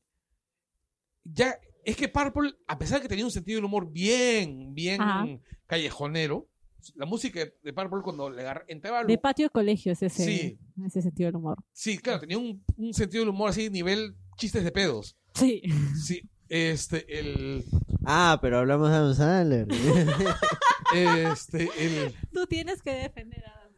Speaker 2: Ya, es que Purple, a pesar de que tenía un sentido del humor bien, bien
Speaker 4: Ajá.
Speaker 2: callejonero, la música de Purple cuando le agar- entraba. al-
Speaker 4: De patio de colegio es ese,
Speaker 2: Sí.
Speaker 4: ese sentido del humor.
Speaker 2: Sí, claro, tenía un, un sentido del humor así, nivel chistes de pedos.
Speaker 4: Sí.
Speaker 2: Sí, este, el.
Speaker 3: Ah, pero hablamos de Adam Sandler.
Speaker 2: Este, el.
Speaker 4: Tú tienes que defender a Adam.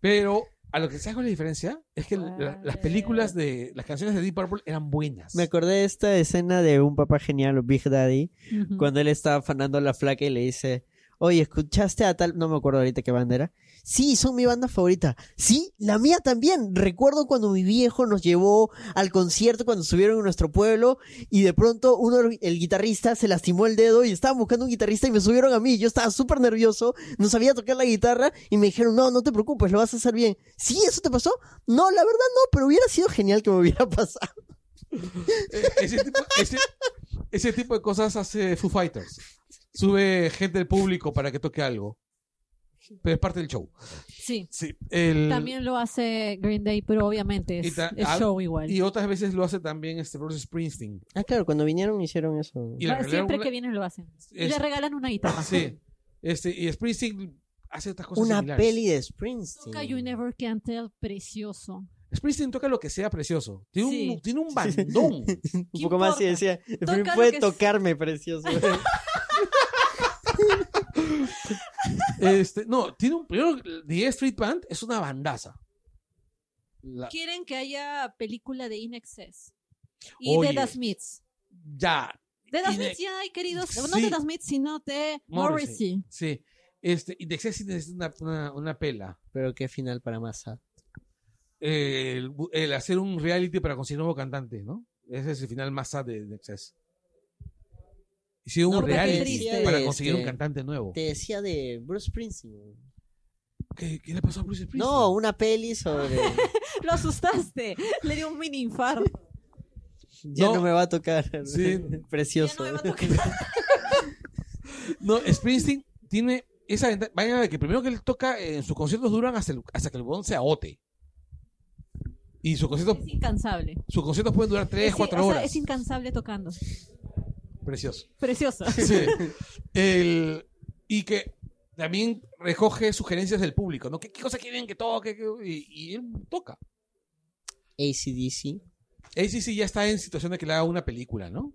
Speaker 2: Pero. A lo que sabes cuál es la diferencia es que la- las películas de las canciones de Deep Purple eran buenas.
Speaker 3: Me acordé de esta escena de un papá genial, o Big Daddy,
Speaker 4: Ujú.
Speaker 3: cuando él está afanando a la flaca y le dice, oye, ¿escuchaste a tal? No me acuerdo ahorita qué banda era. Sí, son mi banda favorita. Sí, la mía también. Recuerdo cuando mi viejo nos llevó al concierto cuando subieron a nuestro pueblo y de pronto uno, de los- el guitarrista se lastimó el dedo y estaban buscando un guitarrista y me subieron a mí. Yo estaba súper nervioso, no sabía tocar la guitarra y me dijeron, no, no te preocupes, lo vas a hacer bien. Sí, ¿eso te pasó? No, la verdad no, pero hubiera sido genial que me hubiera pasado.
Speaker 2: Eh, ese, tipo, ese- ese tipo de cosas hace Foo Fighters. Sube gente del público para que toque algo. Pero es parte del show.
Speaker 4: Sí.
Speaker 2: Sí, el-
Speaker 4: También lo hace Green Day, pero obviamente
Speaker 2: Y
Speaker 4: es,
Speaker 2: ta-
Speaker 4: es
Speaker 2: ah,
Speaker 4: show igual.
Speaker 2: Y otras veces lo hace también este Bruce Springsteen.
Speaker 3: Ah, claro, cuando vinieron hicieron eso.
Speaker 2: Y le
Speaker 4: Ah, Siempre
Speaker 2: regalan
Speaker 4: que vienen lo hacen.
Speaker 2: es-
Speaker 4: Y le regalan una guitarra.
Speaker 2: sí, este, y Springsteen hace otras cosas
Speaker 3: Una
Speaker 2: similares.
Speaker 3: peli de Springsteen.
Speaker 4: Toca You Never Can Tell, precioso.
Speaker 2: Springsteen toca lo que sea precioso. Tiene un,
Speaker 4: Sí.
Speaker 2: tiene un bandón.
Speaker 3: Un
Speaker 4: ¿Qué
Speaker 3: poco más y
Speaker 4: importa?
Speaker 3: decía,
Speaker 4: Toca lo
Speaker 3: puede
Speaker 4: que
Speaker 3: tocarme, precioso.
Speaker 2: Este, no, tiene un. Primero, The Street Band es una bandaza. La-
Speaker 4: Quieren que haya película de In Excess. Y
Speaker 2: Oye.
Speaker 4: de The Smiths.
Speaker 2: ya,
Speaker 4: De The
Speaker 2: In
Speaker 4: Smiths
Speaker 2: Ex-
Speaker 4: ya hay, queridos. No
Speaker 2: Sí.
Speaker 4: de The Smiths, sino de
Speaker 2: Morrissey.
Speaker 4: Morrissey.
Speaker 2: sí. Este, y The Excess necesita una- una- una pela.
Speaker 3: Pero qué final para Massa.
Speaker 2: eh, el, bu- el hacer un reality para conseguir un nuevo cantante, ¿no? Ese es el final más sad de Nexus. Hicieron
Speaker 3: No,
Speaker 2: un
Speaker 4: porque
Speaker 2: reality
Speaker 4: triste.
Speaker 2: para conseguir un
Speaker 3: Este,
Speaker 2: cantante nuevo.
Speaker 3: Te decía de Bruce Springsteen.
Speaker 2: ¿Qué, qué le pasó a Bruce Springsteen?
Speaker 3: No, una peli sobre.
Speaker 4: Lo asustaste. Le dio un mini infarto.
Speaker 3: Ya no,
Speaker 2: No.
Speaker 3: me va a tocar.
Speaker 2: Sí.
Speaker 4: Ya
Speaker 3: Precioso.
Speaker 4: no me va a tocar.
Speaker 2: No, Springsteen tiene esa venta- vaina de que primero que él toca, eh, en sus conciertos duran hasta, el- hasta que el bodón se agote. Y sus conciertos,
Speaker 4: Es incansable.
Speaker 2: sus conciertos pueden durar 3,
Speaker 4: Es-
Speaker 2: 4
Speaker 4: o sea,
Speaker 2: horas.
Speaker 4: es incansable tocando.
Speaker 2: Precioso.
Speaker 4: Precioso.
Speaker 2: Sí. El- y que también recoge sugerencias del público, ¿no? ¿Qué, qué cosa quieren que toque? ¿Qué- y, y él toca.
Speaker 3: ACDC.
Speaker 2: ACC ya está en situación de que le haga una película, ¿no?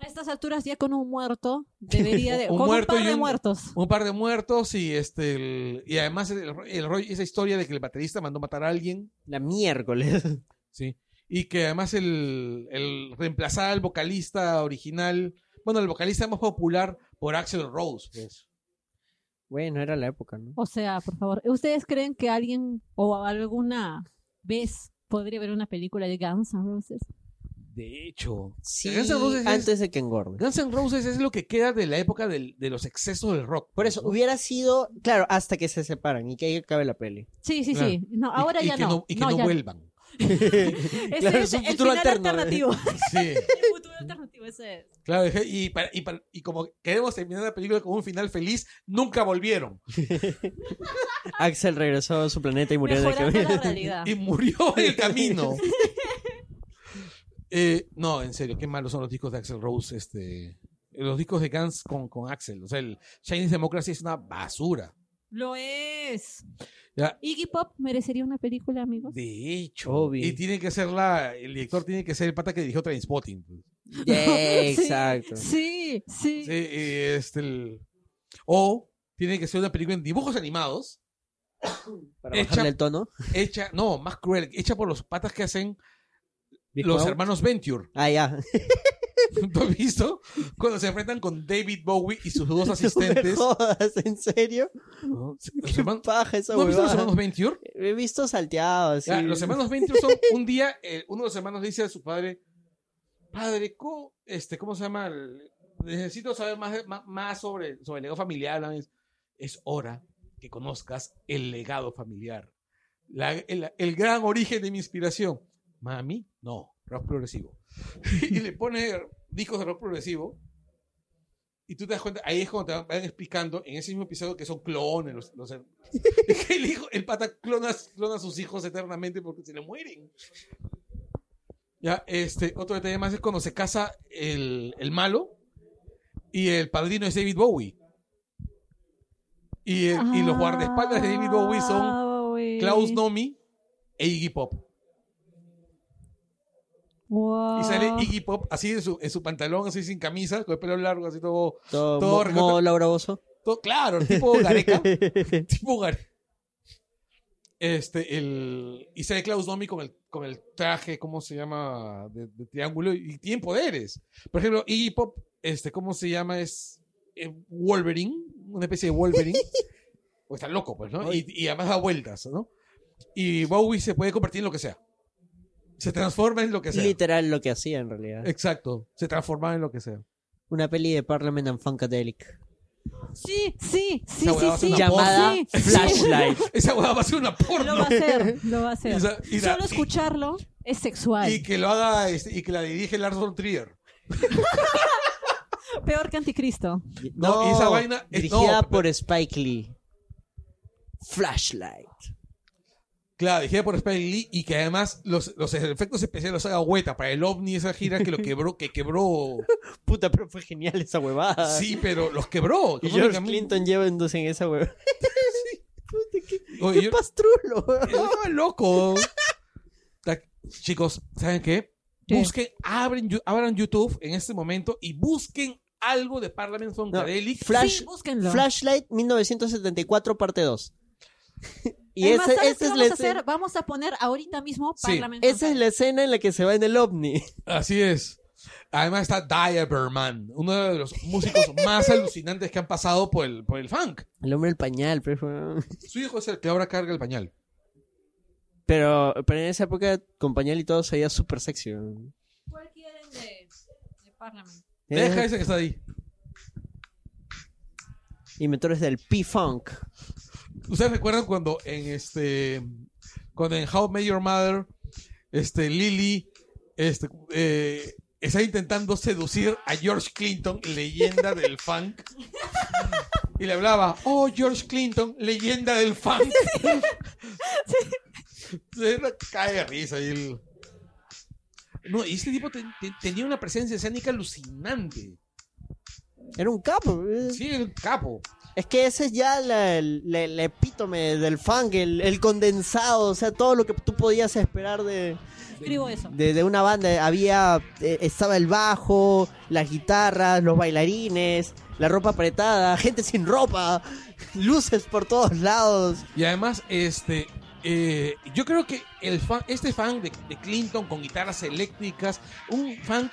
Speaker 4: A estas alturas ya con un muerto debería de...
Speaker 2: Un
Speaker 4: con
Speaker 2: muerto
Speaker 4: un par
Speaker 2: y
Speaker 4: de
Speaker 2: un-
Speaker 4: muertos.
Speaker 2: Un par de muertos y este el- y además el, el rollo- esa historia de que el baterista mandó matar a alguien,
Speaker 3: La miércoles.
Speaker 2: ¿sí? Y que además el, el reemplazar al vocalista original, bueno, el vocalista más popular por Axel Rose, pues.
Speaker 3: Bueno, era la época, ¿no?
Speaker 4: O sea, por favor, ¿ustedes creen que alguien o alguna vez podría ver una película de Guns N' Roses?
Speaker 2: De hecho,
Speaker 3: Sí,
Speaker 2: Guns N' Roses es-
Speaker 3: antes de que engorde.
Speaker 2: Guns N' Roses es lo que queda de la época del- de los excesos del rock.
Speaker 3: Por eso,
Speaker 2: ¿no?
Speaker 3: hubiera sido, claro, hasta que se separan y que ahí acabe la peli.
Speaker 4: Sí, sí,
Speaker 2: Claro.
Speaker 4: sí. No,
Speaker 2: Y-
Speaker 4: ahora
Speaker 2: y
Speaker 4: ya
Speaker 2: que
Speaker 4: no.
Speaker 2: Y que no,
Speaker 4: ya
Speaker 2: vuelvan.
Speaker 4: Ese
Speaker 3: Claro,
Speaker 4: es
Speaker 3: es un
Speaker 4: el
Speaker 3: futuro
Speaker 4: final
Speaker 3: alterno, ¿eh?
Speaker 4: alternativo.
Speaker 2: Sí,
Speaker 4: el futuro alternativo ese es.
Speaker 2: claro. Y, para- y para- y como queremos terminar la película con un final feliz, nunca volvieron.
Speaker 3: Axel regresó a su planeta y murió de
Speaker 4: Mejorando la
Speaker 3: que
Speaker 4: realidad.
Speaker 2: Y murió en el camino. Eh, no, en serio, qué malos son los discos de Axel Rose. Este, los discos de Guns con, con Axel. O sea, el Chinese Democracy es una basura.
Speaker 4: Lo es.
Speaker 2: Ya.
Speaker 4: Iggy Pop merecería una película, amigos.
Speaker 2: De hecho.
Speaker 3: Obvio.
Speaker 2: Y tiene que ser la. El director tiene que ser el pata que dirigió Trainspotting. pues.
Speaker 3: Yeah,
Speaker 4: Sí.
Speaker 3: exacto.
Speaker 4: Sí, sí.
Speaker 2: Sí, eh, este, el- O tiene que ser una película en dibujos animados,
Speaker 3: Para
Speaker 2: Hecha-
Speaker 3: bajarle el tono.
Speaker 2: hecha, no, más cruel, hecha por los patas que hacen los
Speaker 3: Wow.
Speaker 2: hermanos Venture.
Speaker 3: Ah, ya.
Speaker 2: ¿Tú has visto? Cuando se enfrentan con David Bowie y sus dos
Speaker 3: No me
Speaker 2: asistentes.
Speaker 3: jodas, ¿en serio?
Speaker 2: ¿no? Los
Speaker 3: Qué
Speaker 2: hermanos-
Speaker 3: paja esa
Speaker 2: ¿No has visto los
Speaker 3: huevada.
Speaker 2: hermanos Venture?
Speaker 3: He visto salteados, sí.
Speaker 2: Ya, los hermanos Venture son un día, eh, uno de los hermanos dice a su padre, padre, ¿cómo, este, ¿cómo se llama? El- Necesito saber más, más, más sobre, sobre el legado familiar. ¿no? Es, es hora que conozcas el legado familiar, la- el, el gran origen de mi inspiración. Mami, no, rock progresivo. y le pone discos de rock progresivo. Y tú te das cuenta, ahí es cuando te van explicando en ese mismo episodio que son clones. Los, los her- el, hijo, el pata clona, clona a sus hijos eternamente porque se le mueren. Ya, este, otro detalle más es cuando se casa el, el malo y el padrino es David Bowie. Y, el- y los guardaespaldas de David Bowie son
Speaker 4: Ah, Bowie.
Speaker 2: Klaus Nomi e Iggy Pop.
Speaker 4: Wow.
Speaker 2: Y sale
Speaker 4: Ah.
Speaker 2: Iggy Pop así en su, en su pantalón, así sin camisa, con el pelo largo, así todo.
Speaker 3: Todo,
Speaker 2: Todo
Speaker 3: mo-
Speaker 2: recorta-
Speaker 3: modo Laura Bozzo.
Speaker 2: todo claro, tipo Gareca. tipo Gareca. Este, el. Y sale Klaus Domi con el, con el traje, ¿cómo se llama? De, de triángulo y tiene poderes. Por ejemplo, Iggy Pop, este, ¿cómo se llama? Es eh, Wolverine, una especie de Wolverine. o está loco, pues, ¿no? Y, y además da vueltas, ¿no? Y Bowie se puede convertir en lo que sea. Se transforma en lo que sea.
Speaker 3: Literal lo que hacía en realidad.
Speaker 2: Exacto, se transformaba en lo que sea.
Speaker 3: Una peli de Parliament and Funkadelic.
Speaker 4: Sí, sí, sí,
Speaker 2: Esa
Speaker 4: sí,
Speaker 2: huevada es
Speaker 4: sí.
Speaker 2: una
Speaker 3: Llamada
Speaker 4: Sí, sí.
Speaker 3: Flashlight.
Speaker 2: Esa hueá va a ser una porno.
Speaker 4: Lo va a hacer, lo va a
Speaker 2: Y
Speaker 4: hacer.
Speaker 2: esa- y la-
Speaker 4: Solo escucharlo es sexual.
Speaker 2: y que lo haga este, y que la dirige Lars von Trier.
Speaker 4: Peor que Anticristo.
Speaker 2: No, y esa vaina es- no,
Speaker 3: dirigida
Speaker 2: pero-
Speaker 3: por Spike Lee. Flashlight.
Speaker 2: Claro, dirigida por Spike Lee y que además los, los efectos especiales los haga hueta para el ovni esa gira que lo quebró, que quebró.
Speaker 3: Puta, pero fue genial esa huevada.
Speaker 2: Sí, pero los quebró.
Speaker 3: Y
Speaker 2: Los
Speaker 3: George
Speaker 2: únicamente-
Speaker 3: Clinton llevándose en esa huevada. Puta, qué,
Speaker 2: Oye,
Speaker 3: qué
Speaker 2: yo-
Speaker 3: pastrulo.
Speaker 2: Ah, loco. Ta- Chicos, ¿saben qué?
Speaker 4: ¿Qué?
Speaker 2: Busquen, abren, Yu- abran YouTube en este momento y busquen algo de Parliament Funkadelic.
Speaker 3: Flash,
Speaker 4: Sí, búsquenlo.
Speaker 3: Flashlight 1974, parte 2. Y
Speaker 4: Es más,
Speaker 3: esa,
Speaker 4: ¿sabes
Speaker 3: esa es
Speaker 4: qué
Speaker 3: la
Speaker 4: vamos a
Speaker 3: escena-
Speaker 4: hacer? Vamos a poner ahorita mismo
Speaker 2: Sí.
Speaker 4: Parlamento.
Speaker 3: esa es la escena en la que se va en el ovni.
Speaker 2: Así es. Además está Diaberman, uno de los músicos más alucinantes que han pasado por el, por el funk.
Speaker 3: El hombre del pañal, pero, fue-
Speaker 2: Su hijo es el que ahora carga el pañal.
Speaker 3: pero, pero en esa época con pañal y todo se veía súper sexy. weón.
Speaker 4: ¿Cuál quieren de, de Parliament?
Speaker 2: Deja
Speaker 3: Eh,
Speaker 2: ese que está ahí.
Speaker 3: Inventores del P-Funk.
Speaker 2: ¿Ustedes recuerdan cuando en este cuando en How I Met Your Mother este Lily este eh, está intentando seducir a George Clinton, leyenda del funk? Y le hablaba, "Oh, George Clinton, leyenda del funk." Se la cae de risa y el- No, y este tipo te- te- tenía una presencia escénica alucinante.
Speaker 3: Era un capo. eh.
Speaker 2: Sí, el capo.
Speaker 3: Es que ese es ya la- la- el epítome del funk, el, el condensado, o sea, todo lo que tú podías esperar de,
Speaker 4: Escribo eso.
Speaker 3: de, de una banda. Había, eh, estaba el bajo, las guitarras, los bailarines, la ropa apretada, gente sin ropa, luces por todos lados.
Speaker 2: Y además, este, eh, yo creo que el fan, este fan de, de Clinton con guitarras eléctricas, un fan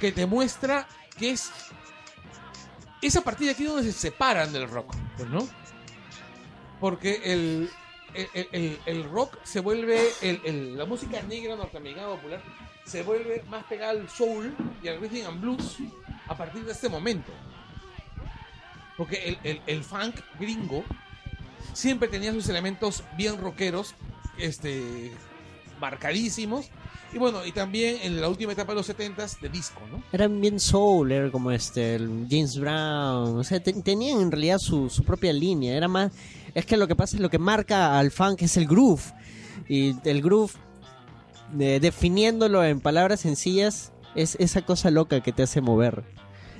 Speaker 2: que te muestra que es es a partir de aquí donde se separan del rock, pues, ¿no? Porque el, el- el, el- el rock se vuelve, el- el- la música negra norteamericana popular se vuelve más pegada al soul y al rhythm and blues a partir de este momento. Porque el, el- el funk gringo siempre tenía sus elementos bien rockeros, este, marcadísimos. Y bueno, y también en la última etapa de los 70s de disco, ¿no?
Speaker 3: Eran bien soul, era como este, el James Brown. O sea, te- tenían en realidad su, su propia línea. Era más. Es que lo que pasa es lo que marca al funk es el groove. Y el groove, eh, definiéndolo en palabras sencillas, es esa cosa loca que te hace mover.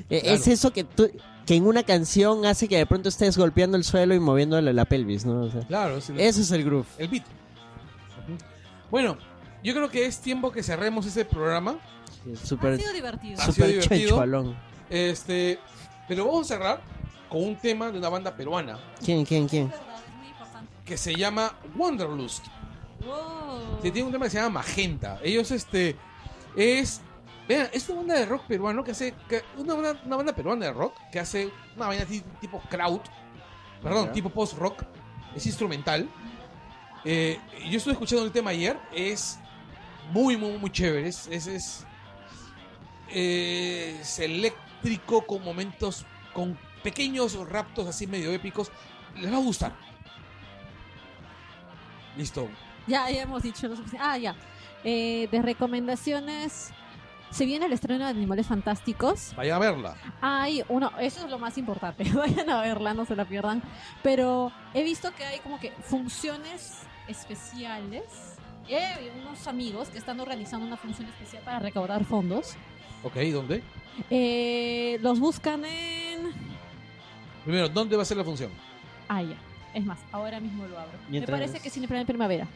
Speaker 3: Eh,
Speaker 2: Claro.
Speaker 3: Es eso que tú- que en una canción hace que de pronto estés golpeando el suelo y moviendo la, la pelvis, ¿no? O sea,
Speaker 2: Claro,
Speaker 3: eso es el groove.
Speaker 2: el beat. Bueno, yo creo que es tiempo que cerremos ese programa.
Speaker 4: Ha
Speaker 3: Súper
Speaker 4: sido divertido.
Speaker 2: Ha sido
Speaker 3: super
Speaker 2: divertido.
Speaker 3: chenchualón.
Speaker 2: Este, pero vamos a cerrar con un tema de una banda peruana
Speaker 3: ¿Quién, quién,
Speaker 4: Es
Speaker 3: quién?
Speaker 4: verdad, es muy importante.
Speaker 2: que se llama Wanderlust.
Speaker 4: Wow.
Speaker 2: Sí, tiene un tema que se llama Magenta. Ellos, este, es. Vean, es una banda de rock peruano que hace. que- una, banda, una banda peruana de rock que hace una vaina así tipo crowd. Perdón,
Speaker 3: Ya.
Speaker 2: tipo post-rock. Es instrumental. Eh, yo estuve escuchando el tema ayer. Es muy, muy, muy chévere. Es. es, es, eh, es eléctrico con momentos. con pequeños raptos así medio épicos. Les va a gustar. Listo.
Speaker 4: Ya, ya hemos dicho lo suficiente. Ah, ya. Eh, de recomendaciones. Se viene el estreno de Animales Fantásticos.
Speaker 2: Vayan a verla.
Speaker 4: Hay uno, eso es lo más importante. Vayan a verla, no se la pierdan. Pero he visto que hay como que funciones especiales. Y hay unos amigos que están organizando una función especial para recaudar fondos.
Speaker 2: Ok, ¿dónde?
Speaker 4: Eh, los buscan en.
Speaker 2: Primero, ¿dónde va a ser la función?
Speaker 4: Ah, ya. Es más, ahora mismo lo abro.
Speaker 3: Mientras-
Speaker 4: Me parece que Cineplanet Primavera.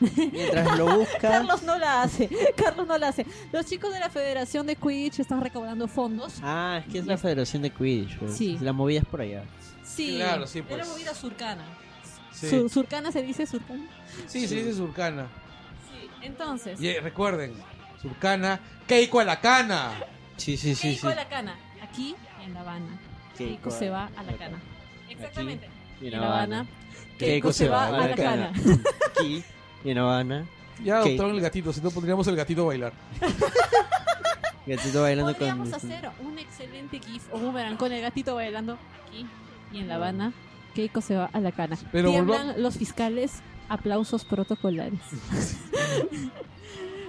Speaker 3: Mientras lo busca.
Speaker 4: Carlos no la hace. Carlos no la hace. Los chicos de la Federación de Quidditch están recaudando fondos.
Speaker 3: Ah, es que es la Federación de Quidditch. pues.
Speaker 4: Sí.
Speaker 3: La movida es por allá.
Speaker 4: Sí.
Speaker 2: Claro, sí, pues.
Speaker 4: Era movida surcana.
Speaker 2: Sí.
Speaker 4: Sur- surcana se dice surcana.
Speaker 2: Sí, se dice Surcana.
Speaker 4: Sí. Entonces.
Speaker 2: Y eh, recuerden, Surcana, Keiko a la cana.
Speaker 3: Sí, sí, sí.
Speaker 4: Keiko a la cana. Aquí en La Habana. Keiko se va a la cana. Exactamente.
Speaker 3: Y
Speaker 4: En La Habana.
Speaker 3: Keiko se va a la cana. Aquí. Y en Habana.
Speaker 2: Ya
Speaker 3: Ok.
Speaker 2: adoptaron el gatito, si no pondríamos el gatito a bailar.
Speaker 3: Gatito bailando
Speaker 4: Podríamos
Speaker 3: con.
Speaker 4: hacer un excelente GIF o boomerang con el gatito bailando aquí y en La Habana. Keiko se va a la cana.
Speaker 2: Pero
Speaker 4: Tiemblan los fiscales, aplausos protocolares.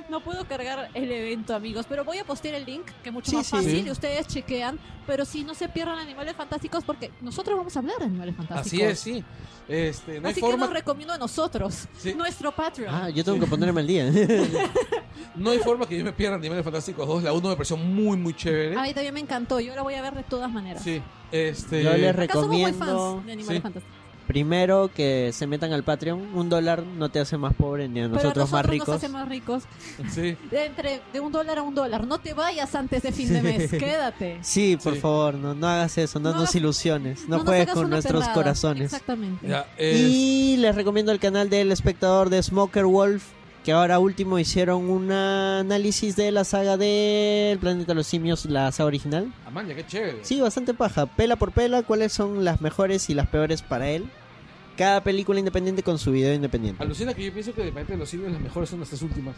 Speaker 4: No puedo cargar el evento, amigos, pero voy a postear el link, que es mucho
Speaker 3: Sí,
Speaker 4: más
Speaker 3: sí.
Speaker 4: fácil,
Speaker 2: Sí.
Speaker 4: y ustedes chequean. Pero si no se pierdan Animales Fantásticos, porque nosotros vamos a hablar de Animales Fantásticos.
Speaker 2: Así es, sí. Este, no hay
Speaker 4: Así que
Speaker 2: forma,
Speaker 4: los recomiendo a nosotros,
Speaker 2: Sí.
Speaker 4: nuestro Patreon.
Speaker 3: Ah, yo tengo que ponerme al día.
Speaker 2: no hay forma que yo me pierda Animales Fantásticos 2. La 1 me pareció muy, muy chévere.
Speaker 4: a mí también me encantó, yo la voy a ver de todas maneras.
Speaker 2: Sí. Este,
Speaker 3: Yo les
Speaker 4: Acá somos muy
Speaker 3: recomiendo.
Speaker 4: fans de Animales
Speaker 2: Sí.
Speaker 4: Fantásticos.
Speaker 3: Primero que se metan al Patreon. Un dólar no te hace más pobre ni a
Speaker 4: Pero a
Speaker 3: nosotros, más
Speaker 4: nosotros nos
Speaker 3: ricos.
Speaker 4: hace más ricos.
Speaker 2: sí.
Speaker 4: De, entre, de un dólar a un dólar. No te vayas antes de fin de mes. Quédate.
Speaker 3: Sí, por
Speaker 2: Sí.
Speaker 3: favor, no, no hagas eso, no,
Speaker 4: No
Speaker 3: nos
Speaker 4: hagas-
Speaker 3: ilusiones, no,
Speaker 4: nos
Speaker 3: juegues
Speaker 4: hagas
Speaker 3: con
Speaker 4: una
Speaker 3: nuestros
Speaker 4: perrada.
Speaker 3: corazones.
Speaker 4: Exactamente.
Speaker 2: Ya, es-
Speaker 3: Y les recomiendo el canal del espectador de Smoker Wolf, que ahora último hicieron un análisis de la saga del Planeta de los Simios, la saga original.
Speaker 2: Amaya, qué chévere.
Speaker 3: Sí, bastante paja, pela por pela, cuáles son las mejores y las peores para él. Cada película independiente con su video independiente.
Speaker 2: Alucina que yo pienso que de parte de los simios las mejores son nuestras últimas.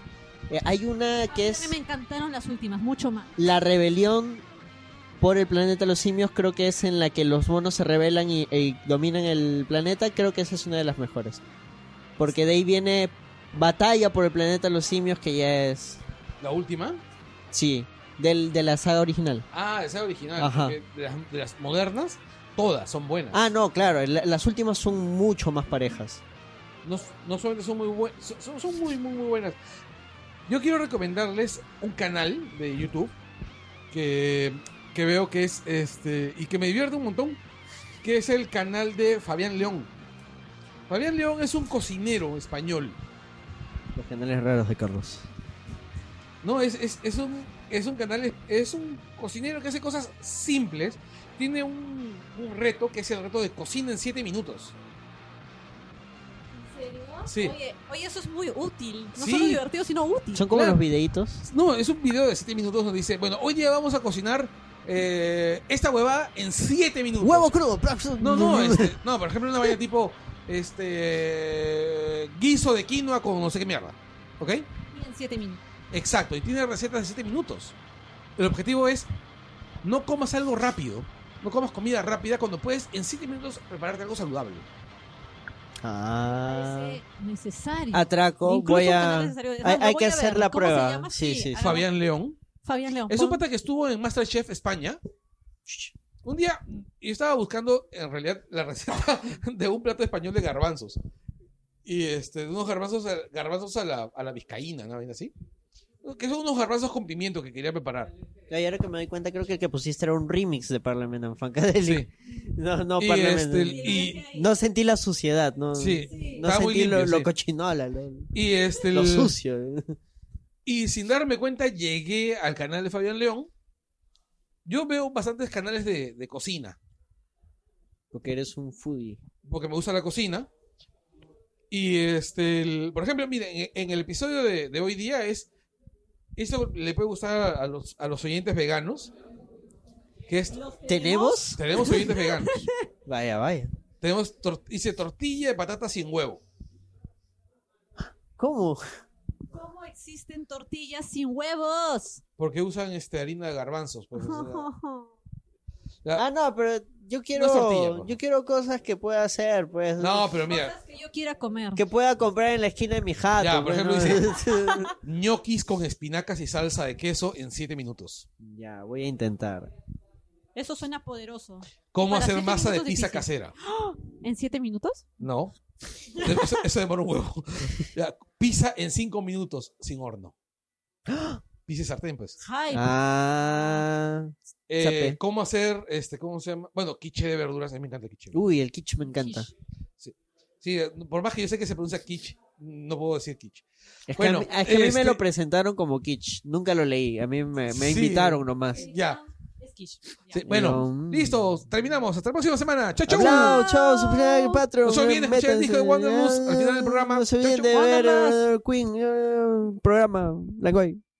Speaker 3: Eh, hay una
Speaker 4: A
Speaker 3: que
Speaker 4: mí también
Speaker 3: es
Speaker 4: me encantaron las últimas, mucho más.
Speaker 3: la rebelión por el planeta de los simios, creo que es en la que los monos se rebelan y, y dominan el planeta, creo que esa es una de las mejores. Porque de ahí viene batalla por el planeta de los simios, que ya es,
Speaker 2: ¿La última?
Speaker 3: sí, del, de la saga original.
Speaker 2: Ah, esa original.
Speaker 3: Ajá.
Speaker 2: porque De las, de las modernas, todas son buenas.
Speaker 3: Ah, no, claro, la- las últimas son mucho más parejas.
Speaker 2: no, no solamente son muy buenas, son, son muy, muy, muy buenas. Yo quiero recomendarles un canal de YouTube que, que veo que es este y que me divierte un montón, que es el canal de Fabián León. Fabián León es un cocinero español,
Speaker 3: Los canales raros de Carlos.
Speaker 2: ¿no? Es, es, es un, es un canal, es un cocinero que hace cosas simples. Tiene un, un reto que es el reto de cocina en 7 minutos.
Speaker 4: ¿En serio?
Speaker 2: Sí.
Speaker 4: Oye, oye, eso es muy útil. No
Speaker 2: Sí.
Speaker 4: solo divertido, sino útil.
Speaker 3: Son como
Speaker 2: Claro.
Speaker 3: los videitos.
Speaker 2: No, es un video de 7 minutos donde dice, bueno, hoy día vamos a cocinar eh, esta hueva en 7 minutos.
Speaker 6: Huevo crudo. plazo.
Speaker 2: No, no, este, no, por ejemplo, una vaina tipo este guiso de quinoa con no sé qué mierda. ¿Ok?
Speaker 4: Y en 7 minutos.
Speaker 2: Exacto, y tiene recetas de 7 minutos. El objetivo es no comas algo rápido, no comas comida rápida cuando puedes en 7 minutos prepararte algo saludable.
Speaker 4: Parece
Speaker 6: Ah.
Speaker 4: necesario.
Speaker 3: Atraco,
Speaker 4: Incluso
Speaker 3: voy
Speaker 4: cuando no es
Speaker 3: a.
Speaker 4: necesario.
Speaker 3: hay-
Speaker 4: No,
Speaker 3: hay
Speaker 4: voy
Speaker 3: que
Speaker 4: a
Speaker 3: hacer
Speaker 4: ver,
Speaker 3: la
Speaker 4: ¿cómo
Speaker 3: prueba.
Speaker 4: se llama?
Speaker 3: Sí, sí.
Speaker 4: algo-
Speaker 2: Fabián León.
Speaker 4: Fabián León.
Speaker 2: Es un
Speaker 4: pon-
Speaker 2: pata que estuvo en Masterchef España. Un día yo estaba buscando en realidad la receta de un plato español de garbanzos. Y este, unos garbanzos, a- garbanzos a la, a la vizcaína, ¿no? así? Que son unos garbanzos con pimiento que quería preparar.
Speaker 3: Y ahora que me doy cuenta, creo que el que pusiste era un remix de Parliament and Funkadelic.
Speaker 2: Sí.
Speaker 3: No, no,
Speaker 2: Y,
Speaker 3: Parliament.
Speaker 2: este,
Speaker 4: Sí,
Speaker 2: y-
Speaker 4: sí,
Speaker 3: No sentí la suciedad, no.
Speaker 2: Sí.
Speaker 3: No
Speaker 2: Estaba muy
Speaker 3: sentí lo,
Speaker 2: limpio,
Speaker 3: lo
Speaker 2: sí.
Speaker 3: cochinola, lo,
Speaker 2: Y este.
Speaker 3: lo
Speaker 2: el-
Speaker 3: sucio.
Speaker 2: Y sin darme cuenta, llegué al canal de Fabián León. Yo veo bastantes canales de, de cocina,
Speaker 3: Porque eres un foodie.
Speaker 2: porque me gusta la cocina. Y este, el- por ejemplo, miren, en, en el episodio de, de hoy día es. Esto le puede gustar a, a los, a los oyentes veganos. Que es.
Speaker 3: ¿Tenemos?
Speaker 2: Tenemos oyentes veganos.
Speaker 3: Vaya, vaya.
Speaker 2: Tenemos tor- hice tortilla de patata sin huevo.
Speaker 3: ¿Cómo?
Speaker 4: ¿Cómo existen tortillas sin huevos?
Speaker 2: Porque usan este harina de garbanzos. pues, o sea, la-
Speaker 3: Ah, no, pero yo quiero.
Speaker 2: No es tortilla, por
Speaker 3: yo quiero cosas que pueda hacer, pues.
Speaker 2: no, pero mira,
Speaker 4: Cosas que yo quiera comer.
Speaker 3: Que pueda comprar en la esquina de mi jato.
Speaker 2: Ya, por
Speaker 3: pues,
Speaker 2: ejemplo,
Speaker 3: ¿no?
Speaker 2: ñoquis con espinacas y salsa de queso en 7 minutos.
Speaker 3: ya, voy a intentar.
Speaker 4: Eso suena poderoso.
Speaker 2: ¿Cómo
Speaker 4: Para
Speaker 2: hacer
Speaker 4: siete
Speaker 2: masa de
Speaker 4: minutos
Speaker 2: pizza
Speaker 4: difícil.
Speaker 2: casera?
Speaker 4: ¿En siete minutos?
Speaker 2: No. Eso, eso demora un huevo. Ya, pizza en 5 minutos sin horno. Pizza y sartén, pues.
Speaker 4: Ay,
Speaker 3: Ah.
Speaker 2: Eh,
Speaker 3: Sape.
Speaker 2: ¿Cómo hacer, este, cómo se llama? Bueno, quiche de verduras. A mí me encanta el quiche.
Speaker 3: Uy, el quiche me encanta.
Speaker 4: Quiche.
Speaker 2: Sí, eh, por más que yo sé que se pronuncia quiche, no puedo decir quiche.
Speaker 3: Es que,
Speaker 2: Bueno,
Speaker 3: a, mí, es que a mí
Speaker 2: este-
Speaker 3: me lo presentaron como kitsch. Nunca lo leí. A mí me, me
Speaker 2: Sí.
Speaker 3: invitaron nomás.
Speaker 2: Ya.
Speaker 4: es quiche. Ya.
Speaker 2: Sí, bueno,
Speaker 3: Pero, mm.
Speaker 2: listo. Terminamos. Hasta la próxima semana. Chao, chao.
Speaker 3: Hablao, chao, subscribe, Patreon.
Speaker 2: No se olviden de escuchar
Speaker 3: métanse,
Speaker 2: el
Speaker 3: Ah,
Speaker 2: disco de Wanderlust al final del programa.
Speaker 3: No se
Speaker 2: Chau,
Speaker 3: olviden
Speaker 2: chau.
Speaker 3: de ver
Speaker 4: Wanderlust.
Speaker 3: eh, Queen, eh, programa, Langoy.